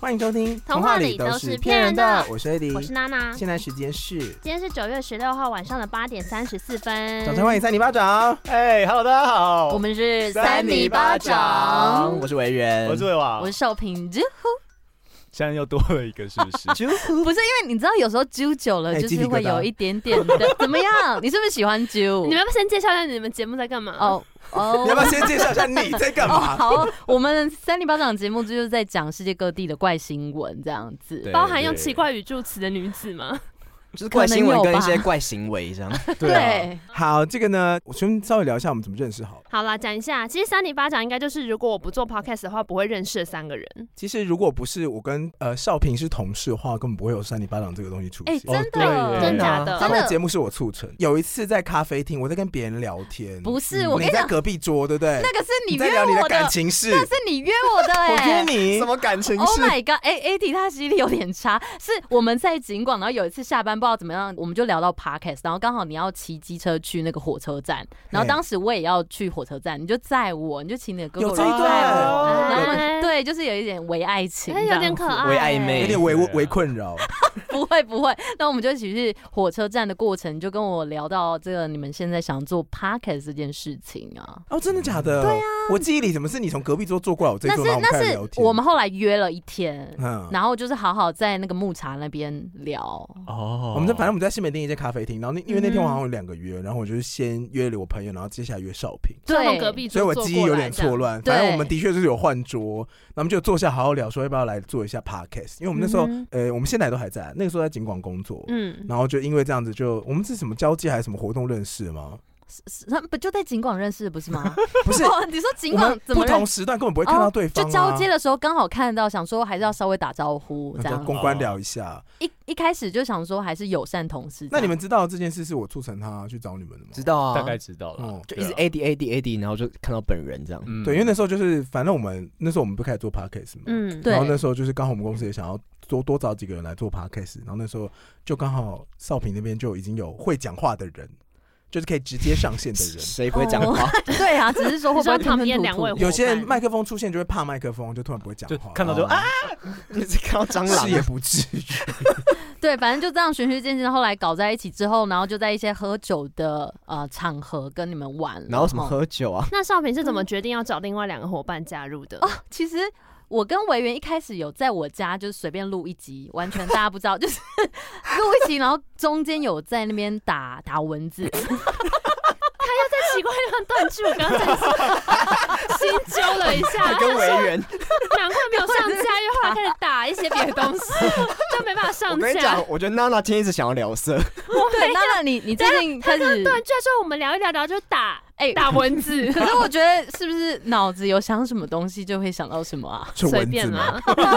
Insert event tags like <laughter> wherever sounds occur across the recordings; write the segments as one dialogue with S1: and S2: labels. S1: 欢迎收听《
S2: 童话里都是骗人的
S1: 我是艾迪，
S2: 我是娜娜。
S1: 现在时间是
S2: 今天是九月十六号晚上的八点三十四分。
S1: 掌声欢迎三零八掌。
S3: 哎、h e l l o 大家好，
S2: 我们是
S3: 三
S2: 米
S3: 米
S2: 巴
S3: 巴
S2: 掌
S3: 掌，
S1: 我是维人，？
S3: 我是伟瓦
S4: 哦
S2: 我是，寿平。啾
S3: 现在又多了一个，是不是
S1: 啾。
S4: <laughs> 不是因为你知道，有时候揪久了
S1: 哎
S4: 就是会有一点点的，怎么样？你是不是喜欢揪
S2: 你？们要不要先介绍一下你们节目在干嘛？哦，
S4: 哦哦
S1: 你要不要先介绍一下你在干
S4: 哦，
S1: 嘛？
S4: 好，我们三零八掌节目就是在讲世界各地的怪新闻这样子
S3: 对。
S2: 包含用奇怪语助词的女子吗？
S5: 就是怪新闻
S4: 可能
S5: 跟
S4: 有吧
S5: 一些怪行为这
S4: <laughs>
S5: 样。
S3: 啊，
S4: 对，
S1: 好，这个呢，我先稍微聊一下我们怎么认识好了。
S2: <laughs> 好啦，讲一下，其实三里巴掌应该就是如果我不做 podcast 的话，不会认识的三个人。
S1: 其实如果不是我跟呃少平是同事的话，根本不会有三零八掌这个东西出现。
S4: 哎，真
S3: 哦对
S4: 的，
S3: 耶真
S2: 假的哎
S1: 他们
S4: 真的
S1: 节目是我促成。有一次在咖啡厅，我在跟别人聊天，嗯
S4: 不是我跟
S1: 你
S4: 你
S1: 在
S4: 讲，
S1: 隔壁桌，对不对？
S4: 那个是你
S1: 在
S4: 约
S1: 聊你
S4: 我
S1: 的感
S4: 的，
S1: 情事，
S4: 那是你约我的
S1: 我约
S4: 哎。
S1: 你
S5: 什么感情
S4: Oh
S5: 是？
S4: <laughs> my god！哎、a d 他记忆力有点差，是我们在景广，然后有一次下班不知道怎么样，我们就聊到 podcast，然后刚好你要骑机车去那个火车站，然后当时我也要去火车站，你就载我，你就骑你的哥
S1: 有
S4: 哥
S1: 这一
S4: 载
S1: 段
S4: 我，啊
S2: 哦
S4: 然后我们对，就是有一点为爱情这
S2: 哎，
S4: 样子，
S2: 有点可爱，
S5: 为暧
S4: 哎
S5: 昧
S1: 有点
S4: 啊
S1: 围围困扰。
S4: 不会不会，那我们就一起去火车站的过程，就跟我聊到这个你们现在想做 podcast 这件事情啊。
S1: 哦，真的假的？对啊，我记忆里怎么是你从隔壁桌坐过来我这
S4: 那
S1: 一
S4: 是
S1: 桌，然后
S4: 那
S1: 我们开始
S4: 是
S1: 聊天。
S4: 我们哦后来约了一天，
S1: 嗯，
S4: 然后就是好好在那个木茶那边聊，
S3: 哦
S1: 我们在反正我们在西门町一间咖啡厅，然后那因为那天我
S4: 嗯
S1: 好像有两个约，然后我就先约了我朋友，然后接下来约少平。
S2: 就从
S4: 对
S2: 隔壁
S1: 所以
S2: 桌
S1: 我
S2: 坐
S1: 记忆
S2: 过
S1: 有
S2: 来
S1: 点
S2: 这样
S1: 错。乱，
S4: 对
S1: 反正我们的确就是有换桌，那我们就坐下好好聊，说要不要来做一下 podcast，因为我们那时候，
S2: 嗯
S1: 呃，我们现在都还在，那个时候在景广工作，
S2: 嗯，
S1: 然后就因为这样子就，我们是什么交际还是什么活动认识的吗？
S4: 是他们不就在景广认识的不
S1: <laughs>
S4: 是吗？
S1: 不是，
S4: 哦，你说景
S1: 我
S4: 广
S1: 们
S4: 怎
S1: 不
S4: 么认哦
S1: 同时段根本不会看到对方啊，
S4: 就交接的时候刚好看到，想说还是要稍微打招呼这
S1: 那就
S4: 样。
S1: 公关聊一下。
S4: 一一开始就想说还是友善同事这样。
S1: 那你们知道这件事是我促成他去找你们的吗？
S5: 知道啊，
S3: 大概知道了
S1: 哦，
S5: 就一直
S3: 对啊
S5: A D A D A D，然后就看到本人这样。
S3: 嗯
S1: 对，因为那时候就是，反正我们那时候我们不开始做 podcast 嘛，
S2: 嗯，
S4: 对
S1: 然后那时候就是刚好我们公司也想要多多找几个人来做 podcast，然后那时候就刚好少平那边就已经有会讲话的人，就是可以直接上线的
S5: <laughs>
S1: 人。
S5: 谁不会讲话？
S4: <laughs> 对啊，只是说会不会
S2: 你说旁边
S4: 吞吞吐吐
S2: 两位
S1: 有些人麦克风出现就会怕麦克风，就突然不会讲
S3: 就
S1: 话，
S3: 看到就
S5: <laughs>
S3: 啊，
S5: 你是看到蟑
S1: 是也
S5: 螂？
S1: 不至于。
S4: 对，反正就这样循序渐进，后来搞在一起之后，然后就在一些喝酒的呃场合跟你们玩了。哦
S5: 然后什么
S4: 吼？
S5: 喝酒 <laughs> 啊？
S2: 那少平是怎么决定要找另外两个伙伴加入 <laughs> 的？
S4: 其实我跟维园一开始有在我家就是随便录一集，完全大家不知道，就是 <laughs> 录一集，然后中间有在那边打打文字，
S2: 奇怪，那个断句我刚才是 <laughs> 心揪了一
S5: <laughs>
S2: 下，
S5: 还跟维园，
S2: 难怪没有上架，因为后来开始打一些别的东西，就没办法
S5: 我
S2: 上
S5: 跟你
S2: 架
S5: 讲。，我觉得娜娜今天一直想要聊色，
S4: <laughs> 对，那那你你最近开始
S2: 断句说我们聊一聊，然后就打
S4: 哎
S2: 打文字，
S4: 可是我觉得是不是脑子有想什么东西就会想到什么啊？
S1: 是
S2: 随
S1: 蚊子
S2: 便
S1: 吗？
S2: 啦。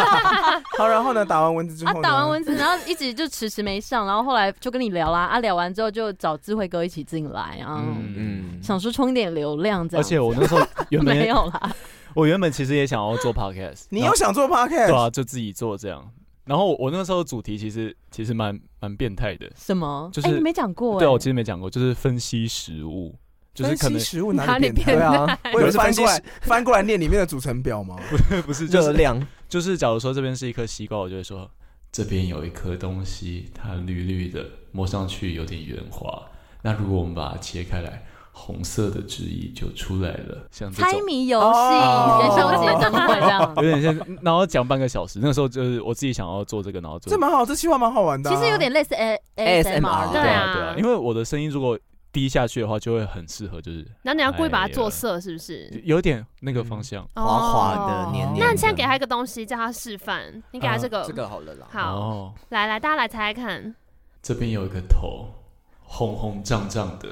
S1: 好，然后呢，打完蚊子之
S4: 啊
S1: 后，呢，
S4: 打完文字，然后一直就迟迟没上，然后后来就跟你聊啦，啊，聊完之后就找智慧哥一起进来啊，
S3: 嗯。
S5: 嗯，
S4: 想说充一点流量这
S3: 而
S4: 样。
S3: 且我那时候原本
S4: <laughs> 没
S3: 也
S4: 有
S3: <laughs>
S4: 啦，
S3: 我原本其实也想要做 podcast，
S1: 你
S3: 然
S1: 又
S3: 后
S1: 想做 podcast，
S3: 对啊，就自己做这样。然后我我那时候主题其实其实蛮蛮变态的，
S4: 什么？
S3: 就是
S4: 哎你没讲过哎。
S3: 对啊，我其实没讲过，就是分析食物，就是
S1: 分
S3: 可
S1: 析
S3: 能
S1: 食物
S2: 哪
S1: 哪
S2: 里
S1: 里
S2: 变
S1: 变
S5: 对
S1: 态？
S5: <laughs> 啊，
S1: 我有
S5: 是分
S1: 翻
S5: 析
S1: 过来翻过来念里面的组成表吗？
S3: 不 <laughs> 是就
S5: 热
S3: 是
S5: 量，
S3: 就是假如说这边是一颗西瓜，我就会说这边有一颗东西，它绿绿的，摸上去有点圆滑。那如果我们把它切开来，红色的汁液就出来了，像这
S4: 猜
S3: 种。
S4: 谜游戏，
S1: 哦
S4: 元宵节怎么会这样？
S3: 有点像，然后讲半个小时。那时候就是我自己想要做这个，然后做
S1: 这蛮好，这计划蛮好玩的啊。
S4: <laughs> 其实有点类似 A
S5: ASMR
S3: 对
S2: 对
S4: 的，
S2: 啊
S3: 啊对啊，因为我的声音如果低下去的话，就会很适合，就是
S2: 然后你要故意把它做色，是不是？
S3: 有点那个方向。
S5: 滑滑的，黏黏的。
S2: 那你现在给他一个东西，叫他示范。你给他这个，
S5: 这个好了啦，
S2: 好，
S3: 哦，
S2: 来来，大家来猜猜看。
S3: 这边有一个头，红红胀胀的，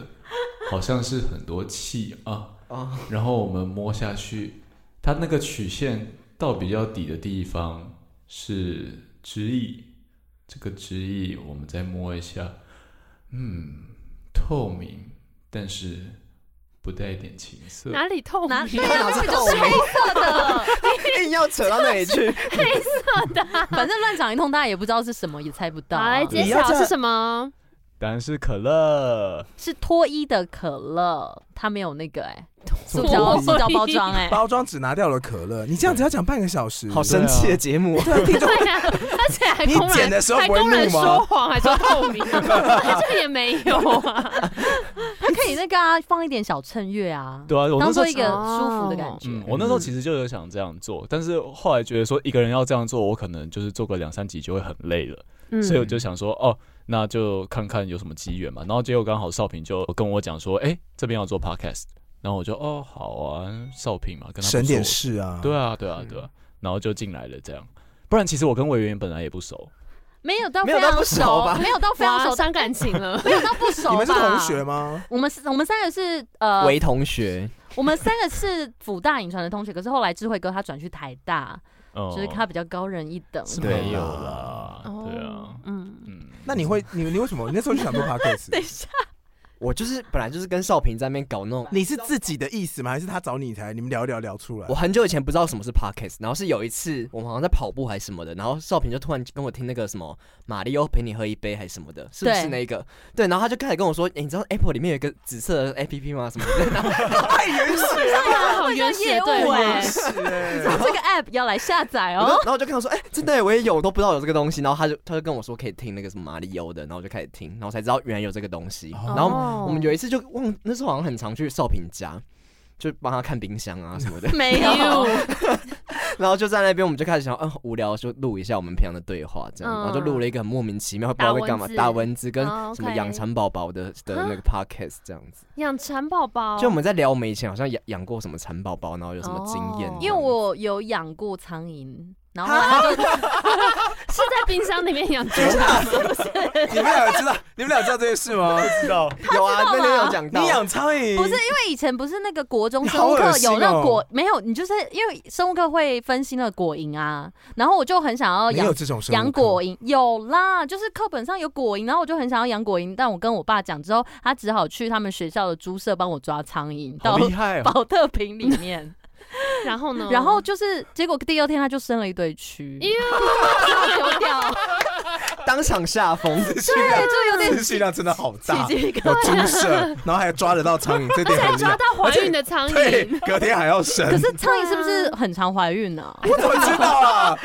S3: 好像是很多气啊。
S2: <laughs>
S5: 啊
S3: 然后我们摸下去，它那个曲线到比较底的地方是直翼，这个直翼我们再摸一下，嗯，透明，但是不带一点情色。
S2: 哪里透
S4: 哪
S2: 明？
S4: 对啊，根本就是黑色的， <laughs>
S5: 硬要扯到那
S2: <laughs>
S5: 里去，
S4: 反正乱讲一通，大家也不知道是什么，也猜不到
S2: 好，
S4: 啊。
S2: 来揭
S1: 你要
S2: 晓
S1: 这样
S2: 是什么？
S3: 当然是可乐，
S4: 是脱衣的可乐，它没有那个哎、塑
S2: 所
S4: 胶
S2: 以
S4: 塑胶包装哎、
S1: 包装只拿掉了可乐，你这样子要讲半个小时，
S2: 啊
S5: 好生气的节 <laughs> 目，
S1: 对啊，听众
S2: 对呀、而且还
S1: 你
S2: 公然
S1: 剪的时候
S2: 还
S1: 不会
S2: 公然
S1: 怒吗
S2: 说谎，还说透明，他这个也没有啊。
S4: 它可以那个、啊、放一点小衬乐啊，
S3: 对啊，我那
S4: 当
S3: 时候
S4: 做一个舒服的感觉。
S5: 哦
S3: 嗯，我那时候其实就有想这样做，但是后来觉得说一个人要这样做，我可能就是做个两三集就会很累了，
S2: 嗯
S3: 所以我就想说，哦，那就看看有什么机缘嘛。然后结果刚好少平就跟我讲说，哎、这边要做 podcast，然后我就哦好啊，少平嘛，跟他不
S1: 省点
S3: 熟
S1: 事啊，
S3: 对啊对啊对啊，然后就进来了这样。不然其实我跟委员本来也不熟，
S4: 没有到非
S5: 没有到
S4: 常
S5: 不熟
S4: 熟
S5: 吧，
S4: 没有到非常
S2: 哇，
S4: 熟，
S2: 伤感情 <laughs> 了。
S4: 没有到
S5: <laughs>
S4: 不熟吧。
S1: 你们是同学吗？
S4: 我们是，我们三个是呃，
S5: 为同学，
S4: 我们三个是辅大影传的同学，可是后来智慧哥他转去台大，
S5: 哦
S3: 嗯，
S4: 就是他比较高人一等。
S3: 是
S5: 对
S3: 没有啦，对啊，
S4: <laughs> 嗯，
S3: 嗯，
S1: 那你会你你为什么你那时候就想做
S4: <laughs>
S1: podcast？
S4: 一下，
S5: 我就是本来就是跟少平在那边搞那种。
S1: 你是自己的意思吗？还是他找你才你们聊一聊聊出来
S5: 我？很久以前不知道什么是 podcast，然后是有一次我们好像在跑步还是什么的，然后少平就突然跟我听那个什么马里奥陪你喝一杯还是什么的，是不是
S4: 对
S5: 那一个？对，然后他就开始跟我说，诶你知道 Apple 里面有一个紫色的 APP 吗？什么的，然后
S2: 哇，啊好原始的对
S4: 会
S2: 话
S4: 像。
S1: 是欸
S4: 啊这个 app 要来下载
S5: 我就
S4: 哦。。
S5: 然后我就跟他说，哎、真的耶我也有，我都不知道有这个东西。然后他就他就跟我说可以听那个什么马里欧的，然后我就开始听，然后才知道原来有这个东西。
S1: 哦
S5: 然后我们有一次就忘，那时候好像很常去少平家，就帮他看冰箱啊什么的
S4: 没有，
S5: 然后就在那边，我们就开始想，嗯，无聊就录一下我们平常的对话，这样，
S2: 嗯
S5: 然后就录了一个很莫名其妙，不知道在干嘛，
S2: 打
S5: 打
S2: 蚊
S5: 蚊子跟
S2: 哦，OK
S5: 什么养蚕宝宝的的那个 podcast 这样子。
S2: 养蚕宝宝，
S5: 就我们在聊我们以前好像养养过什么蚕宝宝，然后有什么经验
S2: 哦。
S4: 因为我有养过苍蝇，然后它就是
S2: 在冰箱里面养猪。
S1: <laughs>
S2: <laughs>
S1: 你们俩有知道你们俩知道这件事吗？
S3: 知道，
S5: 有啊，那天有讲到，
S1: 你养苍蝇
S4: 不是因为以前不是那个国中
S1: 你
S4: 生
S1: 好
S4: 物
S1: 恶
S4: 课
S1: 心
S4: 有那
S1: 哦
S4: 个果没有，你就是因为生物课会分析那个果蝇啊，然后我就很想要
S1: 你有
S4: 养
S1: 这种生物
S4: 养
S1: 课 <laughs>
S4: 果蝇，有啦，就是课本上有果蝇，然后我就很想要养果蝇，但我跟我爸讲之后，他只好去他们学校的猪舍帮我抓苍蝇
S3: 好
S4: 到
S3: 厉害哦，
S4: <laughs> 保特瓶里 <laughs> 面，
S2: 然后呢？
S4: 然后就是结果第二天他就生了一堆蛆，
S2: 哎呦
S4: 然后丢掉，
S5: 当场下风，
S4: <laughs> 对，
S1: <laughs>
S4: 就有点
S1: 资讯量真的好
S4: <laughs>
S1: 大，
S4: 起鸡皮疙
S1: 有猪
S4: <laughs>
S1: 舍，然后还抓得到苍蝇，这点很厉
S2: 抓
S1: 害。
S2: 到怀孕的苍
S1: <laughs>
S2: <laughs>
S1: 对
S2: 蝇，，
S1: 隔天还要生，
S4: 可是苍蝇是不是很常怀孕呢、
S1: <laughs>
S4: <laughs>
S1: 我怎么知道啊？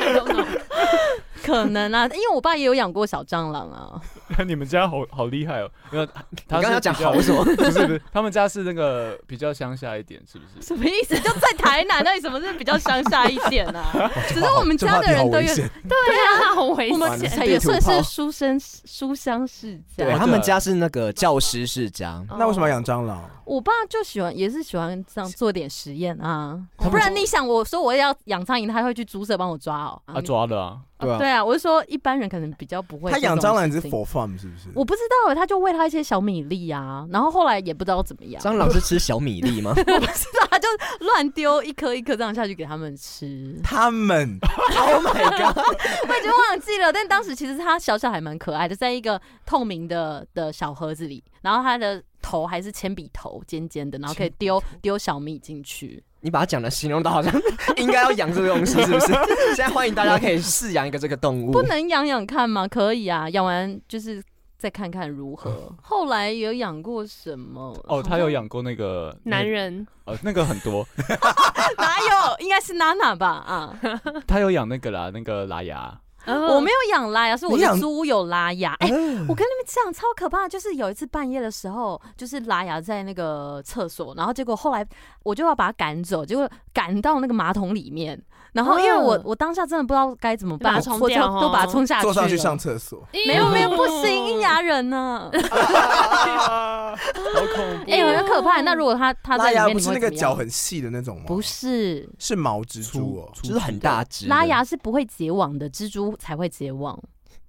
S4: 可能啊，因为我爸也有养过小蟑螂啊。
S3: <laughs> 你们家好好厉害哦，因为他
S5: 你刚
S3: 是
S5: 刚讲
S3: 比较
S5: 好 <laughs> 什么？
S3: 不是不是，他们家是那个比较乡下一点，是不是？
S4: 什么意思？就在台南，那里什么是比较乡下一点
S1: <laughs>
S4: 啊？只是我们
S1: 哦这话
S4: 家
S1: 题
S4: 的
S1: 好
S4: 人都
S1: 危
S4: 有，哦
S1: 险，
S2: 对啊，好危
S4: 我们
S2: 险。
S4: 也算是书生书香世
S5: 对
S4: 家。哦
S5: 他们家是那个教师世家，
S1: 那为什么要养蟑螂？
S4: 我爸就喜欢，也是喜欢这样做点实验啊。
S1: 他们
S4: 不然你想，我说我要养苍蝇，他会去猪舍帮我抓哦。
S3: 啊，抓了啊，
S5: 对啊
S4: 对啊，我是说一般人可能比较不会。
S1: 他养蟑螂只是
S4: 只
S1: for fun 是不是？
S4: 我不知道欸，他就喂他一些小米粒啊，然后后来也不知道怎么样，
S5: 蟑螂是吃小米粒吗？
S4: 我不知道，他就乱丢一颗一颗这样下去给他们吃。
S1: 他们
S5: Oh my god！
S4: 我已经忘记了，但当时其实它小小还蛮可爱的，在一个透明的的小盒子里，然后它的头还是铅笔头，尖尖的，然后可以丢丢小米进去。
S5: 你把它讲的形容的好像 <laughs> 应该要养这个东西，是不是？现在欢迎大家可以饲养一个这个动
S3: 嗯
S5: 物
S4: 不。能养养看吗？可以啊，养完就是再看看如何。后来有养过什么？
S3: 嗯哦，他有养过那个
S2: 男，人
S3: 那呃，那个很多，
S4: <laughs> 哪有？应该是娜娜吧？啊，
S3: 他有养那个啦，那个拉牙，
S2: 哦
S4: 我没有养拉牙，是
S1: 嗯
S4: 我
S1: 你养嗯
S4: 的猪有拉牙。哎、我跟你们讲，超可怕！就是有一次半夜的时候，就是拉牙在那个厕所，然后结果后来我就要把它赶走，结果赶到那个马桶里面。然后因为我、
S2: 嗯
S4: 我当下真的不知道该怎么办，
S2: 把它冲
S4: 我就
S2: 掉哦
S4: 都把它冲下去
S1: 坐上去
S4: 了
S1: 上厕所，
S4: 没有
S1: 哦
S4: 没有不行，硬牙人呢、
S3: 啊好恐怖
S4: 哎、很可怕。那如果它它
S1: 哦拉
S4: 在里
S1: 牙
S4: 面，
S1: 不
S4: 你
S1: 是
S4: 会
S1: 那
S4: 怎
S1: 个
S4: 么
S1: 脚
S4: 样？
S1: 很细的那种吗？
S4: 不，是，
S1: 是毛蜘蛛哦。
S5: 就是很大只的，
S4: 拉牙是不会结网的，蜘蛛才会结网。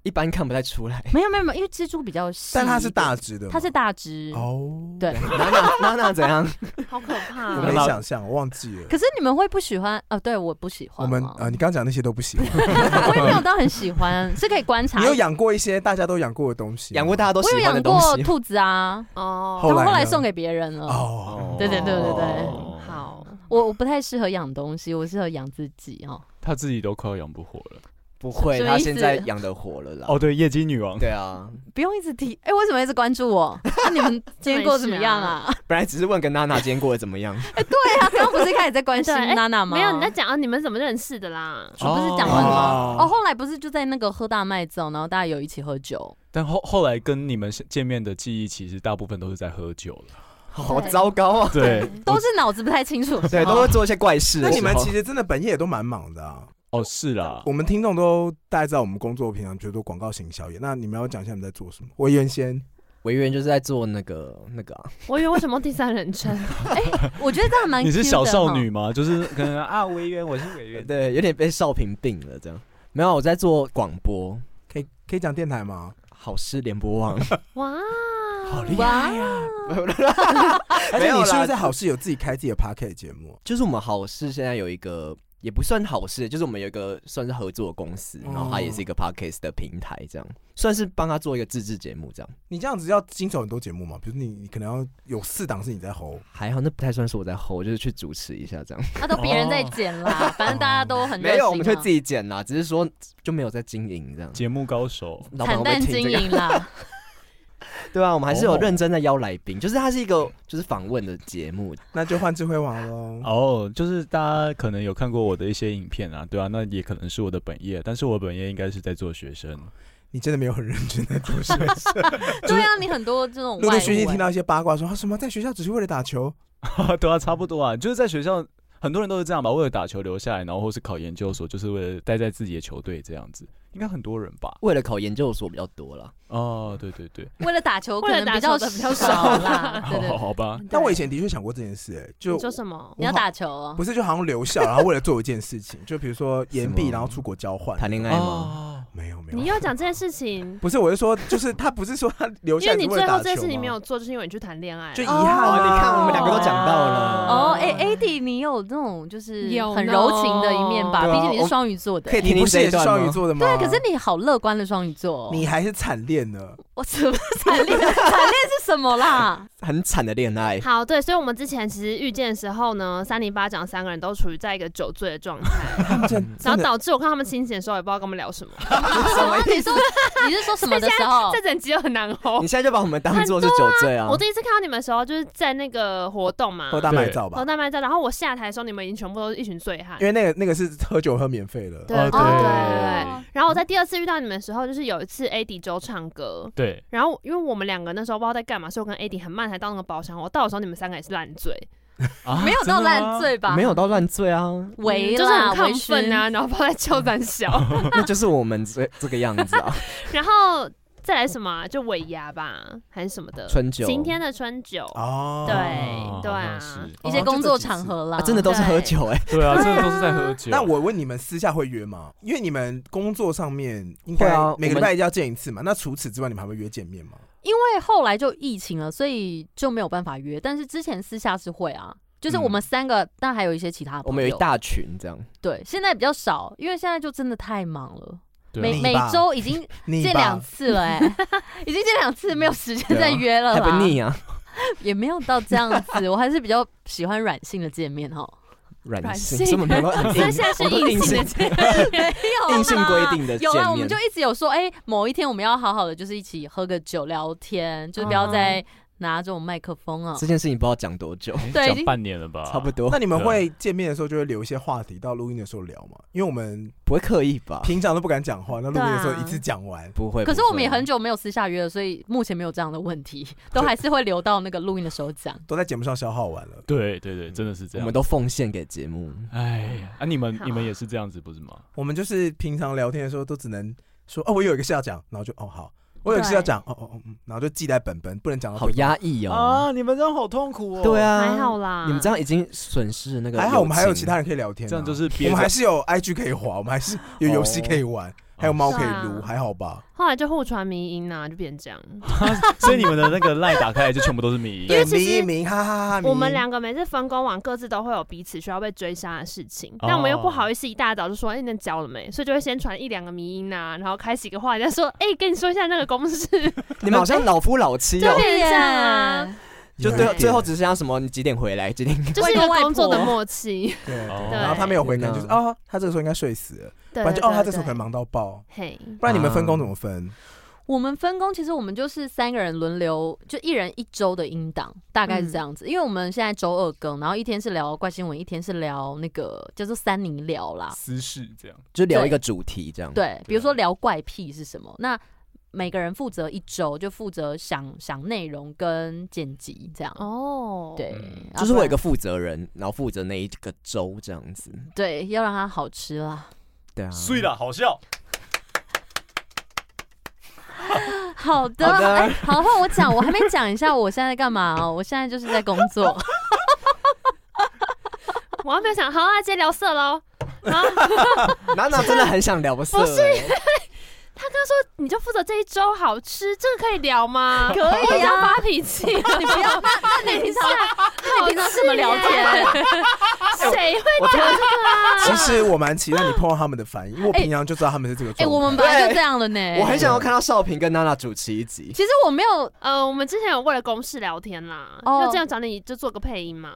S5: 一般看不太出来。
S4: <laughs> 没有没有没有，因为蜘蛛比较细一
S1: 但
S4: 点，
S1: 它是大只的吗，
S4: 它是大只。
S1: 哦，
S4: 对
S5: 娜娜娜娜怎
S1: <laughs>
S5: 样？
S2: 好可怕
S1: 我
S3: 们
S1: 没
S2: 哦。
S1: 想象，我忘记
S4: <laughs>
S1: 了。
S4: 可是你们会不喜欢？哦，对，我不喜欢。
S1: 我们
S4: 啊
S1: 呃，，你刚刚讲那些都不
S4: <laughs>
S1: 行。
S4: 我也没有到很喜欢，是可以观察
S1: 你。有养过一些大家都养过的东西吗？
S5: 养过大家都
S4: 我有
S5: 喜欢的
S4: 养
S5: 东
S4: 过
S5: 西。
S4: 兔子啊，
S2: 哦，
S4: 但
S1: 后来呢
S4: 后来送给别人了。
S1: 哦，
S4: 对对对对对
S3: 哦，
S2: 好，
S4: 我我不太适合养东西，我适合养自己哦。
S3: 他自己都快要养不活了，
S5: 不会，
S4: 什么
S5: 他
S4: 意
S5: 现
S4: 思
S5: 在养得活了啦。
S3: 哦，对，夜姬女王，
S5: 对啊，
S4: 不用一直提。哎、为什么一直关注 <laughs> 我？那、你们今天过得怎么样啊？
S5: 本来只是问跟娜娜今天过得怎么
S4: <laughs>
S5: 样，
S4: 对啊，刚刚不是一开始在关心
S2: 对哎
S4: 娜娜吗？
S2: 没有，你在讲啊你们怎么认识的啦？
S4: 我不是讲完了吗？
S1: 哦
S4: 哦，后来不是就在那个喝大麦之后，然后大家有一起喝酒。
S3: 但后后来跟你们见面的记忆，其实大部分都是在喝酒了。
S5: 好
S2: 对
S5: 糟
S1: <laughs>
S5: 糕啊！
S3: 对，
S4: 都是脑子不太清楚的时候，
S5: 对，都会做一些怪事
S1: 那
S5: 的时
S1: 你
S5: 候。
S1: 们其实真的本业也都蛮忙的啊。
S3: <laughs> 哦，是啦
S1: 我，们听众都大概知道我们工作平常就做广告行销业，那你们要讲一下你们在做什么？我原先
S5: <laughs> 维园就是在做那个那个、啊，
S2: 我以为为什么第三人称？
S4: 我觉得这样蛮。
S3: 你是小少女，吗？就是可能啊，委员，我是委员。
S5: 对，有点被少平病了这样。没有，我在做广播，
S1: 可以可以讲电台吗？
S5: 好事联播网。
S2: <laughs> 哇，
S1: 好
S4: 哇！
S1: 而
S5: 没
S1: 且
S5: 有
S1: 你
S5: 啦
S1: 是不是在好事有自己开自己的 p o c a s t 节目？
S5: 就是我们好事现在有一个也不算好事，就是我们有一个算是合作公司，
S1: 哦
S5: 然后它也是一个 podcast 的平台，这样算是帮他做一个自制节目，这样
S1: 你这样子要经手很多节目嘛？比如你你可能要有四档是你在吼，
S5: 还好，那不太算是我在吼，我就是去主持一下这样。
S4: 那都别人在剪啦，反正大家都很热
S5: 没有，我们
S4: 心啊
S5: 就
S4: 嘛
S5: 自己剪啦，只是说就没有在经营这样。
S3: 节目高手，
S5: 老板
S4: 惨
S5: 会不会
S4: 淡
S5: 听
S4: 经
S5: 这个？
S4: 营啦。
S5: 对啊，我们还是有认真在邀来宾，就是它是一个就是访问的节目，
S1: 那就换智慧王
S5: <laughs>
S1: 喽。
S3: 哦，就是大家可能有看过我的一些影片啊，对啊，那也可能是我的本业，但是我本业应该是在做学生。
S1: 你真的没有很认真在做
S2: <laughs>
S1: 事。
S4: 对啊，你很多这种
S1: 陆
S4: 外
S1: 陆续续
S4: 物
S1: 听
S4: 欸
S1: 到一些八卦说，啊什么在学校只是为了打球，
S3: <laughs> 对啊，差不多啊，就是在学校，很多人都是这样吧，为了打球留下来，然后或是考研究所，就是为了待在自己的球队这样子，应该很多人吧？
S5: 为了考研究所比较多啦。
S3: 哦，对对对，
S4: 为了打球，
S2: 为
S4: 可
S2: 了
S4: 能
S2: 打
S4: 比较
S2: 球的比较
S4: 少
S2: 少
S4: 啦。对
S3: 好
S4: 对
S3: 好
S4: 对，
S3: 好吧，
S1: 但我以前的确想过这件事、哎，就
S2: 嗯你说什么？
S4: 你要打球哦。
S1: 不是就好像留校，然后为了做一件事情，就比如说延
S5: 什
S1: 毕，
S5: 么
S1: 然后出国交换。
S5: 谈恋爱吗？
S3: 哦，
S1: 没有没有，
S2: 你又讲这件事情，
S1: 不是，我是说，就是他不是说他留
S2: 因
S1: 下来
S2: 为你
S1: 是为
S2: 最
S1: 了
S2: 后
S1: 打
S2: 这件事
S1: 球
S2: 情没
S1: 吗
S2: 有做，就是因为你去谈恋爱
S1: 就遗
S2: 了。
S1: 憾啊、
S5: 哦你看我们两个都讲到了
S4: 哦，
S2: 哦
S4: 哎，AD，你有这种就是
S2: 有
S4: 很
S2: 呢
S4: 柔情的一面吧？
S5: 对
S4: 毕
S5: 啊
S4: 竟你是
S5: 我
S4: 双鱼座的
S5: 可。以听
S1: 你
S5: 听
S1: 不是
S5: 这
S1: 也是
S5: 一段吗
S1: 双鱼？座的吗？
S4: 对啊，可是你好乐观的双鱼座哦。
S1: 你还是惨恋呢。
S4: 我怎么惨烈？惨烈是什么啦？
S5: 很惨的恋爱，
S2: 好，对，所以我们之前其实遇见的时候呢，三零八长三个人都处于在一个酒醉的状态，
S1: 他
S4: 嗯
S1: 们真
S2: 然
S1: <laughs> 真
S2: 后
S1: 的
S2: 导致我看他们清醒的时候哎也不知道跟我们聊什么，
S4: 什么？你说你是说什么的时候
S2: 这？整集就很难哦
S5: 你。现在就把我们当做是酒醉啊
S2: 我！第一次看到你们的时候，就是在那个活动嘛，
S1: 喝大麦照吧
S2: 喝，大麦照，然后我下台的时候，你们已经全部都是一群醉汉
S1: 因。为那个那个是喝酒喝免费的。
S2: 对
S3: 哦
S2: 对对
S4: 哦
S2: 然后我在第二次遇到你们的时候，就是有一次 AD 周唱歌，
S3: 对，
S2: 然后因为我们两个那时候不知道在干嘛，所以我跟 AD 很慢才到那个包厢。我到的时候，你们三个也是烂醉，
S3: 啊
S4: 没有到烂，醉吧？
S5: 没有到乱醉啊，
S4: 微
S2: 就是
S4: 啦，
S2: 很
S4: 微
S2: 亢奋
S4: 醺。
S2: 啊，然后不知道在叫胆小。
S5: 那就是我们这这个样子啊。
S2: 然后再来什么、啊，就尾牙吧，还是什么的
S5: 春酒
S2: 晴天的春酒，
S1: 哦，
S2: 对
S3: 哦
S2: 对啊
S3: 好像是
S4: 一些工作场合啦，
S5: 啊真的都是喝酒哎、
S3: 对啊，真的都是在喝酒。
S5: <laughs>
S1: 那我问你们，私下会约吗？因为你们工作上面应该
S5: 会啊
S1: 每个礼
S5: 我们
S1: 拜一定要见一次嘛。那除此之外，你们还会约见面吗？
S4: 因为后来就疫情了，所以就没有办法约。但是之前私下是会啊，就是我们三个，但还有一些其他朋友。
S5: 嗯我们有一大群这样，
S4: 对，现在比较少，因为现在就真的太忙了，
S3: 对啊
S4: 每
S1: 你
S4: 每
S1: 吧
S4: 周已
S5: <laughs>
S4: 经
S1: 你
S4: 见两
S1: 吧，
S4: 次了、哎，已经见两次，没有时间再约了
S5: 还
S4: 啦，
S5: 不腻啊，
S4: 也没有到这样子。我还是比较喜欢软性的见面哦
S5: <laughs>
S4: 哈。
S5: 软
S4: 性
S5: 性，什么能够很硬？
S2: 所以现在是
S5: 我都
S2: 硬
S5: 硬
S2: 性的
S5: 性，
S2: 见面
S4: 没有
S5: 硬性
S4: 啦
S5: 规定的
S4: 有啊，
S5: 见
S4: 我们
S5: 面
S4: 就一直有说，哎、某一天我们要好好的，就是一起喝个酒聊天，就不要
S5: 啊
S4: 再拿这种麦克风啊。
S5: <laughs> 这件事情不知道讲多久，
S3: 哎
S4: 对已
S3: 讲
S4: 经
S3: 半年了吧，
S5: 差不多
S1: 那你们
S3: 对啊
S1: 会见面的时候就会留一些话题到录音的时候聊吗？因为我们
S5: 不会刻意吧？
S1: 平常都不敢讲话，那录音的时
S2: 对
S1: 候
S2: 啊
S1: 一次讲完，
S5: 不啊会。
S4: 可是我们也很
S5: 久，
S4: 久没有私下约了，所以目前没有这样的问题， <laughs> 都还是会留到那个录音的时候讲。
S1: 都在节目上消耗完了。
S3: 对对对，真的是这
S5: 我
S3: 样
S5: 们。都奉献给节目，
S3: 哎呀，啊，你们
S2: 好
S3: 你们也是这样子不是吗？
S1: 我们就是平常聊天的时候都只能说哦，我有一个事要讲，然后就哦好，我有一个事要讲，哦哦哦，嗯然后就记在本本，不能讲到
S5: 好
S1: 对方。
S5: 压抑哦。，
S3: 啊你们这样好痛苦哦
S5: 对，啊，
S2: 还好啦。
S5: 你们这样已经损失了那个友情。
S1: 还好我们还有其他人可以聊天啊，
S3: 这样就是
S1: 我
S3: 憋
S1: 们还
S3: 着，
S1: 是有 IG 可以滑，我们还是有
S5: 哦
S1: 游戏可以玩，还有猫可以
S2: 是
S1: 撸，
S2: 啊
S1: 还好吧？
S2: 后来就互传迷音啊，就变这样。
S3: 所以你们的那个赖打开来就全部都是迷
S2: 因
S3: 因。
S2: 为
S1: 对，
S2: 其
S1: 迷
S2: 实
S1: 一迷，哈哈哈！迷
S2: 我们两个每次分工完，各自都会有彼此需要被追杀的事情，
S5: 哦
S2: 但我们又不好意思一大早就说，哎、你能交了没？所以就会先传一两个迷音啊，然后开始一个话题，再
S5: <laughs>
S2: 说，哎、跟你说一下那个公式，
S5: 你们好像老夫老妻
S2: 就
S5: 哦，
S2: 变成这样啊。
S5: 就
S1: 有一
S5: 最后
S1: 点
S5: 最后只剩下什么？你几点回来？几点？
S2: 就是一个
S4: 外公
S2: 工作的
S4: 外婆
S2: 默契。
S1: 对，
S3: 哦
S1: 然后他没有回，可能就是
S5: 天
S1: 哦，他这个时候应该睡死了，不
S2: 对，
S1: 然就哦，
S2: 对
S1: 他这时候可
S2: 对
S1: 能忙到爆，
S2: 嘿，
S1: 不然你们分工怎么分？
S4: 我们分工其实我们就是三个人轮流，就一人一周的音档，大概是这
S5: 嗯
S4: 样子。因为我们现在周二更，然后一天是聊怪新闻，一天是聊那个叫做三尼聊啦。
S3: 私事这样，
S5: 就聊一个主题这样。，
S4: 对，比如说聊怪癖是什么，那每个人负责一周，就负责想想内容跟剪辑这样。
S2: 哦，
S4: 对，
S3: 嗯
S4: 啊
S5: 就是会有一
S4: 不
S5: 个负责人，然后负责那一个周这样子。
S4: 然对，要让它好吃啦。
S5: 对啊，
S3: 碎了，好笑。
S4: 好的，
S5: 好的
S4: 哎好换我讲，我还没讲一下我现在在干嘛哦，我现在就是在工作。
S2: 我还没有想，好啊，直接聊色喽。啊，
S5: <laughs> 娜娜真的很想聊色、欸
S2: 不
S5: 是，
S2: 你就负责这一周好吃，这个可以聊吗？
S4: 可以啊
S2: 我想发脾
S4: <laughs>
S2: 气，你不要。那你平常，那
S4: 你平常是怎么聊天？
S2: <laughs> 谁会
S5: 我突然
S2: 啊
S1: 其实我蛮期待你碰到他们的反应，因为我平常就知道他们是这个
S4: 哎、
S1: 状态。
S4: 我们本来就这样了呢。
S5: 我很想要看到少平跟娜娜主持一集。
S4: 其实我没有
S2: 呃，我们之前有为了公事聊天啦，
S4: 哦
S2: 就这样找你就做个配音嘛，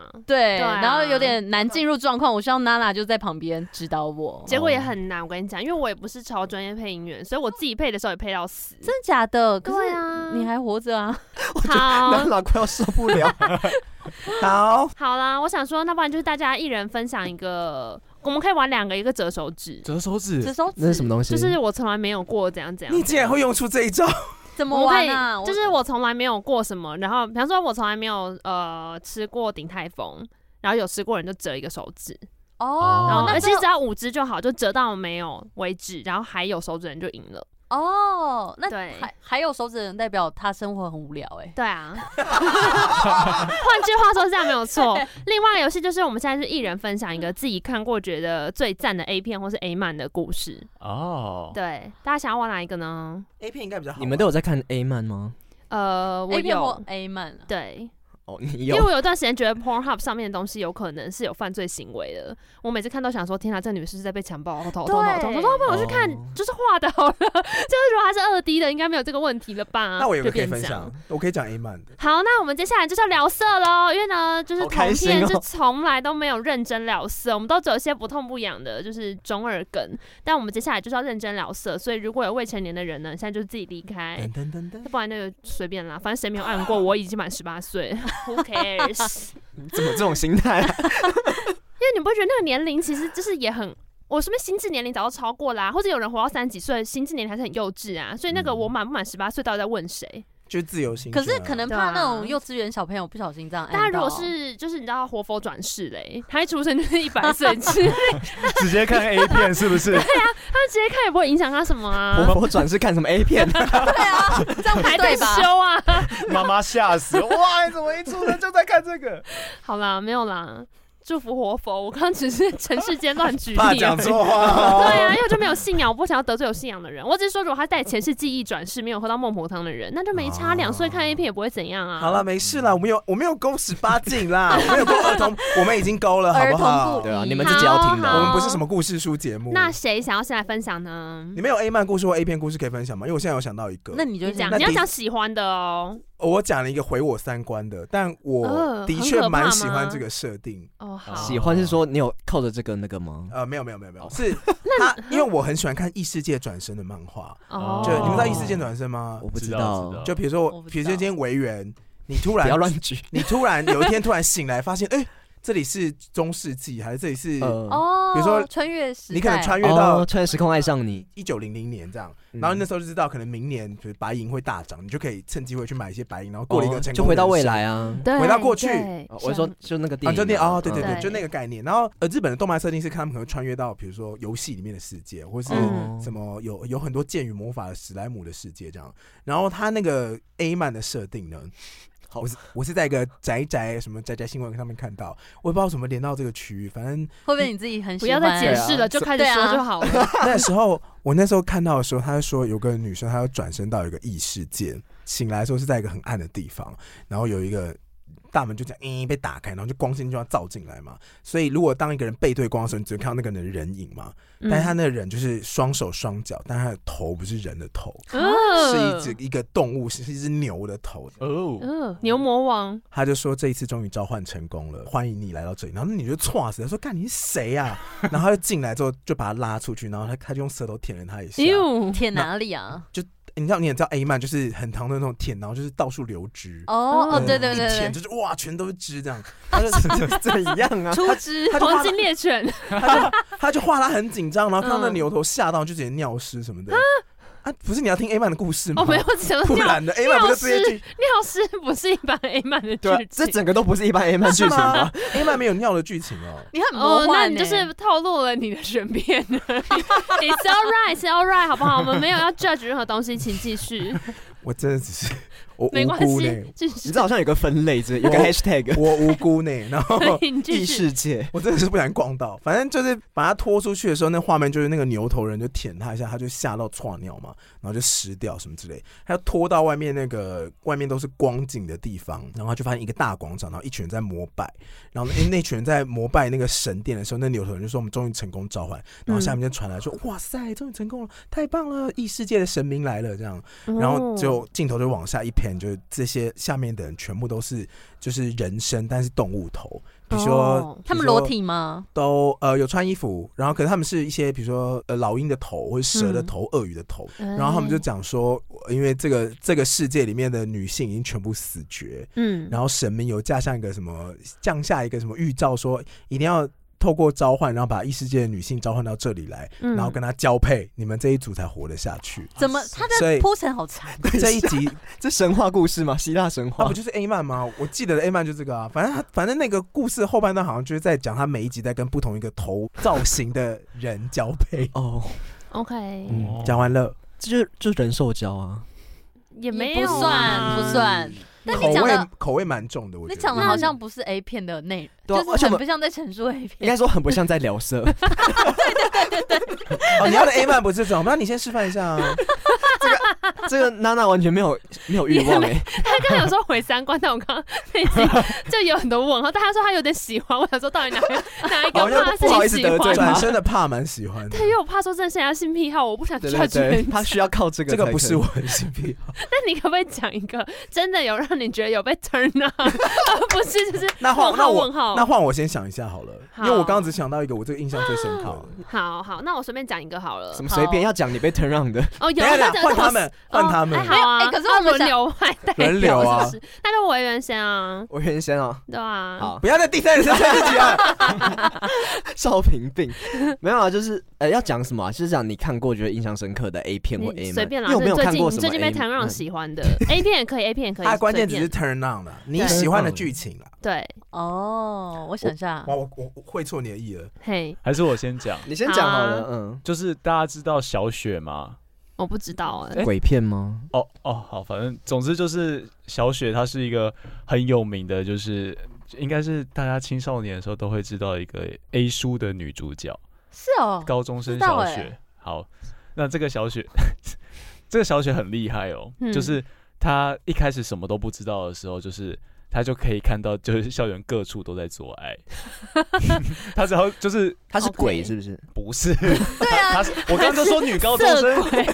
S2: 对
S4: 对，
S2: 啊
S4: 然后有点难进入状况，我希望娜娜就在旁边指导我。
S2: 结果也很难。我跟你讲，因为我也不是超专业配音员，所以我自己配的时候也配到死。
S4: 真的假的？可
S2: 对
S4: 是
S2: 啊，
S4: 你还活着啊！
S2: 好
S4: <laughs>
S5: 娜。娜快要受不了，
S1: 好，
S2: 好啦，我想说，那不然就是大家一人分享一个，我们可以玩两个，一个折手指，
S3: 折手
S4: 这
S3: 指，
S4: 时候
S5: 那是什么东西？
S2: 就是我从来没有过怎
S5: 哎
S2: 样怎样
S1: 你。竟然会用出这一招，
S4: 怎么
S2: 我可
S4: 玩
S2: 以
S4: 啊？，我
S2: 就是我从来没有过什么，然后比方说，我从来没有呃吃过鼎泰丰，然后有吃过人就折一个手指，
S4: 哦，
S2: 然后
S4: 那
S2: 而且
S4: 最后
S2: 只要五只就好，就折到没有为止，然后还有手指的人就赢了。
S4: 哦，那
S2: 对
S4: 还还有手指的人代表他生活很无聊哎、
S2: 对
S4: <laughs>
S2: 啊， <laughs> 换句话说是这样没有错。另外游戏就是我们现在是一人分享一个自己看过觉得最赞的 A 片或是 A 漫的故事。
S3: 哦，
S2: 对，大家想要玩哪一个呢？
S1: A 片应该比较好。
S5: 你们都有在看 A 漫吗？
S2: 呃，我
S4: A 片或
S2: 有
S4: A 漫啊
S2: 对，
S5: 哦，你
S2: 因
S5: 有
S2: 为我有一段时间觉得 Pornhub 上面的东西有可能是有犯罪行为的，我每次看都想说，天哪，这女士是在被强暴，头头头头头，
S4: 对
S2: 我说要不然我去看
S5: 哦，
S2: 就是画的好了，就是如果它是二 D 的，应该没有这个问题了吧？
S1: 那我有个
S2: 就
S1: 可以
S2: 变
S1: 分
S2: 这样
S1: 享，我可以讲 A 漫的。
S2: 好，那我们接下来就是要聊色喽，因为呢，就是
S5: 好
S2: 同
S5: 开心
S2: 片
S5: 哦
S2: 是从来都没有认真聊色，我们都只有一些不痛不痒的，就是中二梗。但我们接下来就是要认真聊色，所以如果有未成年的人呢，现在就自己离开
S1: 噔，噔噔噔，
S2: 不然那就随便啦，反正谁没有按过，我已经满十八岁，Who cares？
S5: 怎么这种心态、啊？
S2: 因为你不会觉得那个年龄其实就是也很。我身边心智年龄早就超过啦、或者有人活到三十几岁，心智年龄还是很幼稚啊。所以那个
S5: 嗯
S2: 我满不满十八岁，到底在问谁？
S1: 就是自由行。
S4: 可是可能怕
S2: 对
S4: 那
S2: 啊
S4: 种幼稚园小朋友不小心这样按到。
S2: 大家如果是就是你知道活佛转世嘞，他一出生就是一百
S4: <laughs>
S2: 岁之类，
S3: 直接看 A 片是不是？
S2: 他直接看也不会影响他什么啊，
S5: 我我转是看什么 A 片？
S4: 对啊，这样不
S2: 还在
S4: 对吧？
S2: 修啊。
S3: 妈妈吓死！哇，怎么一出生就在看这个？
S2: 好啦，没有啦，祝福活佛。我刚刚只是尘世间乱举例
S1: 怕
S2: <laughs>
S5: 啊
S2: 而已。
S1: 讲错话。
S2: 对啊，因为我就没有信仰，我不想要得罪有信仰的人。我只是说，如果他带前世记忆转世，没有喝到孟婆汤的人，那就没差。
S1: 啊
S2: 两岁看 A 片也不会怎样啊。
S1: 好了，没事啦，我们有我们有勾十八禁啦， <laughs> 我们有勾儿童，我们已经勾了，好
S4: 儿
S1: 不
S4: 童
S1: 好
S4: 不？
S5: 对啊，
S4: 宜
S5: 你们自己要听的
S2: 好
S1: 我
S5: 啊。
S1: 们不是什么故事书节目。
S2: 那谁想要先来分享呢？
S1: 你们有 A 漫故事或 A 片故事可以分享吗？因为我现在有想到一个，
S4: 那你就
S2: 你讲，
S1: 那
S2: 你要
S1: 第一
S2: 讲喜欢的哦。
S1: 我讲了一个毁我三观的，但我
S2: 呃
S1: 的
S2: 很
S1: 确
S2: 可怕
S1: 蛮喜欢
S2: 吗
S1: 这个设定。
S2: 哦，好，
S5: 喜欢是说你有靠着这个那个吗？
S1: 呃，没有没有没有没有，
S5: 哦
S1: 是
S4: <laughs>
S1: 他，因为我很喜欢看异世界转身的漫画。
S2: 哦，
S1: 就你们知道异
S2: 意
S1: 世
S2: 思
S1: 界转身吗
S5: 我？不
S3: 知道
S5: 道
S3: 知，道
S1: 就比如
S4: 我
S1: 说，
S4: 不知道
S1: 比如说今天维园，你突
S5: 不
S1: 然
S5: 要乱举。
S1: 你突然有一天突然醒来，发现哎、这里是中世纪，还是这里是？
S5: 呃，
S4: 哦，
S1: 比如说
S4: 穿越时代，
S1: 你可能穿越
S5: 哦
S1: 到
S5: 穿越时空爱上你，
S1: 一九零零年这样，
S5: 嗯
S1: 然后那时候就知道可能明年就是白银会大涨，你就可以趁机会去买一些白银，然后过了一个
S5: 哦
S1: 成功、
S5: 就回到未。来啊。
S2: 对
S1: 回到过去
S2: 对
S5: 哦我是说就那个
S1: 啊，
S5: 电影
S1: 就那哦，对对
S5: 嗯
S1: 对，
S2: 对
S1: 就那个概念。然后呃，日本的动漫设定是看他们可能穿越到，比如说游戏里面的世界，或是
S5: 嗯
S1: 什么有有很多剑与魔法的史莱姆的世界这样。然后他那个 A 漫的设定呢，
S5: 好
S1: 我是我是在一个宅宅什么宅宅新闻上面看到，我也不知道怎么连到这个区域，反正
S4: 会不会你自己很
S2: 不
S4: 喜
S2: 要
S4: 欢？
S2: 再解释了，就开始
S4: 对啊
S2: 说就好了。
S1: <laughs> 那时候我那时候看到的时候，他说有个女生，她要转身到一个异世界，醒来的时候是在一个很暗的地方，然后有一个大门就这样嗯被打开，然后就光线就要照进来嘛。所以如果当一个人背对光的时候，你只能看到那个人的人影嘛。
S2: 嗯
S1: 但是他那个人就是双手双脚，但他的头不是人的头，
S2: 嗯
S1: 是一只一个动物，是一只牛的头。
S3: 哦，
S2: 嗯牛魔王，
S1: 他就说这一次终于召唤成功了，欢迎你来到这里。然后那女就歘死了，说干你是谁呀、啊？然后他就进来之后就把他拉出去，然后他他就用舌头舔了他 <laughs> 一下。
S2: 哟，
S4: 舔哪里啊？
S1: 你知道你也知道 A 曼就是很长的那种舔，然后就是到处流汁。
S4: 哦哦，
S1: 嗯
S4: 对对对
S1: 一
S4: 对
S1: 舔
S4: 对，
S1: 就是哇，全都是汁这样。
S5: 他是怎样
S2: <laughs>
S5: 啊？
S4: 出汁
S1: 他就画
S2: 黄金
S1: <laughs>
S2: 猎犬，
S1: 他就他就画他很紧张，然后看到那
S2: 嗯
S1: 牛头吓到就直接尿湿什么的。啊，不是你要听 A 曼的故事吗？
S2: 哦，没有，什
S1: <laughs>
S2: 么
S1: 不
S2: <laughs> 尿
S1: 然的 A 曼不就直接去
S2: 尿湿不是一般 A 漫的
S5: 对啊
S2: 剧，
S5: 这
S2: 情。
S5: 整个都不是一般 A 漫剧
S1: 是
S5: 情
S2: <laughs>
S5: 吧
S1: 吗？？A 曼没有尿的剧情哦。
S4: 你很
S2: 哦
S4: 魔，
S2: 那
S4: 幻
S2: 你
S4: 呢，
S2: 就是透露了你的选片而已 <laughs> It's all right, it's all right，好不好？我们没有要 judge 任何东西，请
S1: <laughs>
S2: 继续，
S1: 我真的只是我
S2: 没
S1: 无
S2: 关
S1: 辜
S2: 系
S1: 呢，，
S2: 继
S5: 你
S2: 续
S5: 这。好像有个分类之类，有个
S1: 我
S5: hashtag
S1: 我无辜呢。然
S2: <laughs>
S1: 后
S2: 你继续。
S5: 异世界。
S1: 我真的是不想逛到，反正就是把他拖出去的时候，那画面就是那个牛头人就舔他一下，他就吓到窜尿嘛，然后就湿掉什么之类，他要拖到外面那个外面都是光景的地方，然后他就发现一个大广场，然后一群人在膜拜，然后那那群人在膜拜那个神殿的时候，那牛头人就说我们终于成功召唤，然后下面就传来说、哇塞，终于成功了，太棒了，异世界的神明来了这样，然后
S2: 哦
S1: 就镜头就往下一偏，就是这些下面的人全部都是就是人身，但是动物头，比如说。
S2: 哦
S4: 他们
S1: 比如说
S4: 裸体吗？
S1: 都呃有穿衣服，然后可能他们是一些比如说呃老鹰的头或者蛇的头、
S2: 嗯
S1: 鳄鱼的头，然后他们就讲说，呃因为这个这个世界里面的女性已经全部死绝，
S2: 嗯，
S1: 然后神明有架上一个什么降下一个什么预兆说，一定要透过召唤，然后把异世界的女性召唤到这里来，
S2: 嗯
S1: 然后跟她交配，你们这一组才活得下
S2: <laughs>
S1: 去。
S4: 怎么他
S1: 所
S4: 的
S1: 以
S4: 铺陈好长？
S1: <laughs> 这一集
S2: 啊
S5: 这神话故事吗？希腊神
S1: 那
S5: 话。
S1: 不？就是 A 曼吗？我记得的 A 曼就这个啊，反正他反正那个故事后半段好像就是在讲他每一集在跟不同一个头造型的人交配
S5: 哦，
S2: OK，
S1: 嗯，讲完了，
S5: 这就就是人兽交啊！
S2: 也没
S4: 不
S2: 有
S4: 算
S2: 啊
S1: 嗯
S4: 不。
S2: <laughs>
S4: 算，但
S1: 口
S4: 你讲
S1: 味
S4: 的
S1: 口味蛮重的，我
S4: 你
S1: 觉
S4: 讲
S1: 得。
S4: 的好像不是 A 片的内
S5: 对啊
S4: 容，就
S5: 而且
S4: 是
S5: 我
S4: 很
S5: 们
S4: 不像在陈述 A
S5: 应
S4: 片。
S5: 该说很不像在聊色， <laughs>
S1: 哦，你要的 A 曼不是这种，那你先示范一下啊。
S5: 这个娜娜完全没有没有欲望 <laughs> 哎、
S2: 他刚才有说毁三观，但我刚刚内心就有很多问号。但他说他有点喜欢，我想说到底哪个哪一
S5: 好
S2: 个
S5: 像
S2: 怕
S5: 不好意
S2: 是
S5: 思
S2: 你喜
S5: 得罪
S2: 欢？
S1: 转身的怕蛮喜欢的
S2: 对，，因为我怕说真的是人家性癖好，我不想
S5: 对
S2: judge
S5: 对对，
S2: 人家
S5: 她需要靠这个。
S1: 这个不是我，的性癖好。
S2: 那你可不可以讲一个真的有让你觉得有被 turn on，而
S1: <laughs>
S2: 不是就是
S1: 那换
S2: 问
S1: 那
S2: 号
S1: 我
S2: 问号？
S1: 那换我先想一下好了，因
S2: 好
S1: 为我刚刚只想到一个我这个印象最深刻的。
S2: 好好，那我随便讲一个好了
S5: 什。么随便要讲你被 turn on 的，
S2: 哦，有
S1: 等一
S2: 人
S1: 下，
S2: 讲
S1: 换他们，换他们
S2: 哎，。好啊。
S4: 哎可是我们
S2: 轮
S4: 想
S2: 流派代表
S1: 轮流啊
S2: 是不是那就我原先啊，
S5: 我原先啊，
S2: 对啊。
S5: 好
S1: 不要再第三人称自 <laughs> 己了。
S5: <laughs> 少平 <laughs> 病没有啊，就是呃要讲什么、啊，就是讲你看过觉得印象深刻的 A 片或 A
S2: 你
S5: 漫，
S2: 随便啦，
S5: 因为我没有
S2: 最
S5: 看
S2: 近
S5: 过
S2: 你
S5: 什么 A
S2: 最近被唐让
S5: 漫
S2: 喜欢的 A 片也可以，A 片也可以。
S1: 他的啊关键
S2: 随
S1: 只
S2: 便
S1: 是 turn on 了，你
S2: 对
S1: 喜欢的剧情啊了。
S2: 对，
S4: <laughs> 哦，我想一下
S1: 哇，，我我我会错你的意了。
S2: 嘿，
S3: 还是我先讲，
S5: 你先讲好
S2: 好啊
S5: 了，嗯，
S3: 就是大家知道小雪吗？
S2: 我不知道哎
S3: 哎。
S5: 鬼片吗？
S3: 哦哦，好，反正总之就是小雪，她是一个很有名的，就是应该是大家青少年的时候都会知道一个 A 书的女主角，
S4: 是哦，
S3: 高中生
S4: 知道
S3: 小
S4: 欸
S3: 雪。好，那这个小雪， <laughs> 这个小雪很厉害哦，
S2: 嗯
S3: 就是她一开始什么都不知道的时候，就是。她就可以看到，就是校园各处都在做爱。 <laughs> 她只要就是
S5: 他
S4: 哦
S5: 是
S2: OK
S5: 鬼是不是？
S3: 不是，对啊，她是我刚刚就说女高
S4: <laughs>
S3: 中生
S2: 色鬼，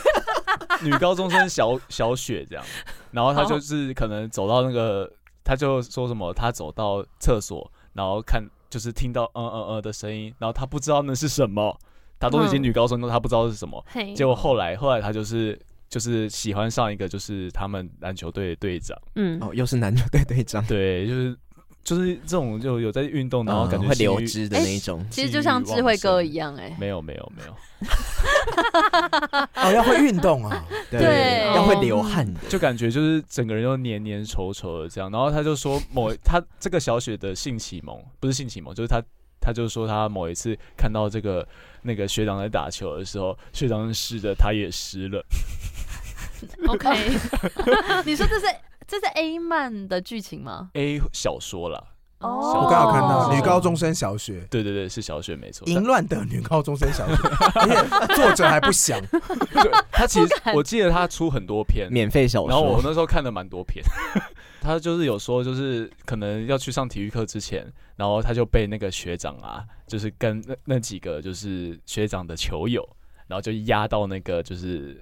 S3: <laughs> 女高中生小小雪这样，然后她就是可能走到那个，她就说什么，她走到厕所，然后看就是听到嗯嗯嗯的声音，然后她不知道那是什么，她都已经
S2: 嗯
S3: 女高中了，她不知道是什么，
S4: 嗯
S2: 嘿，
S3: 结果后来后来她就是就是喜欢上一个就是他们篮球队的队长，
S2: 嗯，
S5: 哦，又是男的 <laughs> 队队长，
S3: 对，就是就是这种就有在运动，然哦后感觉
S5: 嗯会
S3: 性欲
S5: 流汁的那一种，
S4: 其实就像智慧哥一样， <laughs> 哎，
S3: 没有没有没有，
S1: 哦，要会运动啊！
S4: 对
S5: 要会流汗的，
S3: 就感觉就是整个人又黏黏稠稠的这样。然后他就说某他这个小雪的性启蒙不是性启蒙，就是他他就说他某一次看到这个那个学长在打球的时候，学长湿的，他也湿了。
S2: OK，
S4: 你说这是这是 A 漫的剧情吗？
S3: A 小说啦，
S4: 哦
S1: 我刚好看到
S4: 哦
S1: 女高中生小学。
S3: 对对对，是小雪没错。
S1: 淫乱的女高中生小学，而且作者还不详，
S3: 对他其实我记得他出很多篇，
S5: 免费小
S3: 然后我
S5: 说，
S3: 那时候看了蛮多篇， <laughs> 他就是有说，就是可能要去上体育课之前，然后他就被那个学长啊，就是跟那那几个就是学长的球友，然后就压到那个就是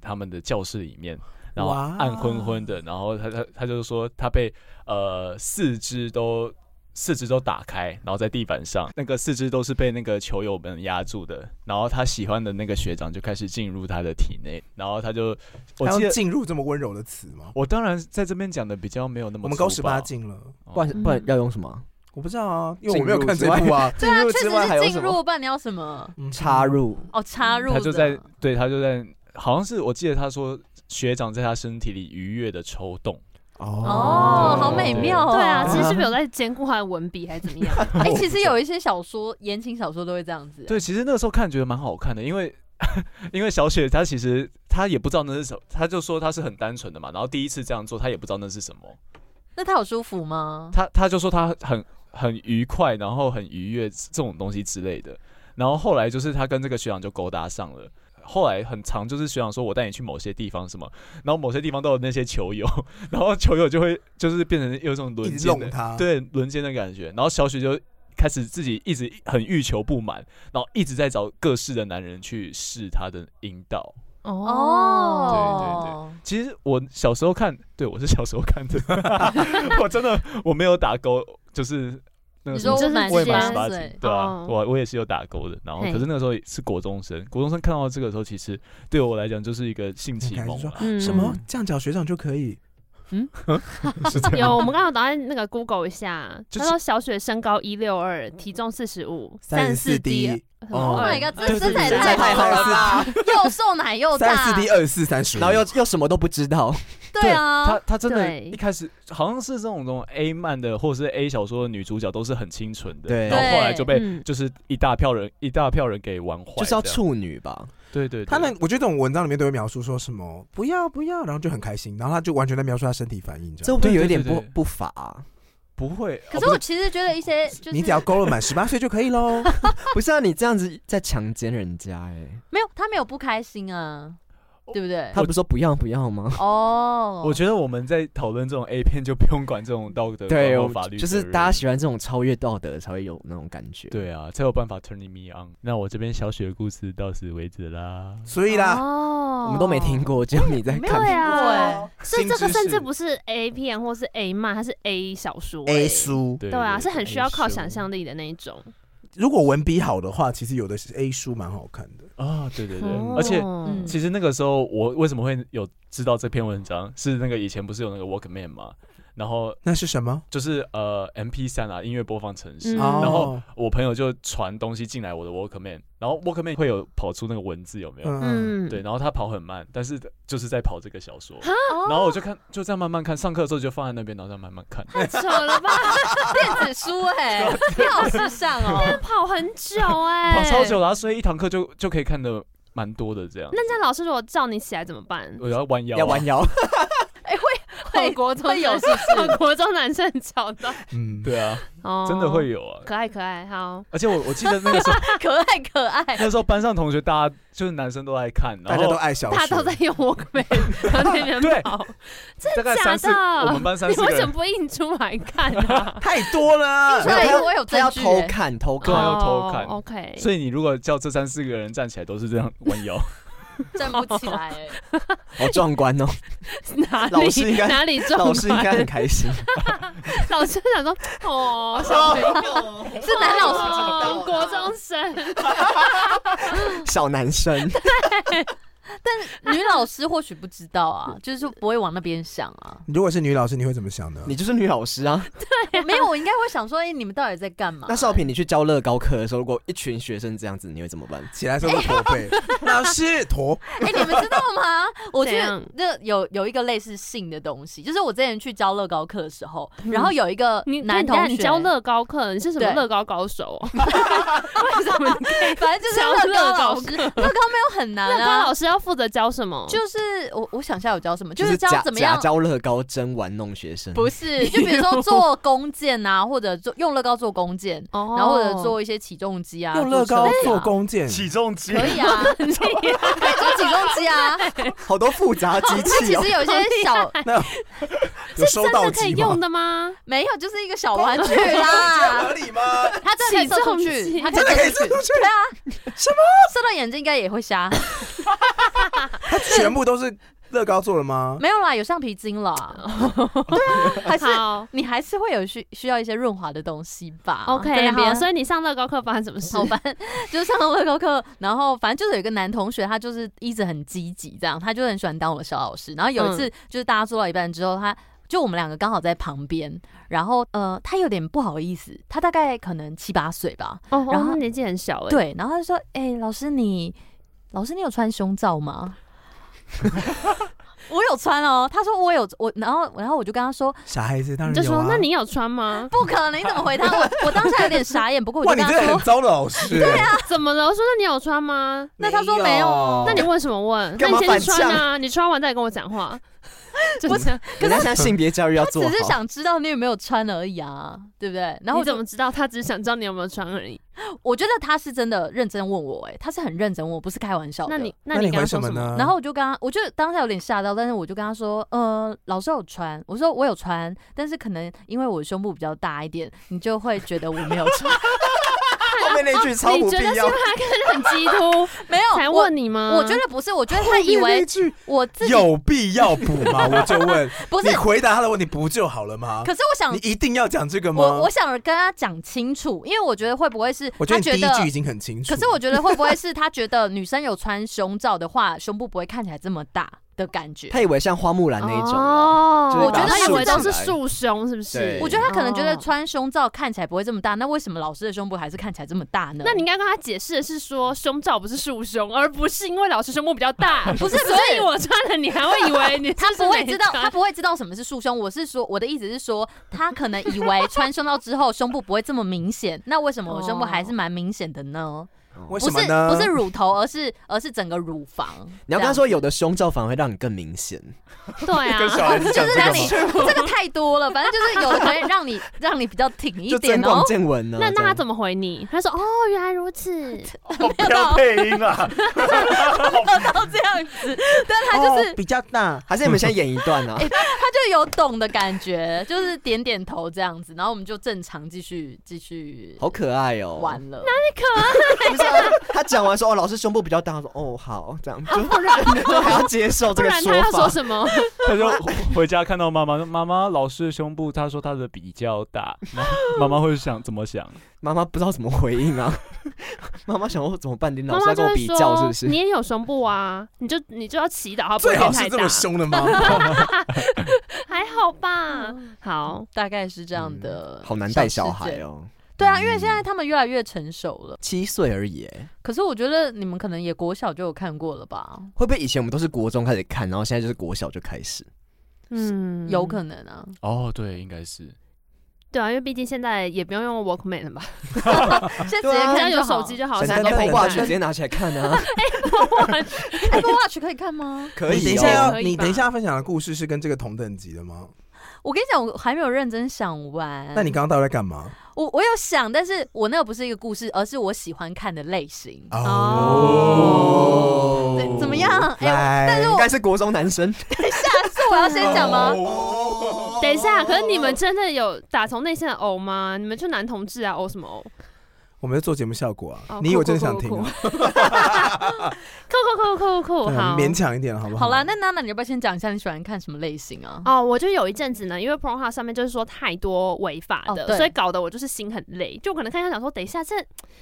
S3: 他们的教室里面，然后
S1: 哇
S3: 暗昏昏的，然后他他他就说他被呃四肢都。四肢都打开，然后在地板上，那个四肢都是被那个球友们压住的。然后他喜欢的那个学长就开始进入他的体内，然后他就，我
S1: 他
S3: 记得
S1: 用进入这么温柔的词吗？
S3: 我当然在这边讲的比较没有那么粗暴。
S1: 我们高十八进了，
S3: 哦，
S5: 不
S4: 嗯
S5: 然不然要用什么？
S1: 我不知道啊，因为我没有看这部啊。
S4: 对啊，
S5: 进入
S4: 确
S5: 之外还
S4: 实
S5: 有
S4: 是
S5: 什
S4: 进
S5: 么
S4: 入，不然你要什么？
S1: 嗯
S5: 插，入，
S4: 哦，插入
S3: 他就
S4: 的
S3: 在对他就在，好像是我记得他说学长在他身体里愉悦的抽动，
S4: 哦，
S3: 对
S4: 好美妙哦。
S2: 对啊， <laughs> 其实是不是有在兼顾他的文笔还是怎么样？
S4: 哎，其实有一些小说，言情小说都会这样子。
S3: 对，其实那个时候看觉得蛮好看的，因为 <laughs> 因为小雪她其实她也不知道那是什么，她就说她是很单纯的嘛，然后第一次这样做她也不知道那是什么，
S4: 那他有舒服吗？
S3: 她她就说她很很愉快，然后很愉悦这种东西之类的，然后后来就是她跟这个学长就勾搭上了。后来很长，就是学长说我带你去某些地方什么，然后某些地方都有那些球友， <laughs> 然后球友就会就是变成有一种
S1: 一
S3: 轮
S1: 直
S3: 奸
S1: 弄
S3: 的，
S1: 他，，
S3: 对轮奸的感觉。然后小雪就开始自己一直很欲求不满，然后一直在找各式的男人去试她的阴道。
S4: 哦，
S3: 其实我小时候看，对我是小时候看的，我真的我没有打勾，就是那个
S4: 你
S3: 什么
S4: 说
S2: 就是
S4: 满
S2: 我也
S4: 十
S2: 满
S4: 八
S3: 十八禁
S4: 岁，
S3: 对啊
S2: 哦，
S3: 我我也是有打勾的。然后
S2: 嘿
S3: 可是那个时候是国中生，国中生看到这个时候，其实对我来讲就是一个性启蒙
S1: 很开
S3: 啊。
S2: 嗯
S1: 什么这样叫学长就可以？
S2: 有，我们刚刚打算那个 Google 一下，
S3: 就
S2: 他
S3: 是
S2: 说小雪身高一六二，体重四十五，
S1: 34
S2: 四
S1: D
S2: 什
S1: Oh
S4: Oh
S2: 么
S4: my
S2: 二
S4: god，
S3: 对
S4: 这
S3: 对
S4: 身材
S3: 对
S4: 也太好了吧！又瘦奶又
S1: 三十
S4: 大，
S1: 四哦 D 二十四三十，
S5: 然后又又什么都不
S3: <laughs>
S5: 知道，
S4: 对啊
S3: <laughs> 他，他真的
S2: 对
S3: 一开始好像是这种这种 A 漫的或者是 A 小说的女主角都是很清纯的，
S5: 对
S3: 然后后来
S4: 对
S3: 就被
S2: 嗯
S3: 就是一大票人一大票人给玩坏，
S5: 就是要
S3: 这样，
S5: 处女吧？
S3: 对对，对
S1: 他那我觉得这种文章里面都会描述说什么不要不要，然后就很开心，然后他就完全在描述他身体反应这
S5: 这
S1: 样。
S5: 会不会有一点
S3: 啊对对
S5: 不
S3: 对对
S5: 不法啊？ <laughs>
S3: 不会，
S4: 可
S3: 哦
S4: 是
S3: 不
S4: 我其实觉得一些就是
S1: 你只要勾了满十八岁就可以 <laughs> 喽。
S5: 不是啊，你这样子在强奸人家
S3: <laughs>
S5: 哎，
S4: 没有他没有不开心啊，对不对
S5: 他？不是说不要不要吗？
S4: 哦，
S3: 我觉得我们在讨论这种 A 片就不用管这种道德
S5: 对，
S3: 观
S5: 我
S3: 或法律责任，
S5: 就是大家喜欢这种超越道德才会有那种感觉。
S3: 对啊，才有办法 turning me on。那我这边小雪的故事到此为止啦。
S1: 所以啦，
S2: 哦
S5: 我们都没听过，只有你在
S4: 哦没有
S5: 看。
S2: 对啊
S4: 过哎，
S2: 所以
S1: 新
S2: 这个
S1: 知
S2: 甚
S1: 识
S2: 至不是 A 片或是 A 漫，它是 A 小说欸
S1: A 书，
S3: 对
S2: 对啊，是很需要靠
S3: A 书
S2: 想象力的那一种。
S1: 如果文笔好的话，其实有的是 A 书蛮好看的。
S3: 啊，对对对，
S2: 哦
S3: 而且
S2: 嗯
S3: 其实那个时候我为什么会有知道这篇文章，是那个以前不是有那个 Walkman 嘛，然后
S1: 那是什么？
S3: 就是呃 MP 三啊音乐播放程式，
S2: 嗯
S1: 哦
S3: 然后我朋友就传东西进来我的 Walkman，然后 Walkman 会有跑出那个文字有没有？
S1: 嗯，
S3: <laughs> 对，，然后他跑很慢，但是就是在跑这个小说，
S4: 哦
S3: 然后我就看，就这样慢慢看，上课的时候就放在那边，然后这样慢慢看。
S2: 太 <laughs> 扯了吧，
S4: 电子书哎，你好时尚
S2: <laughs>
S4: 哦，
S2: 跑很久哎，
S3: 跑超久了啊、所以一堂课就就可以看的蛮多的这样。
S2: 那这样老师如果叫你起来怎么办？
S3: 我要弯腰、啊，
S5: 要弯腰，
S4: 会
S2: 我国中
S4: 会有
S2: 男
S4: 是
S2: <laughs>
S4: 不是
S2: 我国中男生找到，
S1: 嗯，
S3: 对啊，
S2: 哦
S3: <laughs> 真的会有啊。
S2: 可爱可爱，好，
S3: 而且我我记得那个
S2: <laughs>
S3: 时候，。
S4: 可爱可爱
S3: 那时候班上同学大家就是男生都爱看，
S1: 大
S3: 然
S1: 家
S3: 后
S1: 都爱小
S2: 大家都在
S1: 学，
S2: 用 Walkman 在那边跑，
S3: 大概
S2: 假
S3: 三四，我
S2: 的
S3: 们。班三
S2: 你
S3: 四个
S2: 为什
S3: 人
S2: 么不印出来看啊？
S1: 太多了啊。
S4: 对，因为我有
S5: 他
S4: 证
S5: 要
S4: 据
S5: 偷
S4: 哎
S5: 看偷
S3: <laughs> 对啊
S5: 看，
S3: 要偷看
S2: 哦 OK，
S3: 所以你如果叫这三四个人站起来，都是这样弯腰。
S4: 站不起来哎。
S5: 好壮观
S4: <laughs>
S5: 哦！
S2: 哪里
S5: 老师应该
S2: 哪里撞
S5: 老师应该
S2: 板
S5: 很开心。
S2: 老师想说，
S5: <laughs>
S2: 哦，小朋友
S4: 是男老师
S2: 哦国哎中生，
S4: <laughs>
S5: 小男生，
S4: 女老师或许不知道啊，就是说不会往那边想啊。
S1: <laughs> 如果是女老师，你会怎么想呢？
S5: 你就是女老师啊。
S4: 没有，我应该会想说，哎，你们到底在干嘛？
S5: <laughs> 那少平，你去教乐高课的时候，如果一群学生这样子，你会怎么
S4: <laughs>
S5: 办？
S1: 起来时候会驼背， <laughs> 老师驼，
S4: 哎、你们知道吗？我去
S2: 怎样
S4: 那有有一个类似性的东西，就是我之前去教乐高课的时候，然后有一个
S2: 你
S4: 男
S2: 你等下
S4: 同
S2: 你
S4: 学
S2: 教，乐高课，你是什么
S4: 对
S2: 乐高高手哦？ <laughs> 为什么你可以
S4: <laughs> 反正就是
S2: 教
S4: 乐
S2: 乐
S4: 高
S2: 高
S4: 老师，乐高没有很难
S2: 乐高
S4: 啊
S2: 老。师要负负责教什么？
S4: 就是我我想一下有教什么，就
S5: 就是是
S4: 教
S5: 假
S4: 怎么
S5: 假
S4: 样。
S5: 教乐高真玩弄学生，
S4: 不是，就比如说做弓箭啊，或者做用乐高做弓箭，
S2: 哦
S4: 然后或者做一些起重机啊，
S1: 用乐高
S4: 做车
S1: 做
S4: 啊
S1: 弓箭，
S6: 起重机
S4: 可
S2: <laughs>
S4: 以啊，可以做起重机啊。
S5: 好多复杂机器
S4: 其
S5: 哦
S4: 实。有一些
S2: <laughs>
S4: 小
S1: <laughs> 有收
S2: 真
S1: 到
S2: 的可以
S1: 机
S2: 用
S1: 吗？
S2: 的吗？
S4: 没有，就是一个小玩具啦。
S2: <laughs>
S1: 合理 <laughs> 吗？
S4: 他真的可以射出
S2: 起重
S4: 去，
S2: 机
S4: 他真的可以射出去，对啊，
S1: 什
S4: 么射到眼睛应该也会瞎？
S1: 它全部都是乐高做的吗？
S4: 没有啦，有橡皮
S2: <laughs>
S4: 筋啦。对啊，还是
S2: 好
S4: 你还是会有需需要一些润滑的东西吧在
S2: ，OK，
S4: 那边
S2: 好，所以你上乐高课发生什么事
S4: 好？烦，就是上乐高课，然后反正就是有一个男同学，他就是一直很积极，这样，他就很喜欢当我的小老师。然后有一
S1: 嗯
S4: 次，就是大家做到一半之后，他就我们两个刚好在旁边，然后呃，他有点不好意思，他大概可能七八岁吧，
S2: 哦，
S4: 然
S2: 然
S4: 后
S2: 后年纪很小哎，，
S4: 对，然后他就说：“哎、老师你，老师你有穿胸罩吗？” <laughs> 我有穿哦，他说我有我，然后然后我就跟他说
S1: 小孩子当然
S2: 你就
S1: 有
S2: 说
S1: 啊。
S2: 那你有穿
S4: <laughs>
S2: 吗？
S4: 不可能，你怎么回他？我我 <laughs> 当下有点傻眼，不过我
S1: 哇，
S4: 就
S1: 你
S4: 跟
S1: 真
S4: 他
S1: 的
S4: 说
S1: 很，糟的老师。对啊，
S2: 怎么了？我说那你有穿吗？
S4: 那他说没
S1: 哦
S4: 有
S2: 那你为什么问？那
S5: 干
S2: 你
S5: 嘛
S2: 先去
S5: 反
S2: 穿啊，你穿完再跟我讲
S4: <laughs>
S2: 话。就这样，
S5: 可是现在性别教育要做
S4: 只
S5: 好，
S4: 是想知道你有没有穿而已啊，对不对？然后
S2: 你
S4: 我就
S2: 怎么知道？他只是想知道你有没有穿而已。
S4: 我觉得他是真的认真问我、哎，他是很认真问我，不是开玩笑的。
S2: 那你那
S1: 那
S2: 你
S1: 你
S2: 跟他
S1: 回
S2: 说
S1: 么
S2: 什么？
S1: 呢？
S4: 然后我就跟他，我就当下有点吓到，但是我就跟他说，呃，老师有穿，我说我有穿，但是可能因为我胸部比较大一点，你就会觉得我没有
S2: <laughs>
S4: 穿。
S5: 后面那
S4: 啊
S5: 句
S4: 哦
S5: 超
S2: 你
S5: 不
S2: 觉
S5: 必
S2: 得是因
S5: 要
S2: 为。他看着很激突
S4: 没有，
S2: 才
S4: 我
S2: 问啊你吗？
S4: 我觉得不是，我觉得他以为
S1: 句
S4: 我自己
S1: 有必要补
S4: <laughs>
S1: 吗？我就问，
S4: 不是
S1: 你，回答他的问题不就好了吗？
S4: 可是我想
S1: 你，一定要讲这个吗？
S4: 我我想跟他讲清楚，因为我觉得会不会是
S1: 我觉
S4: 他
S1: 得你
S4: 觉
S1: 第一句已
S4: 得。
S1: 经很清楚。
S4: 可是我觉得会不会是他觉得女生有穿胸罩的话，胸部不会看起来这么大的感觉？
S5: 他以为像花木兰那一种啊，
S2: 哦
S5: 就是
S4: 我觉得
S2: 他以
S4: 是
S2: 为
S4: 这
S2: 都
S4: 样
S2: 是
S5: 来
S2: 束胸，是不是
S5: 对？
S4: 我觉得他可能觉得
S2: 哦
S4: 穿胸罩看起来不会这么大，那为什么老师的胸部还是看起来这么大呢？
S2: 那你应该跟他解释的是说，胸罩不是束胸，而不是因为老师胸部比较大，
S5: <laughs>
S4: 不是不是
S2: 所以我穿了，你还会以为你
S4: <laughs> 他不会知道，他
S2: <laughs> 他
S4: 不会知道什么是束胸。我是说，我的意思是说，他可能以为穿胸罩之后胸部不会这么明显，那为什么我胸部还是蛮明显的呢？
S1: 为
S4: 不
S1: 什么
S4: 是
S1: 呢？
S4: 不是乳头，而是而是整个乳房。
S5: 你要跟他说，有的胸罩反而会让你更明显。
S2: <laughs> 对啊，
S6: 跟小孩子
S4: 这
S6: 讲
S4: 样，就
S6: 这
S4: 是
S6: 个
S4: 让
S6: 吗
S4: 你？ <laughs> 这个太多了，反正就是有的可以让你让你比较挺一
S5: <laughs> 就
S4: 点
S5: 增
S4: 哦
S5: 广。见闻呢。
S2: 那那他
S5: 么？
S2: 怎么回你？他说哦，原来如此，
S6: 哦不要配音啊！
S4: 到这样子，但他就是、哎
S1: 哦比较大。
S5: 还是你们先演一段
S4: <laughs>
S5: 啊？
S4: 他就有懂的感觉，就是点点头这样子，然后我们就正常继续继续
S5: 好可爱哦！
S4: 玩了。
S5: 不是啊他讲完说哦，老师胸部比较大，他说哦好，这样就就还要接受
S2: 不
S5: 这个
S2: 然他要说
S5: 法。
S2: 什么？
S3: <laughs>
S2: <laughs>
S3: 他就回回家看到妈妈，说妈妈老师的胸部，他说他的比较大，然后妈妈会想怎么想？
S5: 妈妈不知道怎么回应
S2: <laughs>
S5: 啊，妈妈想说怎么办？你
S2: 妈
S5: 老师
S2: 妈
S5: 在
S2: 就
S5: 跟
S2: 会
S5: 我比较是
S2: 说
S5: 不是
S2: 你？也有胸部啊，你就你就要祈祷他不会
S1: 最好
S2: 变太
S1: 是这
S2: 大
S1: 么，凶的
S4: <laughs>
S1: 妈妈，
S2: 还好吧？好，
S4: 大概是这样的、
S5: 嗯好难带小孩。哦，
S4: 对啊，因为现在他们越来越成熟了。
S5: 七岁而已耶。
S4: 可是我觉得你们可能也国小就有看过了吧？
S5: 会不会以前我们都是国中开始看，然后现在就是国小就开始？
S2: 嗯，
S4: 有可能啊，
S3: 哦，对，应该是
S2: 对啊，因为毕竟现在也不用用 Walkman 了吧，
S4: 现在直
S5: 对
S4: 接
S5: 啊
S2: 只
S4: 看
S2: 要
S4: 就
S2: 有
S4: 好
S2: 手机就好，
S5: 神
S2: 现在
S5: 探
S2: 都可以
S5: Apple Watch
S2: 看
S5: 直接拿起来看
S2: <laughs>
S5: 啊，
S4: Apple Watch 可以看吗？
S5: 可以哦。
S1: 你等一下要，
S2: 可以吧嗯
S1: 你等一下要分享的故事是跟这个同等级的吗？
S4: <laughs> 我跟你讲，我还没有认真想完。
S1: 那你刚刚到底在干嘛？
S4: 我我有想，但是我那个不是一个故事，而是我喜欢看的类型。
S5: 啊
S2: 哦
S1: 哦
S4: 对，怎么？样？哎、
S1: 来，
S4: 但是
S5: 应
S4: 我
S5: 该是国中男生，
S4: 是我要先讲吗？
S5: 哦
S2: 等一下，可是你们真的有打从内心的呕吗？你们就男同志啊，呕什么呕？
S1: 我们在做节目效果啊
S2: 哦，
S1: 你以为真的想
S2: 酷
S1: 听
S2: 酷
S1: 啊？
S2: 酷酷酷酷酷
S1: 对
S2: 酷，
S1: 啊
S2: 好。
S1: 勉强一点好不好？
S4: 好啦，那娜娜，你要不要先讲一下你喜欢看什么类型啊？
S2: 哦，我就有一阵子呢，因为 p r o h u b 上面就是说太多违法的，
S4: 哦对
S2: 所以搞得我就是心很累。就可能看一下想说，等一下这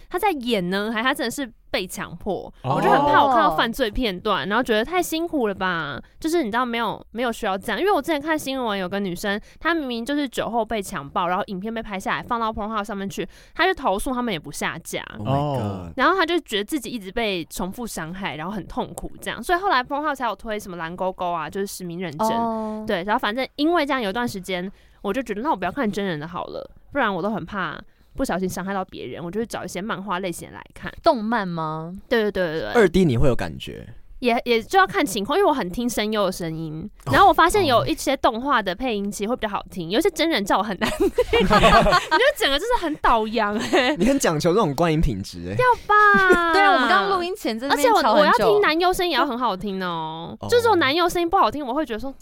S2: 他在演呢，还他真的是被强迫？
S3: 哦
S2: 我就很怕我看到犯罪片段，然后觉得太辛苦了吧？就是你知道没有没有需要这样，因为我之前看新闻有个女生，她明明就是酒后被强暴，然后影片被拍下来放到 p r o h u b 上面去，她就投诉他们也不下架。
S5: Oh
S3: my god
S2: 然后他就觉得自己一直被重复伤害，然后很痛苦这样，所以后来 p r o h u b 才有推什么蓝勾勾啊，就是实名认证，
S4: 哦，
S2: 对，然后反正因为这样有一段时间，我就觉得那我不要看真人的好了，不然我都很怕不小心伤害到别人，我就会找一些漫画类型来看。
S4: 动漫吗？
S2: 对对对对对。
S5: 二 D 你会有感觉，
S2: 也也就要看情况，因为我很听声优的声音，然后我发现有一些动画的配音其实会比较好听，有一些真人叫我很难
S1: <laughs>
S2: 听，你就整个就是很倒洋哎、
S5: 你很讲求这种观影品质哎、
S2: 要吧？
S4: 对啊，我们刚刚录音前真的，
S2: 而且我我要听男优声也要很好听哦、
S5: 哦
S2: 就是我男优声音不好听，我会觉得说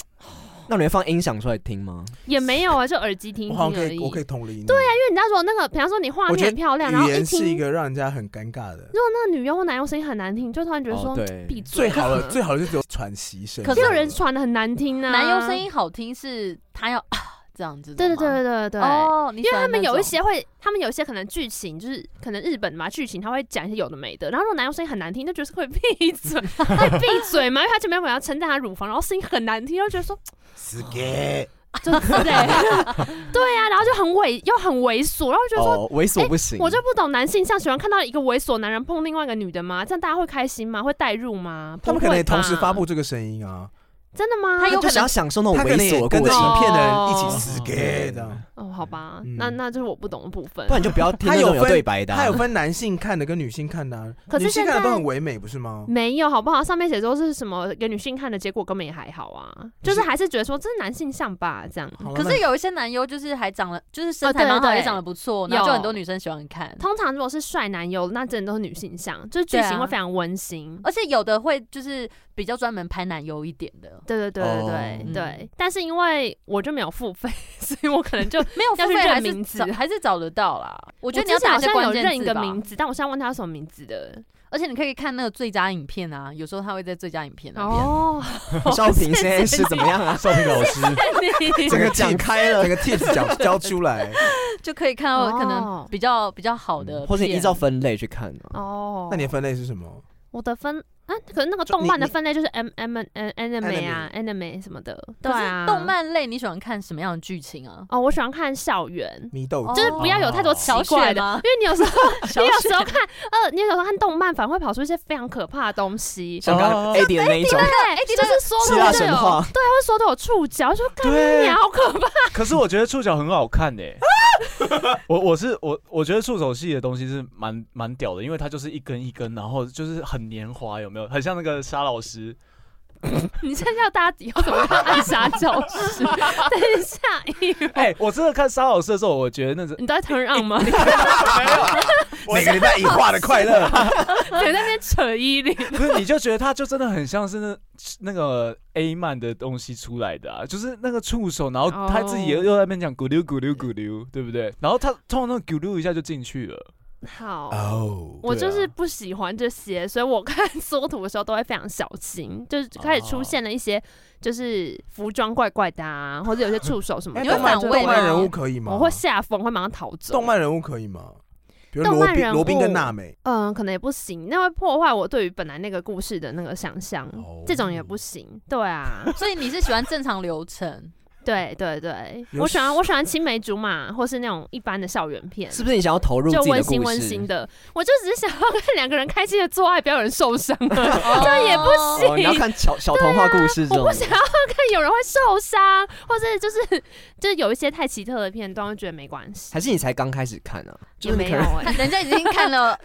S5: 那你会放音响出来听吗？
S2: 也没有啊，就耳机听一
S1: 我
S2: 听
S1: 好像可
S2: 而
S1: 以，
S2: 已。
S1: 我
S2: 因
S1: 可以同理你。对啊，
S2: 为你知道说那个，比方说你画
S1: 我觉得
S2: 面很漂亮，然后
S1: 语
S2: 一
S1: 言是一
S2: 听，
S1: 个让人家很尴尬的。
S2: 如果那个女优或男优声音很难听，就突然觉得说
S5: 哦对
S2: 闭
S1: 最
S2: 嘴。
S1: 好
S2: <laughs>
S1: 的最好的就只有喘息声。
S4: 可
S2: 可
S4: 是
S2: 是有人传的很难听呢、
S4: 男优声。音好听是他要啊这样子，
S2: 对对对对对对。
S4: 哦，因
S2: 因为他们有一些会，他们有一些可能剧情就是可能日本嘛，剧情他会讲一些有的没的，然后如果男优声音很难听，就觉得是会闭
S1: <laughs>
S2: 嘴，会闭嘴嘛，因为他前面本来要称赞他乳房，然后声音很难听，就觉得说啊
S1: 死给，
S2: 真的
S1: <laughs>
S2: 对呀，啊然后就很猥又很猥琐，然后就觉得说。
S5: 哦，猥琐不行，
S2: 我就不懂男性像喜欢看到一个猥琐男人碰另外一个女的吗？这样大家会开心吗？会代入吗？
S1: 他们可能也
S2: 不会吧
S1: 同时发布，这个声音啊，
S2: 真的吗？
S4: 他有
S5: 就想要享受那种
S1: 他可
S5: 猥
S1: 能也
S5: 琐的
S1: 跟
S5: 过
S1: 着
S5: 程，
S1: 影片的人一
S2: 哦
S1: 起死给这样。
S2: 哦，好吧，
S1: 嗯
S2: 那那就是我不懂的部分
S5: 不。然你就不要听那
S1: 他
S5: 种
S1: 有
S5: 有
S1: 分
S5: 对白的啊、
S1: 他
S5: <laughs>
S1: 有分男性看的跟女性看的啊，
S2: 可是
S1: 女性看
S2: 现
S1: 的
S2: 在
S1: 都很唯美，不是
S4: 哦
S1: 吗？
S2: 没有，好不好？上面写说是什么给女性看的结果，根本也还好啊，就是还是觉得说这是男性像吧，这样。
S1: 好了
S4: 可
S1: 那
S4: 是有一些男优就是还长得就是身
S2: 哦
S4: 材
S2: 对
S4: 蛮好，
S2: 对
S4: 也长得不错，然后就很多女生喜欢看。
S2: 通常如果是帅男优，那真的都是女性像，就是剧
S4: 对
S2: 情
S4: 啊
S2: 会非常温馨。
S4: 而且有的会就是比较专门拍男优一点的，
S2: 对对对对对
S5: 哦
S2: 对但是因为我就没有付费，所以我可能
S4: <laughs>
S2: 就
S4: 没有
S2: 要
S4: 付
S2: 去
S4: 费
S2: 认
S4: 还
S2: 名
S4: 是
S2: 字
S4: 找还是找得到啦。我
S2: 我
S4: 觉得你要打一
S2: 之
S4: 些
S2: 前好
S4: 关
S2: 像有认
S4: 键
S2: 一
S4: 字
S2: 个
S4: 吧，
S2: 名字，但我现在问他什么名字的。
S4: 而且你可以看那个最佳影片啊，有时候他会在最佳影片啊那边。
S2: 哦，
S5: 少平现在是怎么 <laughs> 样啊？
S3: 少平老师，
S2: 你
S5: 整个讲开了
S1: 整，个 tips 讲教出来，
S4: <laughs>
S1: <laughs>
S4: 就可以看到可能
S2: 哦嗯
S4: 比较比较好的片，
S5: 或者你依照分类去看啊。
S2: <laughs> 哦，
S1: 那你的分类是什么？
S2: 我的分啊，可是那个动漫的
S5: 你
S2: 分类就是 M M N anime 啊，anime 什么的，对
S4: 可
S2: 啊，
S4: 是动漫类你喜欢看什么样的剧情啊？
S2: 哦，我喜欢看校园，
S1: 米豆
S4: 哦
S2: 就是不要有太多奇怪的，
S4: 小雪吗
S2: 因为你有时候
S4: <laughs> 小
S2: <laughs> 你有
S4: 雪
S2: 时候看呃，你有时候看动漫，反而会跑出一些非常可怕的东
S4: <laughs>
S2: 西。
S5: 像刚刚 AD 的那一种，
S4: 哎
S2: 对，就是说
S5: 希腊
S2: 的都
S5: 神
S2: 有，
S5: 话
S2: 对，会说都有触角，就干
S3: 对
S2: 你娘好可怕。
S3: 可是我觉得触角很好看诶、 <laughs> 我我是我我觉得触手系的东西是蛮蛮屌的，因为它就是一根一根，然后就是很黏滑，有没有？很像那个沙老
S2: <laughs>
S3: 师，
S2: 你现在要大家以后怎么看暗杀教
S4: <laughs>
S2: 室？等一下，一会
S3: 哎、我真的看沙老师的时候，我觉得那是
S2: 你都在 turn on
S4: <laughs>
S2: 吗？
S1: 每个礼拜以画的快
S2: <laughs>
S1: 乐，
S2: 你在那边扯衣领？
S3: 不是，你就觉得它就真的很像是那那个 A 漫的东西出来的啊，就是那个触手，然后他自己又
S2: 哦
S3: 又在那边讲咕溜咕溜咕溜，对不对？然后他通常那种咕溜一下就进去了。
S2: 好。
S1: 哦，
S2: 我
S3: 对
S2: 就
S3: 啊
S2: 是不喜欢这些，所以我看缩图的时候都会非常小心，就是开始出现了一些就是服装怪怪的啊，或者有些触手什么的，
S4: 你
S2: 就
S4: 会
S1: 动漫
S4: 反胃
S1: 动漫
S4: 吗
S1: 人物可以吗？
S2: 我会吓疯，会马上逃走。
S1: 动漫人物可以吗？比如
S2: 动
S1: 罗
S2: 漫
S1: 宾、
S2: 人
S1: 罗宾跟
S2: 物
S1: 娜美，
S2: 嗯，可能也不行，那会破坏我对于本来那个故事的那个想象，
S1: 哦
S2: 这种也不行。对
S5: <laughs>
S2: 啊，
S4: 所以你是喜欢正常流程？
S2: 对对对，
S1: 有，
S2: 我喜欢我喜欢青梅竹马，或是那种一般的校园片。
S5: 是不是你想要投入
S2: 就
S5: 自己
S2: 温
S5: 的
S2: 馨
S5: 故
S2: 温馨
S5: 事？
S2: 的，我就只是想要看两个人开心的做爱，不要有人受伤啊！
S4: 这
S2: 也不
S4: 行。
S5: 哦，你要看
S2: <laughs>
S5: 小小童话故事 <laughs> 这
S2: 啊我
S5: 种
S2: 不，想要看有人会受伤，或是就是就是有一些太奇特的片段，我觉得没关系，
S5: 还是你才刚开始看啊？就
S2: 也
S5: 是
S2: 没
S5: 你可
S2: 有
S5: 能 <laughs>
S2: 哎、
S4: 人家已经看了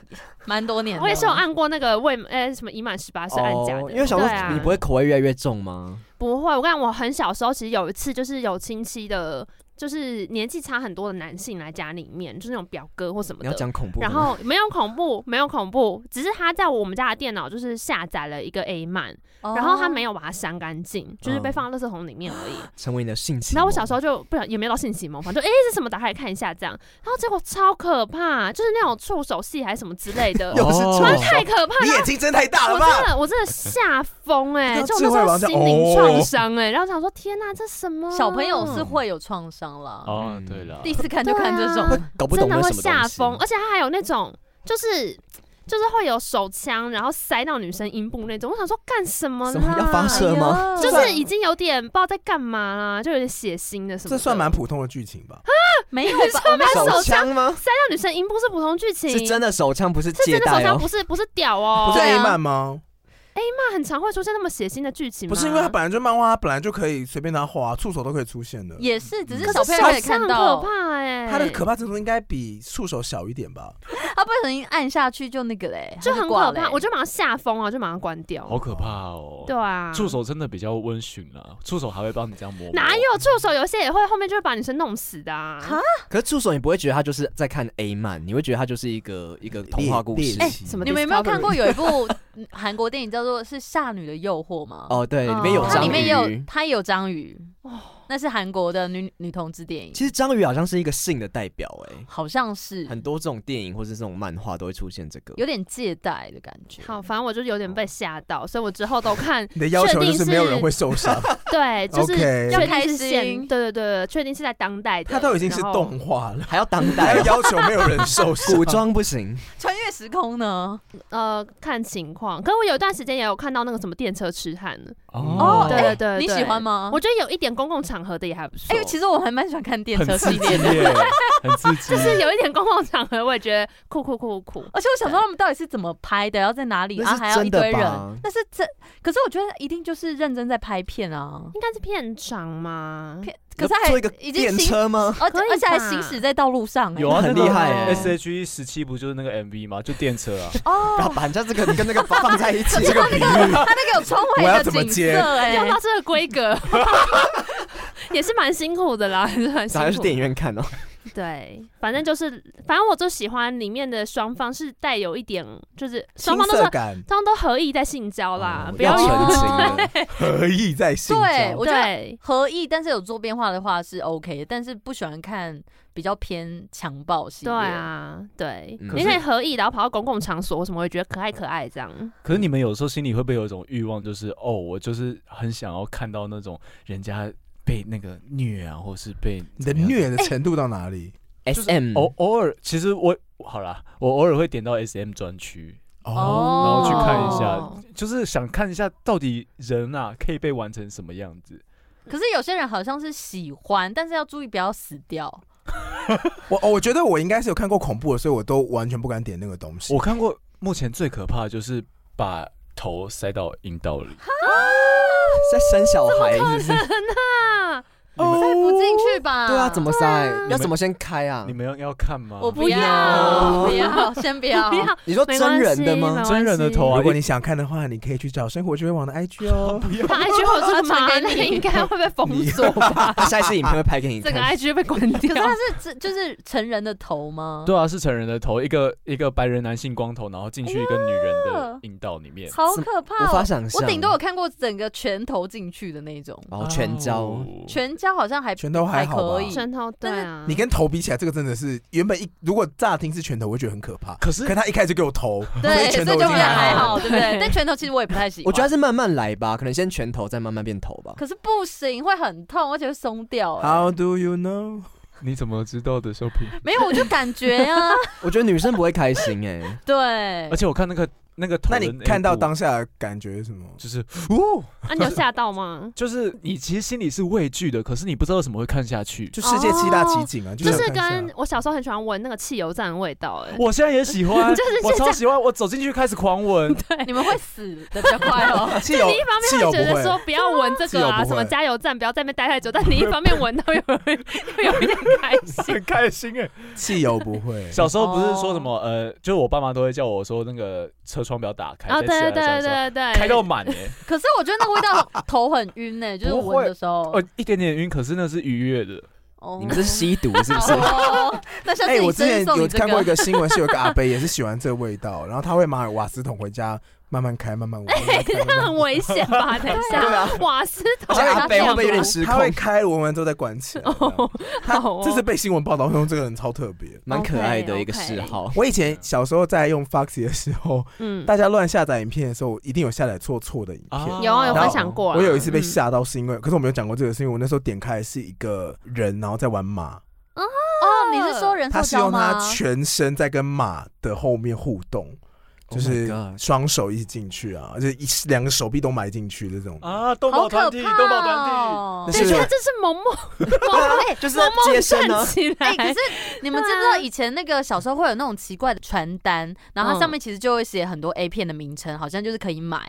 S4: 蛮多年了，
S2: 我也是有按过那个未呃、什么已满十八岁按假的，
S5: 哦，因为想
S2: 对啊
S5: 说你不会口味越来越重吗？
S2: 不会，我跟你讲，我很小时候其实有一次，就是有亲戚的，就是年纪差很多的男性来家里面，就是那种表哥或什么
S5: 你要
S2: 的。
S5: 讲恐怖的
S2: 然
S5: 吗，
S2: 后没有恐怖，没有恐怖，只是他在我们家的电脑就是下载了一个 A 漫，
S4: 哦，
S2: 然后他没有把它删干净，就是被
S5: 嗯
S2: 放到垃圾桶里面而已。
S5: 成为你的性情。
S2: 然后我小时候就不想也没有到性启蒙，反正就诶是什么打开来看一下这样，然后结果超可怕，就是那种触手戏还是什么之类的
S1: 又是
S5: <laughs> 哦
S1: 触
S2: 哇
S1: 手，
S2: 太可怕
S1: 你
S2: 了。
S1: 眼睛睁太大
S2: 啊我
S1: 了
S2: 真
S1: 吧？
S2: 的我真的吓疯哎！
S1: 那
S2: 就我
S1: 智慧
S2: 那
S1: 王
S2: 时
S1: 在
S2: 候心灵
S1: 哦
S2: 创伤哎，然后想说天哪，这什么啊？
S4: 小朋友是会有创伤啦。
S3: 哦
S5: 嗯，
S3: 对了，
S4: 第一次看就看这
S2: 对
S5: <laughs>
S2: 啊
S4: 种，
S5: 搞不
S2: 真
S5: 懂
S2: 的
S5: 那
S2: 会
S5: 什么
S2: 吓
S5: 东
S2: 疯，
S5: 西。
S2: 而且他还有那种就是。就是会有手枪，然后塞到女生阴部那种。我想说干什么
S5: 什么
S2: 啦
S5: 要发射
S4: 哎
S5: 吗？
S4: 呦
S2: 就是已经有点不知道在干嘛啦，就有点血腥的什么的。
S1: 这算蛮普通的剧情吧？
S4: 没有吧？我
S2: 你
S4: 们
S2: 说哎把手枪
S5: 枪吗？
S2: 塞到女生阴部是普通剧情，
S5: 是真的手枪，不是
S2: 是
S5: 借
S2: 真的手
S5: 贷
S2: 枪，
S5: 哦
S2: 不。是不是屌哦、
S1: 不是哎
S4: 对
S1: A
S4: 啊
S1: 漫吗？
S2: 那很常会出现那么血腥的剧情吗？
S1: 不是因为它本来就漫画，它本来就可以随便拿画，触手都可以出现的。
S4: 也是，只
S2: 可是
S4: 是小朋友可
S2: 手
S4: 以
S2: 枪
S4: 看
S2: 很可
S4: 到。
S2: 怕哎、
S1: 它的可怕程度应该比触手小一点吧？
S4: 他不小心按下去就那个嘞，
S2: 就
S4: 他
S2: 很
S4: 挂欸
S2: 可
S4: 嘞
S2: 怕，我就马上吓疯啊了，就马上关掉。
S3: 好可怕哦。
S2: 对啊，
S3: 触手真的比较温驯啦，触手还会帮你这样摸。
S2: 哪有触手？有些也会后面就会把女生弄死的啊。
S4: 哈
S5: 可是助手你不会觉得他就是在看 A 漫，你会觉得他就是一个一个童话故
S1: 猎
S5: 事。
S1: 哦猎
S5: 哎，
S1: 奇
S2: 什么
S4: 你们有没有看过有一部 <laughs> 嗯韩国电影叫做《是夏女的诱惑》吗？
S5: 哦，对，
S2: 哦
S5: 里面有
S4: 哎它
S5: 章
S4: 里面也有
S5: 鱼。
S4: 它也有章鱼，那是韩国的女女同志电影，
S5: 其实章鱼好像是一个性的代表，哎，
S4: 好像是
S5: 很多这种电影或是这种漫画都会出现这个。
S4: 有点借贷的感觉。
S2: 好，反正我就有点被吓到，所以我之后都看 <laughs>
S1: 你的要求就是没有人
S2: 确定是
S1: 会受伤，
S2: 对，就是
S1: OK
S2: 确
S4: 要开
S2: 定是现，
S4: 心
S2: 对对对，确定是在当代的。
S1: 它都已经是
S2: 然后
S1: 动画了，
S5: 还要当
S1: 还
S5: 代
S4: <laughs>
S1: 要要求没有人受
S2: <laughs>
S1: 伤。
S5: 古装不行，
S4: 穿越时空呢？
S2: 呃看情况，可我有一段时间也有看到那个什么电车痴汉的，
S3: 哦，
S2: 对
S4: 哎
S2: 对对，
S4: 你喜欢吗？
S2: 我觉得有一点公共场合的也还不错。
S4: 哎，其实我还蛮喜欢看电
S3: 很
S4: 车
S3: 刺
S4: 系
S3: 激
S4: 列
S3: 耶，
S4: 的，
S3: <laughs> 很刺激。
S2: 就是有一点公共场合，我也觉得酷酷酷酷。
S4: 而且我想说他们到底是怎么拍的，要在哪里
S5: 那
S4: 啊？
S5: 是
S4: 还要一
S5: 真的
S4: 堆人
S5: 吧，
S4: 那是真。可是我觉得一定就是认真在拍片啊，
S2: 应该是片场吗？
S4: 片可是还
S5: 做一个
S4: 已经
S5: 电
S4: 行
S5: 车吗？
S4: 而且
S2: 可以
S4: 而且还
S2: 吧
S4: 行驶在道路上、欸，
S3: 有啊，
S5: 很厉害
S2: 耶
S3: S H E 十七不就是那个 MV 吗？就电车
S2: <laughs>
S3: 啊，
S5: 不要
S4: 哦，
S5: 把人家这个跟那个 <laughs> 放在一起，这个
S4: <laughs> 他那个有窗
S1: 我
S4: 外
S1: 要
S4: 的
S1: 怎么
S4: 景
S1: 接
S4: 色、欸，
S2: 要到这个规格， <laughs> 也是蛮辛苦的啦，也是蛮辛
S5: 好像
S2: 苦
S5: 去电影院看哦。
S2: 对，反正就是，反正我就喜欢里面的双方是带有一点，就是双方都
S1: 青涩
S2: 是。
S1: 感
S2: 双方都合意在性交啦，
S5: 哦
S2: 不要
S5: 要
S2: 有
S5: 纯情
S4: 哦 <laughs>
S5: 的，
S1: 合意在性
S4: 对，
S1: 交，
S4: 我觉得
S2: 对
S4: 合意，但是有做变化的话是 OK 的，但是不喜欢看比较偏强暴系
S2: 对
S4: 列。，
S2: 啊，对，
S5: 嗯
S2: 你可以合意，然后跑到公共场所或什么，我也觉得可爱可爱这样。
S3: 可是你们有时候心里会不会有一种欲望，就是哦，我就是很想要看到那种人家被那个虐啊，或是被
S1: 你的
S3: 怎么样嗯
S1: 虐的程度到哪里？
S5: S M
S4: 哦
S3: 偶偶尔，其实我好啦，我偶尔会点到 S M 专区，哎然
S4: 哦
S3: 后去看一
S4: 哦
S3: 下，就是想看一下到底人啊可以被玩成什么样子。
S4: 可是有些人好像是喜欢，但是要注意不要死掉。
S1: 我哦我觉得我应该是有看过恐怖的，所以我都完全不敢点那个东西
S3: 我。看过目前最可怕的就是把头塞到阴道里，
S5: 在生小
S4: <laughs>
S5: 孩，是不是？
S2: 那
S4: 哦塞不进去吧？
S5: 对啊，怎么塞？要
S3: 们
S5: 怎么先开啊
S3: 你？们要要看吗？
S4: 我不
S2: 要
S4: 要，不要，先不要，
S2: 不要，
S5: 你说
S2: 没
S5: 哦真
S2: 关
S5: 人
S2: 系
S5: 的
S2: 没
S5: 吗
S2: 关？
S3: 真人的头啊
S1: 如果你想看的话，你可以去找生活智慧网的 IG
S3: <laughs>
S1: 哦。
S2: 把 IG 或者是
S4: 传
S2: 麻
S4: 给
S2: 那
S4: 你
S2: 应该会被封
S5: 你
S2: 锁吧？
S5: 他啊下一次影片会拍给你
S2: 这个
S5: 看。
S2: IG 被关
S4: 可
S2: 掉
S4: 是它。是这就是成人的头吗？
S3: 对啊，是成人的头，一个一个白人男性光头，然后进去一个女人的阴道里面，
S4: 好可怕、
S5: 无法
S4: 哦！
S5: 想象，
S4: 我顶多有看过整个拳头进去的那种，
S5: 哦全交，
S4: 全交好像还
S1: 拳头还好吧
S4: 可以，
S2: 拳头对啊，
S1: 你跟头比起来，这个真的是原本一如果乍听是拳头，我会觉得很可怕。
S3: 可是
S1: 可他一开始就给我头，所
S4: 对，
S1: 以拳
S4: 所以
S1: 头
S4: 就
S1: 已
S4: 觉
S1: 经
S4: 得还
S1: 还
S4: 好，
S1: 好。
S4: 对不对？
S2: 对
S4: 但拳头其实我也不太喜欢，
S5: 我觉得是慢慢来吧，可能先拳头，再慢慢变头吧。
S4: 可是不行，会很痛，而且会松掉、欸。
S1: How do you know？
S3: 你怎么知道的，小品？
S4: 没有，我就感觉啊，
S5: 我觉得女生不会开
S4: <laughs>
S5: 心哎，
S4: 对
S3: 而，且我看那个那个头
S1: 那
S3: 的
S1: 你
S3: 一
S1: 看到
S3: 部
S1: 当下的感觉是什么？
S3: 就是哦，
S2: 啊，你有吓到吗？
S3: 就是你其实心里是畏惧的，可是你不知道为什么会看下去。
S1: 就世界七大奇景啊，
S2: 就
S1: 想
S2: 是
S1: 看一下
S2: 跟我小时候很喜欢闻那个汽油站的味道、哎，，
S3: 我现在也喜欢
S2: 就是
S3: 我
S2: 现在
S3: 超喜欢，我走进去开始狂闻，
S4: 你们会死的比较快
S1: <laughs>
S4: 哦。
S1: 啊汽油
S2: 你一方
S1: 汽
S2: 面
S1: 油
S2: 会
S1: 不
S2: 觉得
S1: 会
S2: 说不要闻这个
S1: 汽油
S2: 啊，
S1: 不会
S2: 什么加油站不要在那边待太
S1: <laughs>
S2: 久，但你一方面闻到有人又有一点开心，
S3: 很开心哎。
S1: 汽油不会，
S3: 小时候不是
S2: 哦
S3: 说什么呃，就是我爸妈都会叫我说那个车窗不要打开，
S2: 啊，
S3: 在自
S2: 对对
S3: 然上
S2: 对
S3: 的时
S2: 对
S3: 候
S2: 对，
S3: 开到
S2: <laughs>
S3: 满哎，
S4: 可是我觉得那个味道头很晕呢、就是闻的时候。
S3: 哦一点点晕，可是那是愉悦的。
S4: 哦 <laughs>
S5: 你们是吸毒是不是？
S4: 哦那下次
S1: 哎、
S4: 你
S1: 我之
S4: 生日
S1: 前
S4: 送
S1: 有
S4: 你这
S1: 看过一
S4: 个，
S1: 个新闻，是有一个阿伯也是喜欢这个味道，然后他会买瓦斯桶回家慢慢开，慢慢闻。慢慢开
S2: <laughs>
S1: 慢慢
S2: 很危险吧？等一
S1: <laughs> 啊
S2: 下，瓦斯桶
S5: <laughs> 而且
S4: 哦
S5: 阿北会
S4: 啊
S5: 不会有点
S1: 闻
S5: 失
S1: 他会
S5: 控？
S1: 开，闻完之后再关起来。
S2: 哦
S1: 他
S2: 好哦
S1: 这次被新闻报道说这个人超特别。
S5: 蛮可爱的一个
S2: OK，OK
S5: 嗜好。
S1: 我以前小时候在用 Foxy 的时候，
S2: 嗯，
S1: <laughs> 大家乱下载影片的时候，我一定有下载错错的影片。
S3: 啊
S2: 有啊，
S1: 然
S2: 有
S1: 后
S2: 分享过啊，
S1: 我有一次被
S2: 嗯，
S1: 吓到，是因为，可是我没有讲过这个，是因为我那时候点开是一个人，然后在玩马，
S4: 哦，你是说人
S1: 他
S4: 兽
S1: 是
S4: 交
S1: 用他
S4: 吗？
S1: 全身在跟马的后面互动，就
S5: Oh my
S1: 是
S5: God
S1: 双手一起进去啊，就是一两个手臂都埋进去的这种。
S3: 啊，动
S4: 好
S3: 保
S4: 可
S3: 团体，动保团体，
S2: <laughs>
S4: 怕、哦
S1: 但
S2: 对，
S1: 是哎
S2: 所以这是萌
S1: <laughs>
S2: 萌 <laughs>
S5: 对，就是在
S2: 萌萌
S5: 接生呢
S2: 站。起
S4: 哎、
S2: 来，
S4: 可是你们知不知道以前那个小时候会有那种奇怪的传单，然后它上面其实就会写很多 A 片的名称，好像就是可以买。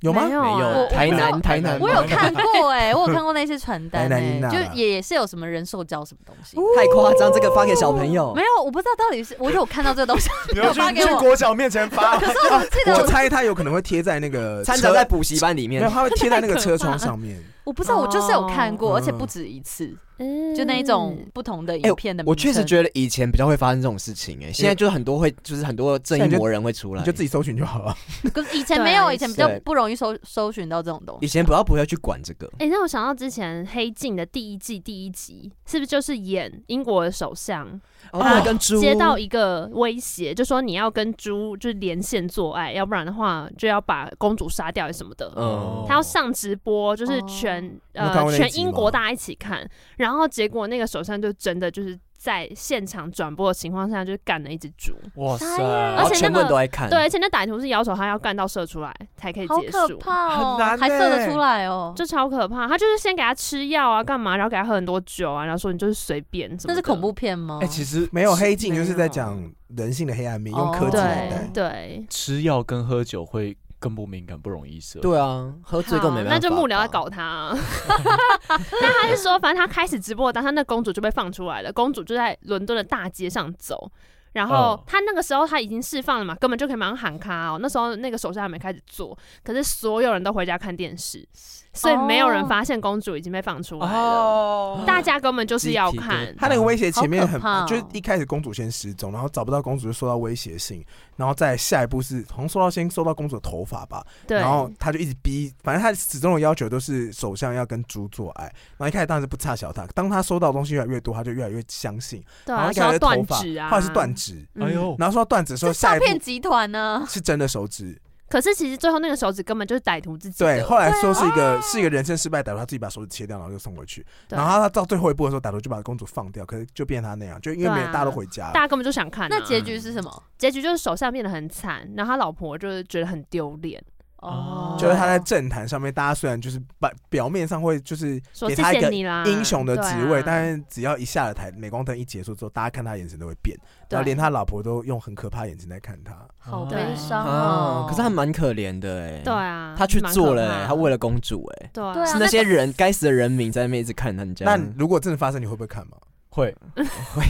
S1: 有吗
S2: 没？有
S5: 没
S2: 啊
S5: 有，台南台南，
S4: 我有看过哎、我有看过那些传
S1: 台
S4: 单
S1: 南
S4: 哎、
S1: 英娜
S4: 就
S1: 啦
S4: 也是有什么人兽交什么东西。
S5: 太夸张，这个发给小朋友
S4: 没，有，我不知道到底是我有看到这个东西，
S6: 你
S4: 没
S6: 要
S4: 有
S6: 去
S4: 发给
S6: 去
S4: 我。
S6: 国小面前
S2: <laughs>
S6: 发，
S4: 可是我记得
S1: 我
S4: 我，
S1: 猜他有可能会贴在那
S5: <laughs>
S1: 个
S5: 掺
S1: 车
S5: 杂在补习班里
S1: 没
S5: 面
S1: 有，。他会贴在那个车窗
S2: 太可怕
S1: 上
S5: <laughs>
S1: 面。
S4: 我不知道，我就是有看过，
S1: 哦
S4: 而且不止一次，
S2: 嗯
S4: 就那一种不同的影片的名称、
S5: 嗯我确实觉得以前比较会发生这种事情，哎，现在就是很多会，就是很多正义魔人会出来
S1: 你就。自己搜寻就好了。
S4: 得，可是以前没有，
S2: 对
S4: 以前比较
S5: 是
S4: 不容易搜搜寻到这种东
S5: 以
S4: 西。
S5: 前不要不会去管这个，
S2: 哎、让我想到之前《黑镜》的第一季第一集，是不是就是演英国的首相
S5: 哦，那跟猪
S2: 接到一个威胁，就说你要跟猪就是连线做爱，要不然的话就要把公主杀掉什么的。
S5: 嗯
S2: 他要上直播，就是
S4: 哦
S2: 全、
S1: 哦你有看过
S2: 呃
S1: 那一
S2: 全
S1: 集
S2: 英
S1: 吗
S2: 国大家一起看，然后结果那个首相就真的就是在现场转播的情况下，就干了一只猪。
S3: 哇塞！
S5: 然后
S2: 而且
S5: 全部
S2: 那
S5: 人
S2: 个
S5: 都在看，
S2: 对，而且那歹徒是要求他要干到射出来才可以
S4: 好
S2: 结
S4: 可
S2: 束，
S4: 怕哦，
S6: 很难
S4: 还射得
S6: 欸
S4: 出来哦，
S2: 就超可怕。他就是先给他吃药啊，干嘛，然后给他喝很多酒啊，然后说你就是随便什么的。
S4: 那是恐怖片吗？
S3: 哎、其实
S1: 没有黑镜
S2: 没
S1: 就
S2: 有
S1: 是在讲人性的黑暗面，用科技来代
S2: 对。对，
S3: 吃药跟喝酒会更不敏感，不容易射。，
S5: 对啊，喝醉更没
S2: 好
S5: 办法吧。
S2: 那就幕僚在搞他、啊。 <laughs> 那他是说，反正他开始直播的当下，那公主就被放出来了。公主就在伦敦的大街上走，然后
S3: 哦
S2: 他那个时候他已经释放了嘛，根本就可以马上喊卡哦。那时候那个手下还没开始做，可是所有人都回家看电视，所以没有人发现公主已经被放出来了。
S5: 哦
S2: 大家根本就是要
S5: 鸡皮疙
S2: 看
S5: 瘩，
S1: 他那个威胁前面很
S4: 好可怕哦，
S1: 就是一开始公主先失踪，然后找不到公主就受到威胁性，然后再下一步是好像收到先收到公主的头发吧，
S2: 对
S1: 然后他就一直逼，反正他始终的要求都是首相要跟猪做爱，然后一开始当然是不差小他，当他收到的东西越来越多，他就越来越相信，
S2: 对
S1: 然
S2: 啊，
S1: 后一
S2: 说
S1: 开
S2: 要
S1: 始头
S2: 断
S1: 发
S2: 指，啊，
S1: 后来是断指，
S2: 嗯
S3: 哎呦，
S1: 然后说到断指的时候，
S4: 这
S1: 下
S4: 诈
S1: 一步
S4: 骗集团呢？
S1: 是真的手指，
S2: 可是其实最后那个手指根本就是歹徒自己的。啊
S1: 对，后来说是一个是一个人生失败歹徒，他自己把手指切掉，然后就送回去，
S2: 对啊
S1: 然后他到最后一步的时候，歹徒就把公主放掉，可是就变他那样，就因为没
S2: 对啊
S1: 大家都回家了
S2: 大家根本就想看啊、
S4: 那结局是什么？
S2: 结局就是首相变得很惨，然后他老婆就是觉得很丢脸，
S4: 哦，
S1: 就是他在政坛上面，大家虽然就是把表面上会就是
S2: 说
S1: 给
S2: 谢
S1: 他一
S2: 谢
S1: 个
S2: 你啊啦，
S1: 英雄的职位，
S2: 对啊
S1: 但是只要一下了台，镁光灯一结束之后，大家看他眼神都会变，然后
S2: 对啊
S1: 连他老婆都用很可怕的眼神在看他。
S4: 好
S3: 啊
S4: 悲伤哦
S5: 啊，。可是他蛮可怜的哎。
S2: 对，啊，
S5: 他去做了欸，他为
S2: 了
S5: 了公主哎，
S2: 对啊
S4: 对啊
S5: 是那些人该死的人民在那边一直看他们家。
S1: 那如果真的发生，你会不会看吗？
S2: <laughs>
S3: 会，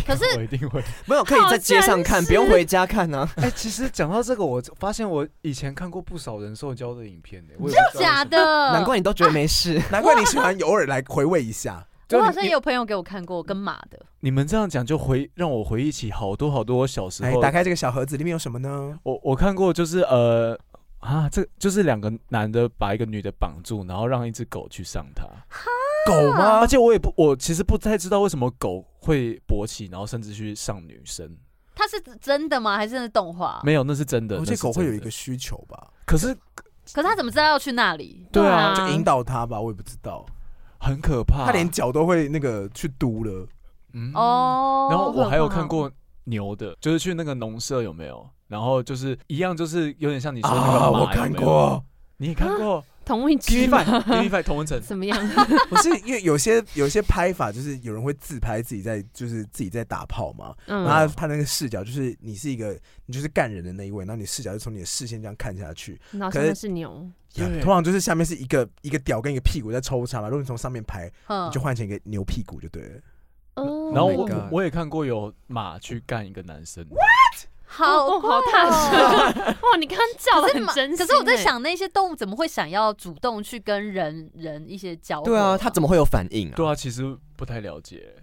S4: 可是
S3: 我一定会。
S5: 没有可以在街上看，不用回家看啊。
S3: <laughs> 哎、其实讲到这个，我发现我以前看过不少人兽交的影片呢、我
S4: 真的假？的？
S5: <laughs> 难怪你都觉得没
S4: <laughs>
S5: 事。
S1: 难怪你喜欢偶尔来回味一
S3: <laughs>
S1: 下。
S4: 我好像也有朋友给我看过跟马的，
S3: 你们这样讲就回让我回忆起好多好多我小时
S1: 哎，
S3: 候
S1: 打开这个小盒子，里面有什么呢？
S3: 我我看过，就是呃啊，这就是两个男的把一个女的绑住，然后让一只狗去上她。
S1: 狗吗
S3: 而？
S2: 啊
S3: 且我也不，我其实不太知道为什么狗会勃起，然后甚至去上女生。
S4: 它是真的吗？还是真的动
S2: 啊
S4: 画？
S3: 没有，那是真的。
S1: 我
S3: 那
S1: 觉得哦
S3: 是
S1: 狗会有
S3: 真
S1: 一
S3: 的
S1: 个，需求吧，
S3: 可是
S4: 可是他怎么知道要去那里？
S2: 对
S3: 啊
S1: 就引导它吧，我也不知道。
S3: 很可怕。
S1: 它连脚都会那个去嘟了，
S3: 嗯。
S4: 哦，
S3: 然后我还有
S2: 好可怕
S3: 看过牛的，就是去那个农舍有没有？然后就是一样，就是有点像你说的那个马、
S1: 啊我看，过。 <laughs>
S3: 你也看
S2: 啊
S3: 过
S2: 同一
S3: Give
S2: 只
S3: me five，Give me five，童
S2: <laughs>
S3: 文成。
S2: 怎么样？
S1: 不是因为有些有些拍法，就是有人会自拍自己在就是自己在打炮嘛， <laughs> 然
S2: 嗯，
S1: 后他那个视角就是你是一个你就是干人的那一位，然后你视角就从你的视线这样看下去，
S2: 然后
S1: 可
S2: 上
S1: 是
S2: 面是牛，
S3: 对
S1: 通常就是下面是一个一个屌跟一个屁股在抽插嘛，如果你从上面拍，
S4: 嗯
S1: 你就换成一个牛屁股就对了。
S4: 哦
S2: 嗯，
S3: 然后
S1: Oh my
S3: 我
S1: God
S3: 我也看过有马去干一个男生，
S4: 好
S2: 哦
S4: 怪
S2: 好
S4: 哦
S2: 大声，哦哇，你刚刚叫的
S4: 可是
S2: 很
S4: 马
S2: 真心欸，
S4: 可是我在想，那些动物怎么会想要主动去跟人人一些交
S5: 对啊，他怎
S4: 么？
S5: 么会有反应啊？
S3: 对啊，其实不太了解。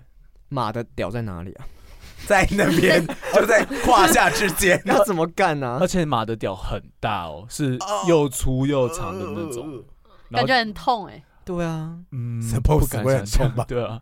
S5: 马的屌在哪里 <laughs> 啊？，
S1: 在那边就在胯下之间
S5: 要怎么干啊
S3: 而？且马的屌很大哦，嗯是又粗又长的那种，然
S4: 感
S3: 后
S4: 觉很痛哎，
S5: 对啊，
S3: 嗯
S1: Suppose
S3: 不敢
S1: 会很
S3: 想象
S1: 痛吧
S3: 对啊，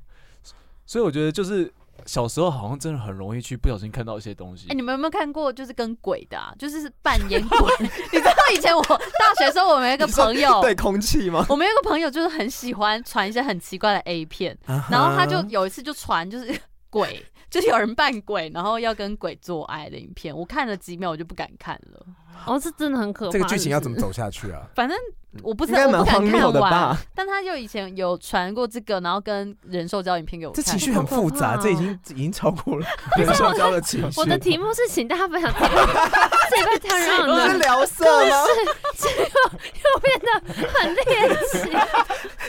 S3: 所以我觉得就是小时候好像真的很容易去不小心看到一些东西
S4: 哎，。你们有没有看过就是跟鬼的，啊？就是扮演
S5: <laughs>
S4: 鬼？你知道以前我大学的时候，我们有一个朋友，
S5: <laughs> 对空气吗？
S4: 我们有一个朋友就是很喜欢传一些很奇怪的 A 片，
S1: 然
S5: 啊
S4: 然后他就有一次就传就是鬼，就是有人扮鬼，然后要跟鬼做爱的影片，我看了几秒我就不敢看了。
S2: 哦，这真的很可怕。
S1: 这个剧情要怎么
S2: 是
S1: 走下去啊？
S4: 反正我不知
S5: 应该
S4: 道，我
S5: 蛮
S4: 不敢
S5: 荒
S4: 看
S5: 谬的
S4: 完
S5: 吧。
S4: 但他就以前有传过这个，然后跟人兽交影片给我
S1: 这
S4: 看。 <laughs>
S1: 情绪很复杂，
S2: 好可怕哦
S1: 这已经已经超过了人兽交的情
S2: 不
S1: 绪。
S2: 是？我的题目是请大家分享这被
S1: <laughs>
S2: 唐让
S5: 不是
S2: 的，
S5: 聊色吗？
S2: <laughs> 又变得很猎奇。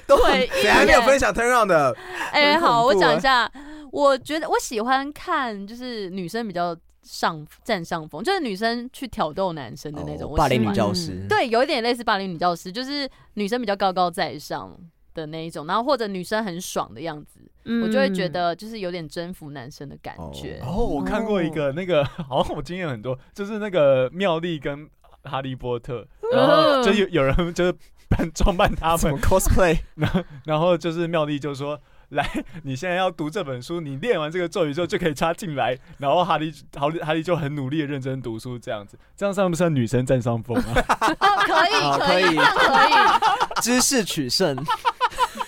S5: 都
S4: 对，
S1: 谁还没有分享 turn on 的？
S4: 哎、
S5: 很恐
S4: 好，我
S5: 怖
S4: 讲
S5: 欸
S4: 一下，我觉得我喜欢看就是女生比较上占上风，就是女生去挑逗男生的那种，
S5: 哦
S4: 我
S5: 霸
S4: 喜
S5: 凌女
S4: 欢
S5: 教师，
S4: 对，有一点类似霸凌女教师，就是女生比较高高在上的那一种，然后或者女生很爽的样子，我就会
S2: 嗯
S4: 觉得就是有点征服男生的感觉。
S3: 哦，我看过一个那个， <laughs> 好像我经验很多，就是那个妙丽跟哈利波特，
S4: 嗯
S3: 然后就有有人就是扮装扮他
S5: 什
S3: 们
S5: 么，cosplay？啊
S3: <laughs> 然后就是妙丽就说。来，你现在要读这本书，你练完这个咒语之后就可以插进来。然后哈利，哈利，哈利就很努力的认真读书，这样子，这样算不算女生占上风啊？ <laughs>
S4: 哦，可
S5: 哦
S4: 以，可
S5: 可
S4: 以，
S5: 以
S4: 这样可以，
S5: 知识取胜，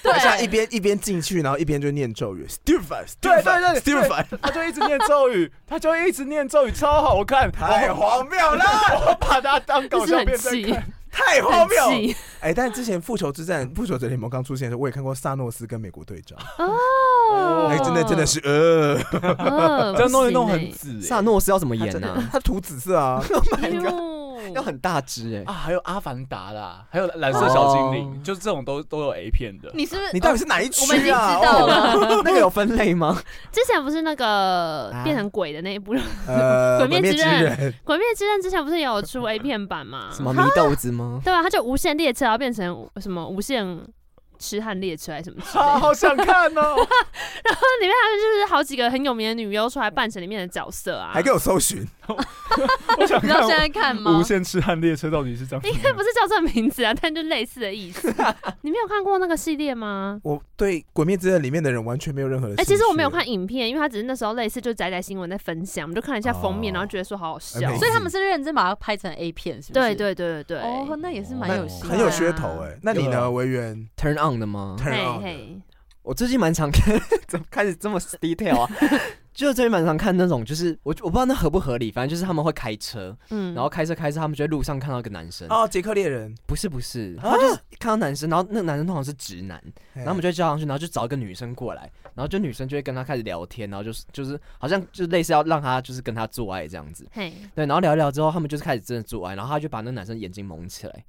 S1: 而且他一
S4: <laughs> 对。
S1: 边一边进去，然后一边就念咒语 s t u p i d s t u
S3: 对
S1: p i d
S3: 对
S1: s t u
S3: 对
S1: p i
S3: <laughs>
S1: d
S3: 他就一直念咒语，他就一直念咒语，超好看，
S1: 太荒谬了，
S3: 我把它当搞
S2: 就是
S3: 笑
S2: 很
S3: 片在
S2: 气，
S3: 看。
S1: 太荒谬
S2: 很！气
S1: 哎、但之前《复仇之战》《复仇者联盟》刚出现的时候，我也看过萨诺斯跟美国队长，
S2: 哦。
S1: 哎、真的真的是呃，
S2: 呃，
S3: <laughs> 这样弄一弄
S2: 不
S3: 很
S2: 行
S3: 紫、欸。
S5: 萨诺斯要怎么
S1: 他
S5: <laughs> 演啊
S1: 真的
S5: 呢？
S1: 他涂紫色
S2: <laughs>
S1: 啊，
S3: 哎
S2: 欸
S5: 要
S2: 哟
S5: 很大
S3: <laughs>
S5: 只哎，
S3: 啊，还有《阿凡达》啦，还有《蓝色小精
S5: 哦
S3: 灵》，就是这种都都有 A 片的。
S4: 你是不是？
S1: 你到底是哪一区
S4: 我们已经
S1: 啊？
S4: 知道
S1: 哦
S4: 了。
S5: 那个有分类吗？
S2: 之前不是那个
S5: 啊
S2: 变成鬼的那一部《
S1: 呃，
S2: <laughs> 鬼灭之刃
S1: 刃，
S2: 鬼灭之刃》，之前不是也有出 A 片版吗？
S5: 什么迷豆子吗？
S2: 对啊，它就无限列车，然后变成什么无限痴汉列车还是什么之类的
S3: 啊好好想看哦！
S2: 那里面他们就是好几个很有名的女优出来扮成里面的角色啊，
S1: 还给我搜寻，
S3: 我想
S4: 你
S3: <laughs>
S4: 知道
S3: 看
S4: 现在看吗？
S3: 《无限痴汉列车》到底是长什
S2: 应
S3: 么
S2: 该
S3: 样
S2: 不是叫这个名字啊，但就类似的意思。你没有看过那个系列吗？
S1: 我对《鬼灭之刃》里面的人完全没有任何的。
S2: 哎、其实我没有，看影片，因为他只是那时候类似就仔仔新闻在分享，我们就看了一下封面，
S1: 哦
S2: 然后觉得说好好
S1: 哎
S2: 笑。
S1: 没
S4: 所以他们是认真把它拍成 A 片，是不
S2: 对
S4: 是？
S2: 对对对对，
S4: 哦，那也是蛮
S5: 那
S4: 有心，
S1: 很有
S2: 趣
S1: 噱头哎、那你
S5: 有
S1: 呢，
S5: 啊
S1: 维园
S5: turn on 的吗？
S1: turn
S2: 嘿
S1: on 的
S2: 嘿，
S5: 我最近蛮常看， <laughs> 怎么开始这么 detail 啊？就最近蛮常看那种，就是我我不知道那合不合理，反正就是他们会开车，
S2: 嗯，
S5: 然后开车开车，他们就在路上看到一个男生，
S1: 哦，杰克猎人，
S5: 不是不是，他就是看到男生，然后那个男生通常是直男，
S1: 然
S5: 然后我们就叫上去，然后就找一个女生过来，然后就女生就会跟他开始聊天，然后就是就是好像就类似要让他就是跟他做爱这样子，
S2: 嘿，
S5: 对，然后聊一聊之后，他们就是开始真的做爱，然后他就把那个男生眼睛蒙起来，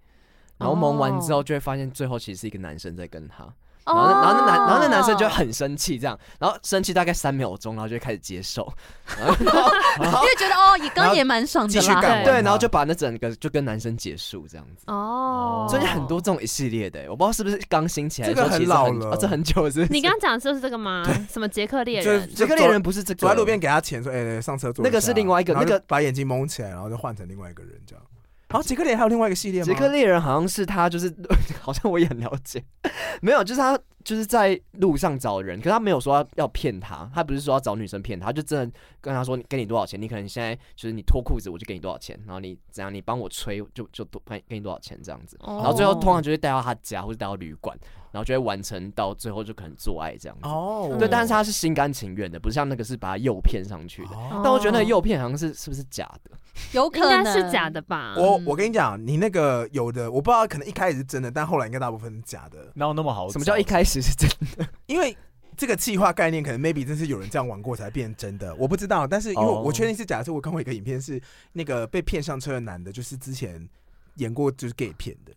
S5: 然后蒙完
S1: 哦
S5: 之后就会发现最后其实是一个男生在跟他，
S4: 哦。
S5: 然后那然后那男然后那男
S1: 哦
S5: 生就很生气这样，然后生气大概三秒钟，然后就会开始接受，然
S1: <laughs>
S5: 后然后
S4: 因为觉得哦，也刚
S1: 然后
S4: 刚也蛮爽
S1: 继
S4: 的
S1: 续
S4: 啦。
S1: 干，
S5: 对，然后就把那整个就跟男生结束这样子。
S2: 哦，
S5: 最近很多。这种一系列的、我不知道是不是刚兴起来的时候，
S1: 这个
S5: 其实
S1: 很
S5: 很
S1: 老了
S5: 哦这很久是不
S2: <laughs>
S5: 是
S2: 你刚刚讲的就是这个吗？什么杰克猎人？
S5: 这个猎人不是这个，
S1: 走在路边给他钱说，哎、哎上车坐一下。
S5: 那个是另外一个
S1: 然后就
S5: 那个
S1: 把眼睛蒙起来，然后就换成另外一个人这样。好，杰克猎人还有另外一个系列吗？
S5: 杰克猎人好像是他，就是 <laughs> 好像我也很了解， <laughs> 没有，就是他就是在路上找人，可是他没有说要要骗他，他不是说要找女生骗他，他就真的跟他说你给你多少钱，你可能现在就是你脱裤子我就给你多少钱，然后你怎样你帮我吹就就多给给你多少钱这样
S1: <laughs>
S5: 子，
S2: 然
S5: 然后最后通常就会带到他家或者带到旅馆，然后就会完成到最后就可能做爱这样子。
S1: 哦，
S5: 对，但是他是心甘情愿的，不像那个是把他诱骗上去的。
S1: 哦
S5: 但我觉得那个诱骗好像是是不是假的？
S4: 有
S2: 应
S4: 可能
S2: 该是假的吧？
S1: 我我跟你讲，你那个有的我不知道，可能一开始是真的，但后来应该大部分是假的，
S3: 哪有那么好？
S5: 什么叫一？开始是真的？
S1: 因为这个气化概念可能 maybe 真是有人这样玩过才变真的，我不知道。但是因为
S5: 哦
S1: 我确定是假的，是我看过一个影片，是那个被骗上车的男的，就是之前演过就是 gay 片的，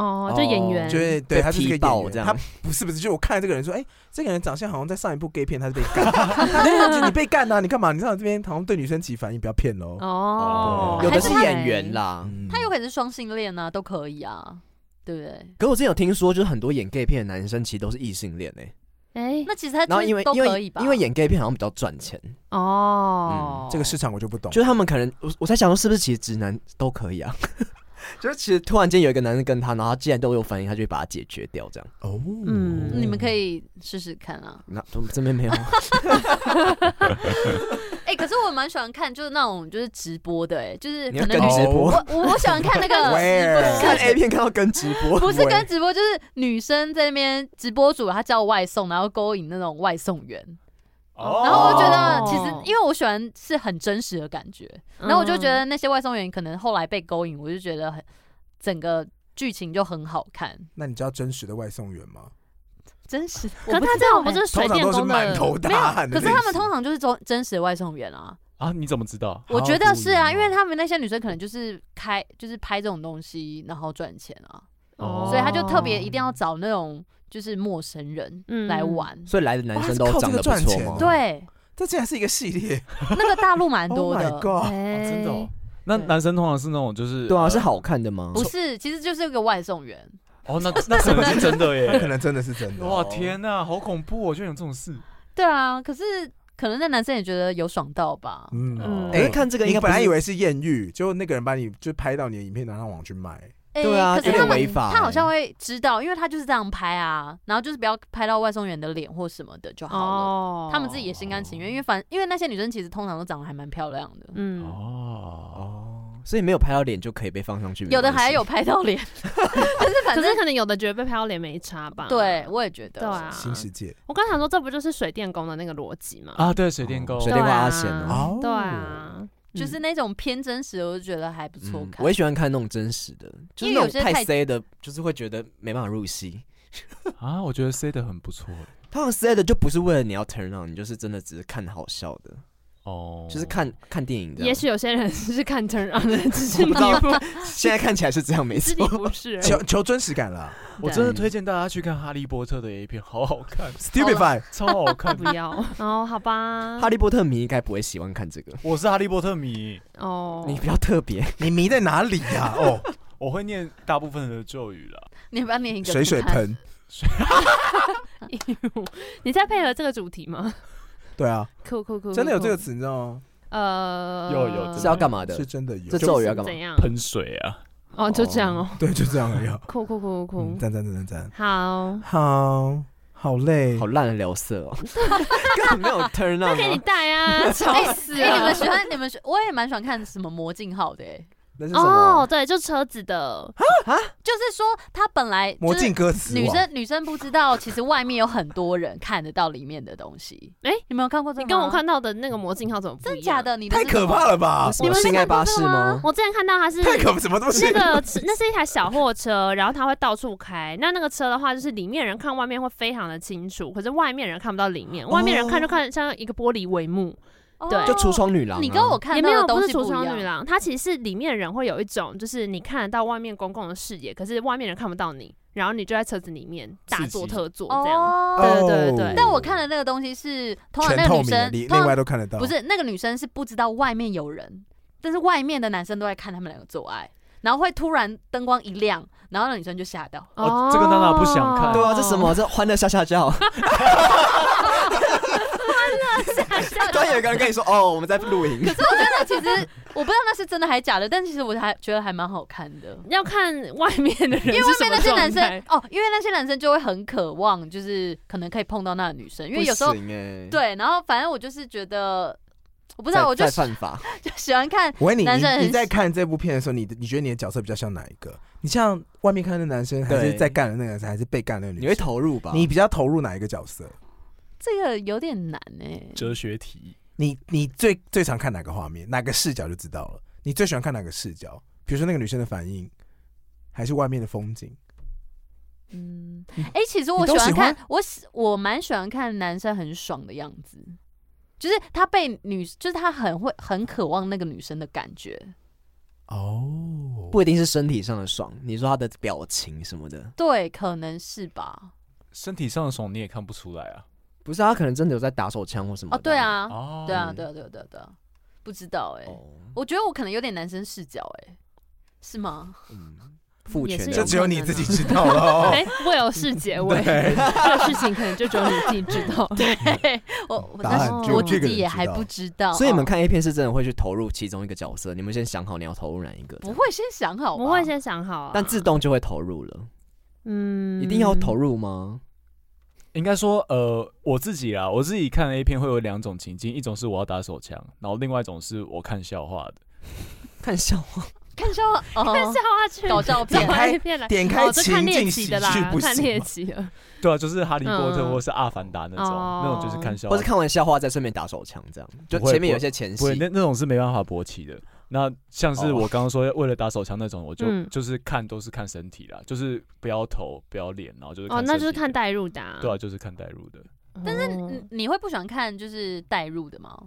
S2: 哦，就演员，
S1: 就是对他是一个
S5: 踢
S1: 演
S5: 爆
S1: 员，
S5: 这
S1: 他
S5: 样，
S1: 不是不是，就我看这个人说，哎、这个人长相好像在上一部 gay 片，他是被干，对啊，就你被干呐、你干嘛？你上来这边好像对女生起反应，不要骗喽。
S2: 哦，
S5: 有
S4: 还
S5: 的
S4: 是
S5: 是
S4: 他
S5: 演员啦。
S1: 嗯
S4: 他有可能是双性恋啊，都可以啊，对不对？
S5: 可我之前有听说，就是很多演 gay 片的男生其实都是异性恋诶、
S2: 哎
S4: 那其实他
S5: 然后因为
S4: 都
S5: 因
S4: 可以
S5: 为
S4: 吧？
S5: 因为演 gay 片好像比较赚钱，
S2: 哦，
S1: 这个市场我就不懂，
S5: 就是他们可能我我在想说是不是其实直男都可以啊？ <laughs> 就是其实突然间有一个男生跟他，然后他既然都有反应，他就会把他解决掉这样。
S1: 哦，
S2: 嗯
S4: 你们可以试试看啊。
S5: 那我们这
S4: <laughs>
S5: 边没有，
S4: 哎、可是我蛮喜欢看，就是那种就是直播的、哎，就是哦
S5: 你
S4: 可
S5: 要
S4: 能
S5: 跟
S4: 女
S1: 直
S5: 直
S1: 播
S5: 播
S4: 我我我喜欢看那
S1: Where？
S4: 个
S5: <laughs> 看 A 片看到跟直播，
S4: 不是跟直播，就是女生在那边直播主，她叫外送，然后勾引那种外送员。
S2: 哦
S4: 然后我就觉得
S2: 哦
S4: 其实因为我喜欢是很真实的感觉，然后我就
S2: 嗯
S4: 觉得嗯那些外送员可能后来被勾引，我就觉得很整个剧情就很好看，
S1: 那你知道真实的外送员吗？
S4: 真实。
S2: 嗯，可是他这样不是水
S1: 通常
S2: 电
S1: 都是
S2: 工
S1: 满
S2: 的，
S1: 头
S4: 没有
S1: 大汗，的类
S4: 可是
S1: 型。
S4: 他们通常就是真真实的外送员啊，
S3: 啊？你怎么知道？
S1: 好哦
S4: 我觉得
S1: 不
S4: 是
S1: 一样
S4: 啊，因为他们那些女生可能就是开就是拍这种东西，然后赚钱啊，
S3: 哦
S4: 所以他就特别一定要找那种就是陌生人
S2: 嗯
S4: 来玩。
S5: 所以来的男生都
S1: 哇靠这
S5: 长
S1: 个
S5: 得不
S1: 赚
S5: 错
S1: 钱
S5: 吗
S1: 哦？
S4: 对，
S1: 这竟然是一个系列
S4: 那个大陆蛮多
S1: <laughs> ，Oh
S4: 的
S1: my god！
S2: 哎
S3: 真的哦。那
S4: 对
S3: 男生通常是那种就是
S5: 对啊，
S3: 呃
S5: 是好看的吗？
S4: 不是，其实就是一个外送员。
S3: 哦，那那可能是真的
S1: <laughs> 他可
S3: 耶！
S1: 能真的是真的。
S3: <laughs> 哇天哪，好恐怖哦！居然有这种事，
S4: 对啊，可是可能那男生也觉得有爽到吧。
S1: 嗯，
S2: 嗯
S5: 可是看这个应
S1: 你
S5: 该不
S1: 本来
S5: 是
S1: 以为是艳遇，结果那个人把你就拍到你的影片拿上网去卖，
S4: 哎
S5: 对啊
S4: 可是
S5: 有点
S4: 他们
S5: 违法
S4: 他好
S5: 欸
S4: 像会知道，因为他就是这样拍啊，然后就是不要拍到外送员的脸或什么的就好了。
S2: 哦，
S4: 他们自己也心甘情愿，因为反因为那些女生其实通常都长得还蛮漂亮的，
S2: 嗯，
S3: 哦，
S5: 所以没有拍到脸就可以被放上去，
S4: 有的
S5: 没关
S4: 还
S5: 系
S4: 有拍到脸， <laughs> 可是反
S2: 可是
S4: 正
S2: 可能有的觉得被拍到脸没差吧？
S4: 对我也觉得，
S2: 对啊，
S1: 新世界
S2: 我刚想说，这不就是水电工的那个逻辑吗？
S3: 啊，对，水电工，
S5: 水
S2: 对
S5: 电工
S2: 啊
S5: 阿贤哦
S1: 哦
S2: 对啊，
S4: 就是那种偏真实的，我就觉得还不错
S5: 嗯
S4: 看。
S5: 我也喜欢看那种真实的，就
S4: 因
S5: 是
S4: 为有
S5: 那
S4: 些
S5: 种太
S4: 太
S5: C 的，就是会觉得没办法入戏。
S3: 啊，我觉得 C 的很不错耶
S5: 他们 C 的就不是为了你要 turn on，你就是真的只是看好笑的，
S3: 哦，
S5: 就是看看电影的。
S2: 也许有些人是看 turn on 的，只是
S5: 我
S2: 你
S5: 不知道
S2: 不，
S5: 现在看起来是这样，没
S2: 只是
S5: 错
S2: 你。不是。
S5: 哎
S1: 求求真实感啦
S4: 哦
S3: 我真的推荐大家去看《哈利波特》的 A 片，好好看，
S1: ，Stupefy
S3: 超好看
S2: 不。要哦，好吧
S5: <laughs> 哈，利波特迷应该不会喜欢看这个，
S3: 我是哈利波特迷，
S2: 哦，
S5: 你比较特别。
S1: 你迷在哪里呀？哦，
S3: 我会念大部分的咒语啦。
S4: 你要不要 <laughs> 念一个
S1: 水水
S4: 看看，
S1: 盆，
S2: 你在配合这个主题吗？
S1: 对啊，
S2: 酷酷酷，
S1: 真的有
S2: 酷
S1: 这个？词，你知道吗？
S2: 呃，
S3: 有有
S4: 嗯
S3: 真
S5: 是要干嘛的
S1: 是？真的有，
S5: 这
S1: 就
S5: 咒语啊要干嘛
S2: 怎？样？
S3: 喷水啊！
S2: 哦，就这样哦，
S1: 对，就这样而已啊。
S2: 酷酷酷酷
S1: 嗯，，赞赞赞赞赞，
S2: 好。
S1: 好好累
S5: 好，烂的聊色
S4: <laughs>
S5: 哦，根本没有 turn
S2: 那给你
S5: on 啊。
S2: 带啊，吵死
S4: 哎、你
S2: 了
S4: 们！喜欢你们喜，我也蛮喜欢看什么魔镜号的、欸，
S5: 那是什
S2: 哦，
S5: 么？
S2: 对，就车子的，
S4: 就是说他本来就是
S1: 魔镜歌词哦
S4: 女
S1: 王，
S4: 生女生不知道，其实外面有很多人看得到里面的东西。
S2: 哎
S4: 你没有看过这个？
S2: 你跟我，看到的那个魔镜号怎么不
S4: 真
S2: 一
S4: 假
S2: 样？？
S4: 的？你的
S1: 太
S4: 是什
S1: 可
S4: 么
S1: 怕了吧？
S5: 什么哦性爱巴士吗？
S2: 我之前看到它是
S1: 太可怎么这么
S2: 嗯那
S1: 是？
S2: 个是那是一台小货车，然后它会到处开。那那个车的话，就是里面人看外面会非常的清楚，可是外面人看不到里
S5: 哦
S2: 面，外面人看就看像一个玻璃帷幕，
S4: 哦
S2: 对
S5: 就橱窗女郎啊。
S4: 你跟我看
S2: 也没
S4: 到
S2: 有
S4: 的东
S2: 不
S4: 西
S2: 是橱窗
S4: 一
S2: 女
S4: 样。
S2: 郎，它其实是里面人会有一种就是你看得到外面公共的视野，可是外面人看不到你，然后你就在车子里面大
S3: 刺
S2: 做
S3: 激
S2: 特做这样。
S4: 哦，
S2: 对对对
S4: 但我看的那个东西是，通常
S1: 嗯全
S4: 那个
S1: 透
S4: 女
S1: 明的，哦
S4: 生，
S1: 里
S4: 通
S1: 内
S4: 常
S1: 外都看得到。
S4: 不是那个女生是不知道外面有人，但是外面的男生都在看他们两个做爱，然后会突然灯光一亮，然后那女生就吓到。 <laughs>
S3: 哦这个娜娜不想看
S5: 对啊，这什？么？这欢乐下下
S4: <laughs>
S5: 叫。
S1: <laughs>
S5: 突然有一个人跟你说：“哦，我们在录影。”
S4: 可是我觉得其实我不知道那是真的还假的，但其实我还觉得还蛮好看的。
S2: 要看外面的人是
S4: 因为外面那些
S2: 什么状
S4: 男生
S2: 态，
S4: 哦，因为那些男生就会很渴望，就是可能可以碰到那个女生，因为有时候
S5: 不行欸
S4: 对，然后反正我就是觉得，我不
S5: 不
S4: 知道，我就
S5: 在犯法。
S4: 就 <laughs> 喜欢看
S1: 我问你，
S4: 男生很
S1: 你你在看这部片的时候，你的你觉得你的角色比较像哪一个？你像外面看的男生，还是
S5: 对
S1: 在干的那个男生，还是被干的那个女
S5: 你
S1: 生？
S5: 会投入吧？
S1: 你比较投入哪一个角色？
S4: 这个有点难哎、
S3: 哲学题，
S1: 你你最最常看哪个画面，哪个视角就知道了。你最喜欢看哪个视角？比如说那个女生的反应，还是外面的风景？
S4: 嗯，
S1: 你
S4: 哎、其实我
S1: 你都
S4: 喜
S1: 喜
S4: 欢
S1: 欢
S4: 看，我喜我蛮喜欢看男生很爽的样子，就是他被女，就是他很会很渴望那个女生的感觉。
S1: 哦，
S5: 不一定是身体上的爽，你说他的表情什么的，
S4: 对，可能是吧。
S3: 身体上的爽你也看不出来啊。
S5: 不是他可能真的有在打手枪或什么
S4: 哦，
S5: 的。
S4: 对，啊，
S3: 哦
S4: 对啊，对啊，对啊，对啊，对啊，不知道哎、
S5: 哦，
S4: 我觉得我可能有点男生视角哎、是吗？
S5: 嗯，父
S2: 也
S5: 权
S2: 是
S1: 就
S5: 的
S2: 有
S1: 只有你自己知道了、
S2: <laughs>
S1: 哦。 <laughs>
S2: 哎，我有事结尾，这个事情可能就只有你自己知
S1: <laughs>
S2: 道。
S4: 我我
S1: 答
S4: 但
S1: 案
S4: 是
S2: 只有
S4: 我
S1: 这
S4: 自
S1: 个
S4: 己
S1: 人
S4: 也
S1: 知
S4: 还
S1: 道
S4: 不知道，
S5: 所以你们
S4: 哦
S5: 看 A 片是真的会去投入其中一个角色，你们先想好你要投入哪一个，
S4: 不会先想好吧，
S2: 我会先想好啊，
S5: 但自动就会投入了。
S2: 嗯
S5: 一定要投入吗？
S3: 应该说，呃，我自己啦，我自己看 A 片会有两种情境，一种是我要打手枪，然后另外一种是我看笑话的。
S5: 看笑话，
S4: 看笑话
S2: 看 <laughs> 笑
S4: 哦，
S2: 话去
S4: 搞照片
S1: 点
S2: 找
S1: 开
S2: 一片来。
S1: 点开
S2: 哦，这看
S1: 情
S2: 猎
S1: 境
S2: 奇
S1: 喜
S2: 的
S1: 剧
S2: 啦
S1: 不，
S2: 看
S1: 行
S2: 猎
S1: 吗，
S2: 奇的，
S3: 对啊，就是哈利波特
S2: 嗯
S3: 或是阿凡达那种，
S2: 哦
S3: 那种就是看笑
S5: 或
S3: 话
S5: 是，看完笑话再顺便打手枪这样，就
S3: 啊不会
S5: 前面
S3: 不
S5: 有
S3: 会
S5: 一些前
S3: 不
S5: 戏
S3: 会，。那那种是没办法勃起的。那像是
S5: 哦
S3: 我刚刚说为了打手枪那种，我就、
S2: 嗯
S3: 就是看都是看身体啦，就是不要头不要脸，然后就是
S2: 哦，那就是看
S3: 代
S2: 代入的啊。
S3: 对啊，就是看代入的。
S2: 但
S4: 你嗯你会不喜欢看就是代入的吗？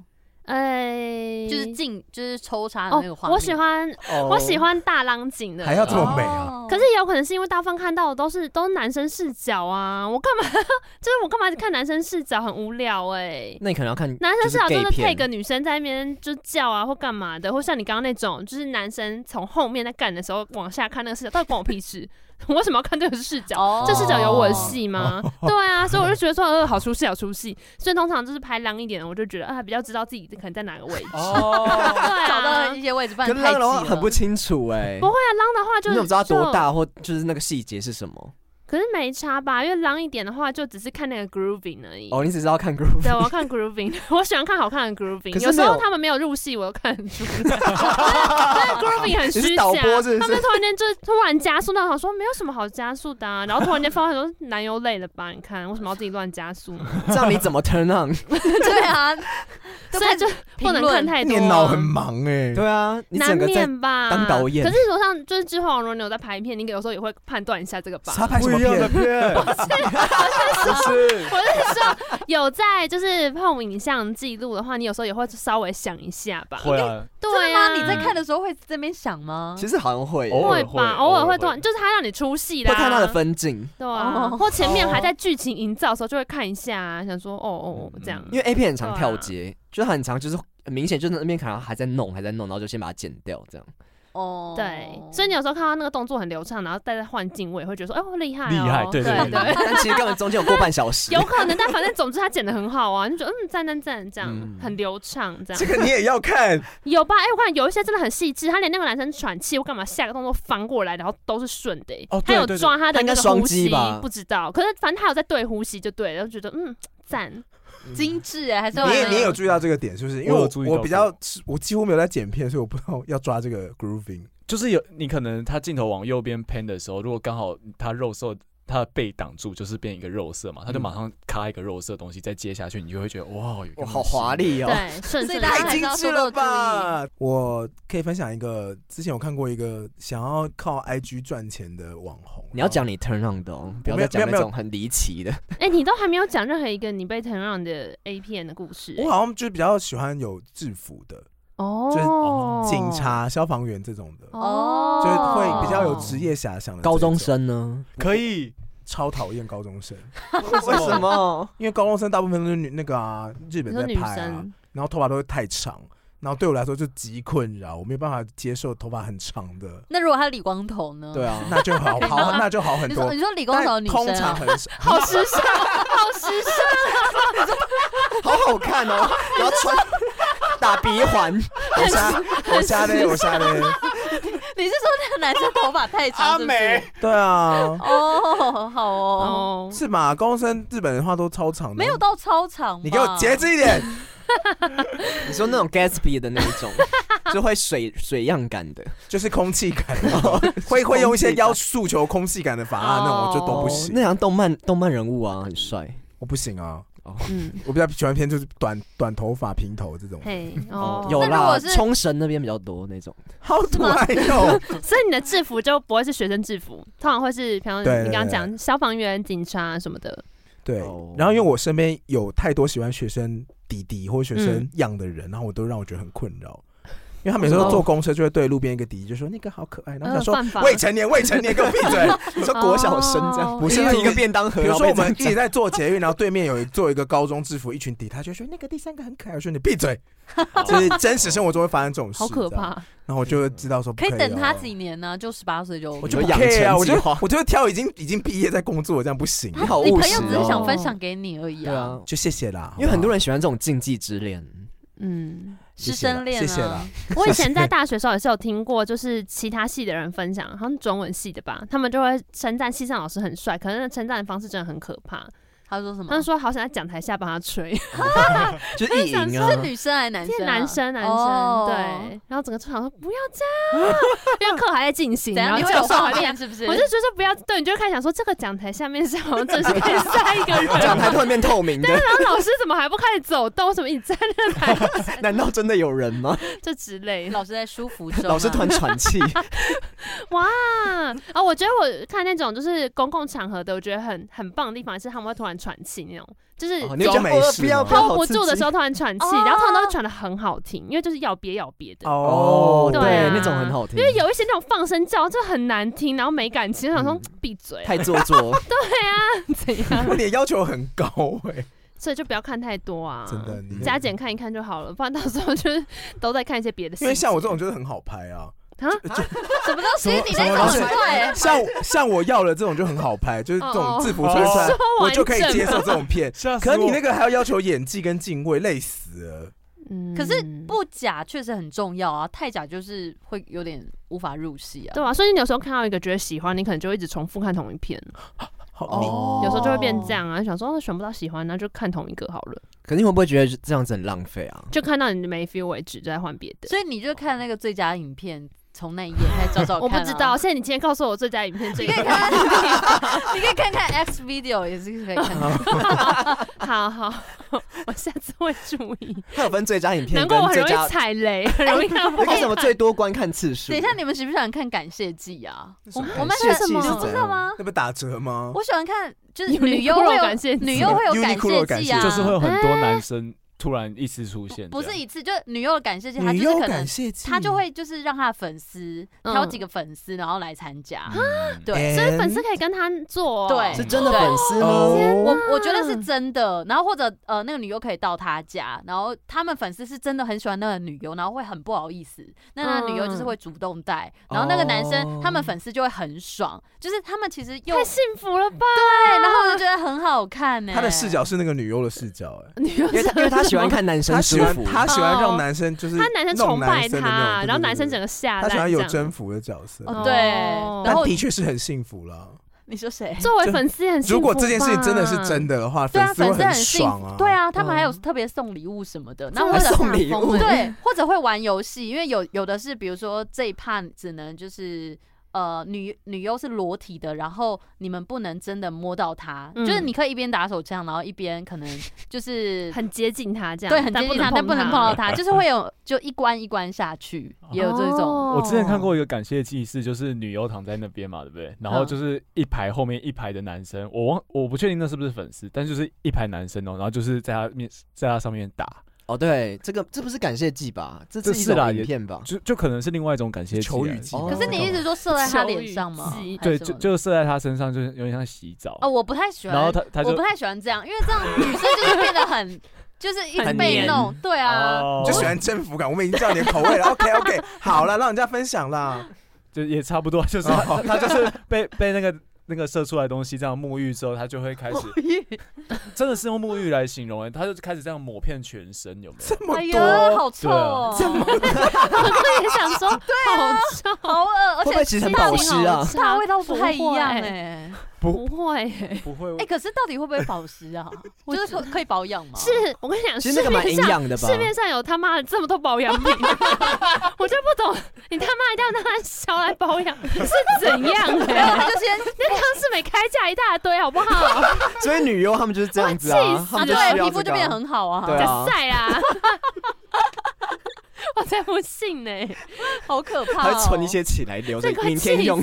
S2: 哎，
S4: 就是进就是抽插的那个
S2: 哦，
S4: 画面。
S2: 我喜欢哦我喜
S5: 哦
S2: 欢大浪景的，
S1: 还要这么美啊！
S4: 哦，
S2: 可是也有可能是因为大部分看到的都是都是男生视角啊，我干嘛 <laughs> 就是我干嘛一直看男生视角很无聊哎、
S5: 那你可能要看
S2: 男生视角
S5: 就
S2: 就是是
S5: gay
S2: 配
S5: 片
S2: 个女生在那边就叫啊或干嘛的，或像你刚刚那种，就是男生从后面在干的时候往下看那个视角，到底关我屁事？ <laughs> 我为什么要看这个视角？
S4: 哦
S2: 这视角有我的戏
S5: <laughs>
S2: 吗？对啊，所以我就觉得说，呃，好出戏，好出戏。所以通常就是拍浪一点的，我就觉得啊，比较知道自己可能在哪个位置。
S4: <laughs>
S5: 哦，
S2: 对啊，
S4: 找到一些位置，不然
S5: 跟
S4: 太
S5: 浪
S4: 挤
S5: 的话
S4: 了。
S5: 很不清楚哎，
S2: <laughs> 不会啊，浪的话就
S5: 你怎么知道它
S2: 就
S5: 多大或就是那个细节是什么？
S2: 可是没差吧，因为狼一点的话，就只是看那个 grooving 而已。
S5: 哦，你只知道看 group，
S2: 对，我要看 grooving，我 <laughs> 喜欢看好看的 grooving。
S5: 可是
S2: 有时
S5: 没
S2: 候
S5: 有
S2: 他们没有入戏，我又看得出
S5: <laughs>
S2: 来。但是 grooving 很
S5: <laughs> 你
S2: 虚
S5: 是
S2: 假，
S5: 导播是不
S2: 他
S5: 是
S2: 们？突然间就是突然加速，那我想说没有什么好加速的啊。然后突然间发现说男优累了吧？你看为什么要自己乱加速呢？
S5: 这样你怎么 turn on？
S4: <laughs> 对啊，
S2: 所以就不能看太多啊。
S1: 念脑很忙哎，
S5: 对啊，你
S2: 难
S5: 整个在
S2: 免吧，
S5: 当导演
S2: 可是说像就是之后，如果你有在拍片，你有时候也会判断一下这个吧。
S1: 他
S2: <laughs>
S1: 拍什么片？
S3: 片，不是
S2: 我是说，有在就是碰影像记录的话，你有时候也会稍微想一下吧。
S3: 会啊，
S2: 对
S4: 吗？
S2: 啊，
S4: 你在看的时候会在那边想吗？
S5: 其实好像会
S3: 偶
S2: 会
S3: 尔
S2: 吧，偶
S3: 会
S2: 尔
S3: 偶尔
S2: 会
S3: 会
S2: 突然，就是他让你出戏啦，
S5: 会看他的分镜，
S2: 对啊，
S4: 哦
S2: 或前面还在剧情营造的时候，就会看一下啊，想说哦哦哦这样
S3: 嗯。
S5: 因为 A 片很常
S2: 对啊
S5: 跳接，就是很常就是很明显就是那边可能还在弄还在弄，然后就先把它剪掉
S2: <laughs>
S5: 这样。
S4: 哦，
S2: 对，所以你有时候看他那个动作很流畅，然后再换镜位，会觉得说，哎，我厉害哦，
S3: 厉害对
S2: 对
S3: 对
S2: 对，
S5: 但其实根本中间有过半小时。
S2: <laughs> 有可能，但反正总之他剪的很好啊，你就觉得嗯赞赞赞，这样
S5: 嗯
S2: 很流畅，这
S1: 这
S2: 样
S1: 个你也要
S2: <laughs>
S1: 看，
S2: 有吧？哎，我看有一些真的很细致，他连那个男生喘气，我干嘛下个动作翻过来，然后都是顺的，欸
S3: 哦
S2: 他
S3: 对
S2: 有
S3: 对对
S2: 抓他的
S5: 他应
S2: 那
S5: 该
S2: 个
S5: 双
S2: 呼
S5: 击
S2: 吸
S5: 吧，
S2: 不知道，可是反正他有在对呼吸就对了，然后觉得嗯赞，
S4: 精致哎，还是
S2: 啊
S1: 你也
S4: 会
S1: 你也有注意到这个点是不是？因为
S3: 我有
S1: 我
S3: 注意到
S1: 我比较我几乎没有在剪片，所以我不知道要抓这个 grooving。
S3: 就是有你可能他镜头往右边 pan 的时候，如果刚好他肉色他的背挡住，就是变一个肉色嘛，
S5: 嗯
S3: 他就马上咔一个肉色的东西再接下去，你就会觉得哇，有一个
S5: 哇，好华
S3: 明星，
S5: 丽哦！
S2: 对，顺
S4: 所
S2: 顺
S4: 以大家
S2: 顺
S4: 还是要多多注意。！
S1: 我可以分享一个，之前我看过一个想要靠 IG 赚钱的网红。
S5: 你要讲你 turn on 的哦，不要
S1: 没
S5: 再
S1: 有
S5: 讲
S1: 没
S5: 那
S1: 有
S5: 种很离奇的。
S2: 哎、你都还没有讲任何一个你被腾让的 A 片的故事、
S1: 我
S2: 哎
S1: 好像就是比较喜欢有制服的就是
S2: 哦，
S1: 警察、消防员这种的，
S2: 哦，
S1: 就是会比较有职业遐想的这种。
S5: 高中生呢？
S3: 可以
S1: 超讨厌高中生，
S5: 为什么？
S1: 因为高中生大部分都是女那个啊，日
S2: 你
S1: 本
S2: 说
S1: 在
S2: 女
S1: 拍啊，
S2: 生，
S1: 然后头发都会太长，然后对我来说就极困扰，我没有办法接受头发很长的，
S4: 那如果他理光头呢？
S5: 对啊，
S1: 那就
S4: <laughs>
S1: 好
S4: 可以
S1: 好
S4: 吗
S1: 那就好很
S4: 你
S1: 多
S4: 说。你说理光头的
S1: 但
S4: 女
S1: 通
S4: 生
S1: 常
S4: 啊，
S1: 很少，
S2: 好时
S4: <laughs>
S2: 尚，好时尚，
S5: 好好看哦，然后穿打鼻环，
S1: 我瞎我瞎嘞，我瞎嘞，
S4: 你是说那个男生头发太长？
S6: 阿
S4: 是不是
S6: 美，
S1: 对啊，
S4: 哦，好
S2: 哦，
S4: 哦，
S1: 是吧？高中生日本人话都超长的，
S4: 没有，到超长吧，
S1: 你给我节制一点。
S5: 你说那种 Gatsby 的那一
S2: <laughs>
S5: 种，就会水水样感的，
S1: 就是空气感，
S4: <laughs>
S1: 会会用一些要诉求空气感的法啊案，那我就都不
S5: 哦
S1: 行
S5: 那，像动漫动漫人物啊，很帅。
S1: 我不行啊。
S2: 嗯，
S1: 我比较喜欢偏就是短短头发、平头这种，
S2: 嘿，哦，
S5: 有
S4: 那如
S5: 啦
S4: 果是，
S5: 冲绳那边比较多那种。
S1: 好土啊！哟，
S2: 所以你的制服就不会是学生制服，通常会是，比方
S1: 对对
S2: 你刚刚
S1: 对
S2: 讲消防员、警察什么的，
S1: 对
S5: 哦。
S1: 然后因为我身边有太多喜欢学生弟弟或学生
S2: 嗯
S1: 样的人，然后我都让我觉得很困扰，因为他嗯每次都坐公车就会对路边一个弟弟就说那个好可爱，然后
S2: 呃，
S1: 想说
S2: 犯法，
S1: 未成年未成年给我闭嘴。 <laughs>
S5: 你说国小生
S2: 哦
S5: 这样，
S1: 不是
S5: 一
S1: 那
S5: 个
S1: 个
S5: 便当盒，
S1: 比如
S5: 然后
S1: 说
S5: 被
S1: 我们一
S5: 这样
S1: 起在做捷运，然后对面有一做一个高中制服一群弟，他就说那个第三个很可爱，我说你闭嘴， <laughs> 就是真实生活中会发生这种事，
S2: 好可
S1: 这样
S4: 啊
S2: 怕，
S1: 然后我就知道说不
S4: 可以
S1: 哦
S4: 等他几年呢？就十八岁就
S1: 我就
S5: 你
S1: 不
S5: 说养
S1: care 啊，
S5: 成
S1: 我就
S5: 计划
S1: 我就挑已经已经毕业在工作，这样不行啊，
S5: 你好
S4: 你
S5: 务
S4: 朋
S5: 实
S4: 友只是
S5: 哦
S4: 想分享给你而已
S5: 对
S4: 啊，
S5: 啊，
S1: 就谢谢啦，
S5: 因为很多
S1: 人
S5: 人喜欢这种竞技之恋，
S2: 嗯。
S4: <laughs> 师生恋
S1: 谢谢啦
S4: 啊，，
S2: 我以前在大学的时候也是有听过，就是其他系的人分享，好像中文系的吧，他们就会称赞系上老师很帅，可是那称赞的方式真的很可怕，
S4: 他说什么？
S2: 他说好想在讲台下帮他吹，
S5: 就是意
S2: 哎
S5: 淫啊
S4: 是，女生还是男
S2: <laughs>
S4: 生、
S2: 是
S4: 啊？
S2: 男生男生、
S4: 哦
S2: 对，然后整个就想说不要
S4: <laughs>
S2: 这样，因为课还在进行，
S4: 怎
S2: 然
S4: 样？
S2: 后
S4: 你会
S2: 教
S4: 有
S2: 授还
S4: 画
S2: 在
S4: 面是不是？
S2: 啊我就觉得不要，对，你就会开始想说，这个讲台下面是好像正式开始下一个人，
S5: <laughs>
S2: 然
S5: 讲台突然变透明的，
S2: 后老师怎么还不开始走动？为什么一直在那台
S5: 难道真的有人吗？
S2: 这之类？
S4: 老师在舒服中、啊，
S5: 老师突然喘气，
S2: <laughs> 哇！哦，我觉得我看那种就是公共场合的，我觉得很很棒的地方是他们会突然喘气那种，就是
S5: 哦你有讲
S1: 美
S5: 呃
S1: 式
S5: 不要
S1: 吗
S5: 不要
S2: hold
S5: 好
S2: 不
S5: 刺
S2: 住的
S5: 激
S2: 时候突然喘气，
S4: 哦
S2: 然后他们都会喘的很好听，因为就是要憋要憋的。
S5: 哦，
S2: 对啊
S5: 那种很好听
S2: 因，为有一些那种放声叫就很难听，然后没感情，我想说
S5: 嗯
S2: 闭嘴啊，
S5: 太做
S2: <laughs>
S5: 作，
S2: 怎样？
S1: 你的要求很高哎，
S2: <laughs> 所以就不要看太多啊，
S1: 真的，你
S2: 加减看一看就好了，不然到时候就是都在看一些别的事情。
S1: 因为像我这种就是很好拍啊，
S2: 啊，
S4: 什么东西？你那
S1: 什么
S4: 种很怪、欸，
S1: 像我像我要了这种就很好拍，就是这
S2: 哦
S1: 种
S2: 哦
S1: 制服穿穿
S2: 说，
S1: 我
S2: 完
S1: 就可以
S2: 整
S1: 接受
S2: 了
S1: 这种片。
S3: 吓死
S1: 可
S3: 我！
S1: 你那个还要要求演技跟敬畏，累死了。
S2: 嗯
S4: 可是不假确实很重要啊，太假就是会有点无法入戏啊。
S2: 对啊，所以你有时候看到一个觉得喜欢，你可能就一直重复看同一片，
S1: 好，你
S5: 哦
S2: 有时候就会变这样啊，想说哦选不到喜欢，那就看同一个好了，
S5: 可是你会不会觉得这样子很浪费啊？
S2: 就看到你没 feel 为止，就再换别的。
S4: 所以你就看那个最佳影片，从那一页开始找找看、啊。
S2: 我不知道，，现在你今天告诉我最佳影片这
S4: 你
S2: 个
S4: 可以，看啊看，你可以看看 X video 也是可以看的。
S2: 好好，我下次会注意。
S5: 它有分最佳影片
S2: 难怪我
S5: 跟
S2: 很
S5: 最
S2: 容
S5: 佳
S2: 易，踩雷，很容易看不
S5: <laughs> 那个什
S2: 懂。
S5: 么最多观看次数？
S4: 等一下，你们喜不喜欢看感谢祭啊？
S1: 那是
S4: 我
S1: 哦
S4: 我们
S5: 感谢
S2: 祭
S4: 很
S2: 是
S4: 你不
S5: 怎
S4: 知
S5: 样
S4: 道吗？
S1: 那不打折吗？
S4: 我喜欢看，就是
S2: 有
S4: 女优会有
S2: 感谢祭
S4: 女优会有
S1: Uniqlo
S4: 感谢祭
S1: 感谢
S4: 啊，
S3: 就是会有很多男生突然一次出现，
S4: 不
S3: 这
S4: 是
S3: 样
S4: 一次，就是女优的感谢祭，她
S1: 女
S4: 就
S1: 优
S4: 是可能
S1: 感谢祭，
S4: 她就会就是让她的粉丝
S2: 嗯
S4: 挑几个粉丝，然后来参加。
S3: 嗯
S4: 对，
S2: 所以粉丝可以跟他做哦，
S4: 对
S5: 是真的粉丝吗？
S4: 我
S1: 哦，
S4: 我觉得是真的，然后或者呃，那个女优可以到她家，然后他们粉丝是真的很喜欢那个女优，然后会很不好意思，那那女优
S2: 嗯
S4: 就是会主动带，然后那个男生、
S5: 哦
S4: 他们粉丝就会很爽，就是他们其实又
S2: 太幸福了吧？
S4: 对，然后我就觉得很好看欸呢、
S1: 他的视角是那个女优的视角，哎，
S2: <laughs> 你又
S5: 因为他因为他喜欢看男
S1: 他
S5: 生舒
S1: 喜欢
S5: 服，
S1: 他喜欢让
S2: 哦
S1: 男生就是
S2: 他男生崇拜
S1: 弄男生的
S2: 他
S1: 那，种
S2: 然后男生
S1: 对
S2: 整
S1: 对对
S2: 个下
S1: 他
S2: 烂，
S1: 喜欢有征
S2: 服。
S1: 服的角色，
S4: 哦
S2: 哦
S4: 对，然
S1: 但
S4: 后
S1: 的确是很幸福了。
S4: 你说
S2: <laughs>
S4: 谁？
S2: 作为
S1: 就
S2: 粉丝也很幸福
S1: 如果这件事情真的是真
S2: 的，
S1: 的的话，
S4: 对啊，
S1: 丝会
S4: 粉丝很幸
S1: 爽
S4: 福
S1: 啊，，
S4: 对，啊，他们还有
S2: 嗯
S4: 特别送礼物什么的，
S2: 那
S4: 然后
S2: 我
S4: 或者
S5: 还送礼物
S2: 欸
S4: 对，或者会玩游戏，因为有有的是，比如说这一判只能就是呃女女优是裸体的，然后你们不能真的摸到她，
S2: 嗯
S4: 就是你可以一边打手枪，然后一边可能就是
S2: 很接近他这样，
S4: 对很接近她，但不能碰到
S1: <laughs>
S2: 他。
S4: 她，就是会有就一关一关下去，也有这种。
S2: 哦
S3: 我之前看过一个感谢祭是，就是女优躺在那边嘛，对
S5: 嗯
S3: 不对？然后就是一排后面一排的男生，我忘我不确定那是不是粉丝，但就是一排男生哦、然后就是在他面在他上面打，
S5: 哦，对，这个这不是感谢祭吧？这
S3: 这
S5: 是一
S3: 是啦
S5: 种
S3: 也
S5: 影片吧？
S3: 就就可能是另外一种感谢祭啊
S1: 求雨季
S5: 哦
S4: 可是你一直说射在她脸上吗
S2: 手语机？
S4: 还
S3: 对，
S4: 是什
S3: 就
S4: 么
S3: 就射在他身上，就是有点像洗澡
S4: 哦，，我不太喜欢，
S3: 然后他他
S4: 我
S3: 就
S4: 不太喜欢这样，因为这样女生就是变得
S5: <laughs>
S4: 很就是一直
S2: 很
S4: 被
S2: 黏
S4: 弄，对啊。
S3: 哦
S1: 就喜欢征服感。我们已经知道你的口
S2: <laughs>
S1: 味了，OK OK，好了，让人家分享啦。
S3: 就也差不多，就是他
S1: 哦
S3: 他他就是被被那个。那个射出来的东西，这样沐浴之后，他就会开始，真的是用沐浴来形容哎、他就开始这样抹遍全身，有没有？
S4: <laughs>
S1: 这么
S4: 哎呀，
S1: 多，
S4: 好臭
S2: <laughs>
S4: 哦，
S5: 啊
S2: 我也想说， <laughs> 对啊，
S4: 好恶，而
S5: 会不会
S4: 且
S5: 其实很保湿啊？
S4: 它味道不太一样
S2: 哎、
S4: 哎。
S2: 不会、欸。
S3: 不会，
S4: 哎，可是到底会不会保湿 <laughs> 啊？就是可可以保养吗？
S2: 是我跟你讲，
S5: 其
S2: 市
S5: 实那个蛮
S2: 面
S5: 营
S2: 上
S5: 养的吧？
S2: 市面上有他妈的这么多保养 <laughs> 品，我就不懂，你他妈一定要拿它削来保养是怎样的、欸
S4: 没有，他就先
S2: <laughs> 那康是美开价一大堆，好不好？
S5: 所以女优她们就是这样子
S2: 我气
S5: 啊
S2: 死，
S5: 她
S4: 啊，
S5: 们就需要
S4: 对，皮肤
S5: 这
S4: 就
S5: 个啊
S4: 变得很好啊，
S5: 对啊，
S2: 晒 <laughs> 啦！我才不信呢、
S4: 好可怕
S5: 还
S4: 哦。
S5: 会存一些起来留着
S2: 这个
S5: 明天
S2: 气
S5: 用，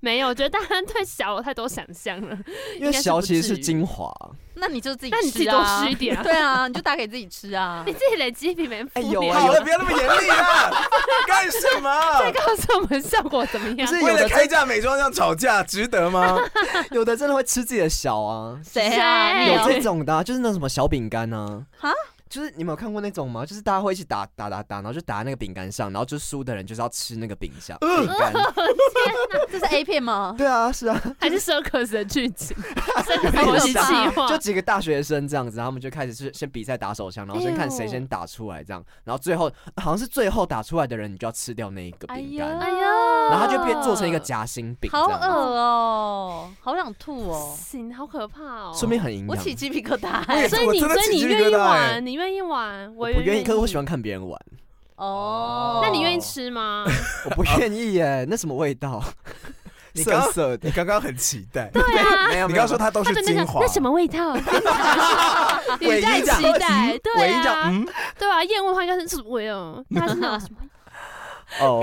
S2: 没有，我觉得大家对小有太多想象了。
S5: 因
S2: 应
S5: 为
S2: 该是
S5: 小
S2: 不
S5: 其实
S2: 至
S5: 是
S2: 于
S5: 精华。啊
S4: 那你就自己
S2: 那你自己
S4: 吃
S2: 多
S4: 啊
S2: 吃一点啊
S4: <laughs> 对啊，你就打给自己吃啊
S2: 你。自己累积比别人敷
S5: 哎有
S2: 脸
S5: 啊
S1: 好了，
S2: <laughs>
S1: 不要那么严厉啦，干什
S2: 再
S1: 么？
S2: 告诉我们效果怎么样
S5: 不？是
S1: 为
S5: 有
S1: 了
S5: 的
S1: 开价美妆这样吵架，值得
S2: <laughs>
S1: 吗？
S5: 有的真的会吃自己的小啊，
S4: 谁啊？
S2: 谁
S4: 你
S5: 有
S4: 有
S5: 这种的啊，就是那种什么小饼干啊
S4: 哈。
S5: 就是你们有看过那种吗？就是大家会一起打打打打，然后就打在那个饼干上，然后就输的人就是要吃那个饼下饼干。
S2: 呃
S4: 这是 A 片吗？
S5: 对啊，是啊，
S2: 还是 circus 的剧
S5: <laughs>
S2: 情？这个我是计划
S5: 就，几个大学生这样子，然后他们就开始是先比赛打手枪，然后先看谁先打出来这样，然后最后好像是最后打出来的人，你就要吃掉那一个饼干。
S2: 哎
S4: 哎
S2: 呀，
S5: 然后他就变做成一个夹心饼，
S4: 好
S5: <laughs> 这样
S4: 恶哦，好想吐哦，
S2: 行，好可怕哦！
S5: 说明很营
S4: 我
S5: 养。
S4: 起鸡皮疙 <laughs> 瘩
S1: 我也
S4: 欸
S2: 所以你，
S1: 我真
S2: 所
S1: 的
S2: 以
S1: 起
S2: 你
S1: 鸡皮
S2: 愿意
S1: 疙瘩欸
S2: 玩，你愿意玩，我
S5: 哎我
S2: 也
S5: 不愿意，可是我
S2: 意
S5: 喜欢看别人玩，
S4: 哦。
S2: 那你愿意吃
S5: <laughs>
S2: 吗？
S5: 我不愿意耶，那什么味道？
S1: 你
S5: 涩
S1: 刚
S5: 涩的
S1: 你，刚刚很期待，
S2: 对啊，
S5: 没有
S1: 你
S5: 没
S1: 刚刚
S5: 有
S1: 说它都
S2: 他
S1: 是
S2: 的那
S1: 精
S2: 个
S1: 华，
S2: 那什么味
S5: <laughs>
S2: 道？你在期待，对
S1: 尾一
S2: 啊
S1: 讲，嗯，
S2: 对啊，厌恶的话应该是什么味哦？他是那种什么？
S5: <laughs>
S2: <laughs> 啊
S5: 哦，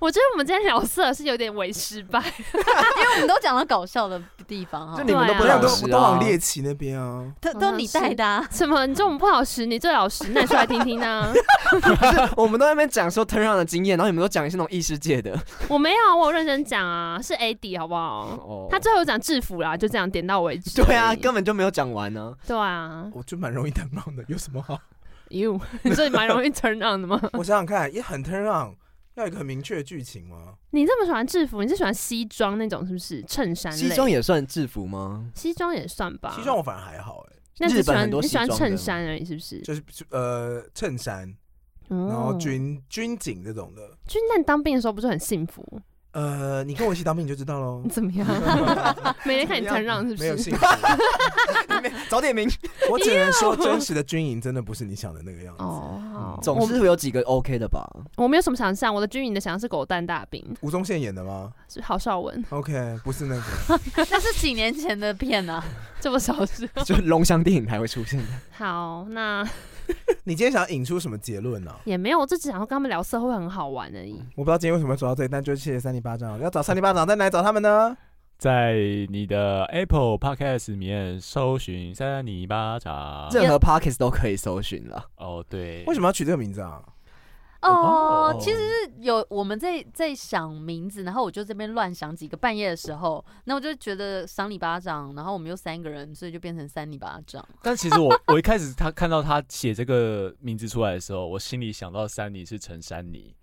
S2: 我觉得我们今天聊色是有点为失败，
S4: <laughs> 因为我们都讲到搞笑的地方
S5: 就
S4: 哈，
S5: 你们都不
S1: 我
S2: 对啊
S1: 想
S5: 老
S1: 都
S5: 实
S1: 都
S5: 啊
S1: 往，猎奇那边啊，
S4: 都
S2: 好
S4: 都
S2: 像
S4: 你
S2: 是
S4: 带的啊，
S2: 什么？你说我们不老实，你最老实，那你说来听听
S5: <laughs>
S2: 呢？
S5: 我们都在那边讲说 turn on 的经验，然后你们都讲一些那种异世界的。
S2: 我没有，我有认真讲啊，是 AD 好不好？
S5: 哦
S2: 他最后讲制服啦，就这样点到为止而已。
S5: 对
S2: <laughs>
S5: 啊，根本就没有讲完呢。
S2: 对啊，
S1: 我就蛮容易当浪的，有什么
S5: <laughs>
S1: 好？
S2: you 你说你蛮容易 turn on 的吗？ <laughs>
S1: 我想想看，也很 turn on，要有一个很明确的剧情吗？
S2: 你这么喜欢制服，你是喜欢西装那种是不是？衬衫类
S5: 西装也算制
S2: <laughs>
S5: 服吗？
S2: 西装也算吧。
S1: 西装我反而还好，哎，
S2: 那你
S5: 日
S2: 喜
S5: 本
S2: 欢
S5: 很多
S2: 你喜欢
S5: 西装的
S2: 衬衫而已，是不是？
S1: 就是呃衬衫，
S2: 然
S1: 然后
S2: 嗯
S1: 军军警这种的，
S2: 军蛋当兵的时候不是很幸福？
S1: 呃，你跟我一起当兵你就知道 <laughs>
S2: <laughs>
S1: 喽
S5: 嗯
S2: 你。怎么
S5: <laughs>
S2: 样？每天看你 turn on 是不
S1: 没有
S2: 是？
S1: 幸福，
S5: 早点名，
S1: 我只能
S2: <laughs>
S1: 说真实的军营真的不是你想的那个样子。
S2: 哦，好
S5: 嗯总是会有几个 OK 的吧？
S2: 我我没有什么想象，我的军营的想象是狗蛋大兵，
S1: 吴宗宪演的吗
S2: 是郝邵文，
S1: ？OK，不是那个。
S4: <laughs> 那是几年前的片啊，
S2: 这么小事。
S5: 就龙翔电影才会出现的。
S2: 好，那
S1: 你今天想引出什么结论呢、啊
S2: 也没有，我就只想要跟他们聊色会很好玩而已。
S1: 我不知道今天为什么走到这里，但就是谢谢三零八掌。要找三零八掌在哪里找他们呢？
S3: 在你的 Apple Podcast 里面搜寻“三泥巴掌
S5: 任何 Pockets 都可以搜寻了。”。
S3: 哦，对，
S1: 为什
S3: 么？
S1: 么要取这个名字啊？
S4: 哦，其实是有我们在在想名字，然后我就这边乱想几个半夜的时候，那我就觉得赏你巴掌，然后我们又三个人，所以就变成三你巴掌。 <laughs>
S3: 但其实我我一开始他看到他写这个名字出来的时候，我心里想到三泥是陈珊妮，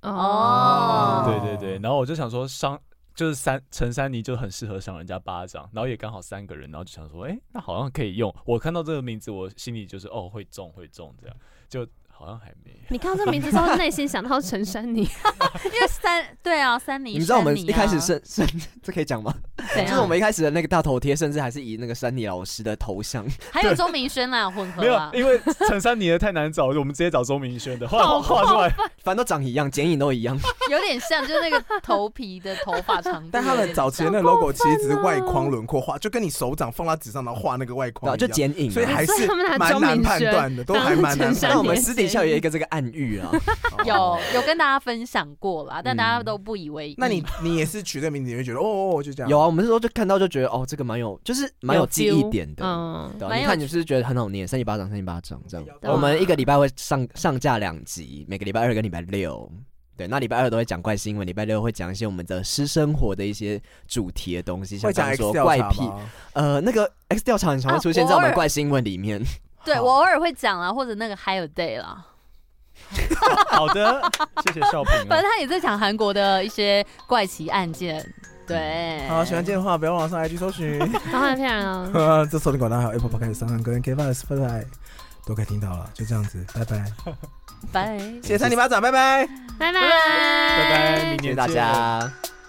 S5: 嗯
S1: 哦
S3: 对对对，然后我就想说伤。就是三陈珊妮就很适合赏人家巴掌，然后也刚好三个人，然后就想说，哎、那好像可以用。我看到这个名字，我心里就是哦，会中会中这样，就好像还没。
S2: 你看到这名字之后，内心想到陈珊妮，
S4: 因为三对啊，三你
S5: 你们知道我们
S4: 山
S5: 一
S4: 泥啊
S5: 开始是是 <laughs> <laughs> 这可以讲吗？
S4: 怎
S5: 就是我
S4: 样？
S5: 们一开始的那个大头贴，甚至还是以那个山里老师的头像。 <laughs>
S4: 还有钟明轩啦，混合啊
S3: 没有
S4: 啦，，
S3: 因为陈珊妮的太难找，我们直接找周明轩的，画画出来。
S5: 反正都长一样，剪影都一样。
S4: 有点像，就是那个头皮的头发长度有点像。
S1: <laughs> 但他们早期的那个 logo 其实只是
S2: 啊
S1: 外框轮廓画，就跟你手掌放到纸上然后画那个外
S5: 然
S1: 框
S5: 后
S1: 一
S5: 就
S1: 样，
S5: 剪影啊，
S1: 所以还
S2: 所以
S1: 是
S2: 他们拿
S1: 蛮
S2: 钟
S1: 难
S2: 明
S1: 判
S2: 轩
S1: 断的，都还蛮
S2: 当
S1: 难
S2: 成
S1: 判
S5: 那我
S1: 断
S5: 们
S1: 的。
S5: 私底下有一个这个暗喻啊，
S4: 有有跟大家分享过啦，但大家都不以为意。
S1: 那你你也是取这个名字，你会觉得哦哦哦，就这样。
S5: 有啊，我们那时候就看到就觉得哦，这个蛮有，就是蛮有记忆
S2: feel
S5: 点的。
S2: 嗯，
S5: 对啊，
S4: 蛮
S5: 你
S4: 有
S5: 看你是不是觉得很好念？三一巴掌，三一巴掌这样。
S2: 对啊
S5: 我们一个礼拜会上上架两集，每个礼拜二跟礼拜六。对，那礼拜二都会讲怪新闻，礼拜六会讲一些我们的私生活的一些主题的东西，像
S1: 会讲
S5: 刚刚
S1: X
S5: 说
S1: 调
S5: 怪
S1: 查
S5: 癖，
S1: 吗？
S5: 呃，那个 X 调查很常会
S4: 啊
S5: 出现在
S4: 我
S5: 我
S4: 偶
S5: 们
S4: 尔
S5: 怪新闻里面。
S4: 对
S1: 好
S4: 我偶尔会讲啦，或者那个还有 day 啦，
S3: 好的，谢谢少
S1: 嗯
S3: 平、啊
S4: 反正他也在讲韩国的一些怪奇案件。对，
S1: 好，喜欢今天的话，不要忘了上 IG 搜寻。啊
S2: 当然骗人
S3: <laughs>
S2: 了。
S1: 这首的广大还有 Apple Podcast、三跟 K b o x 拜拜，都可以听到了。就这样子，拜拜。
S4: 拜。
S1: 谢谢三零八掌，拜拜。
S2: 拜拜
S4: 拜拜
S3: 拜拜，明
S5: <laughs> 谢谢
S3: 年
S5: 大
S3: 见
S5: 家。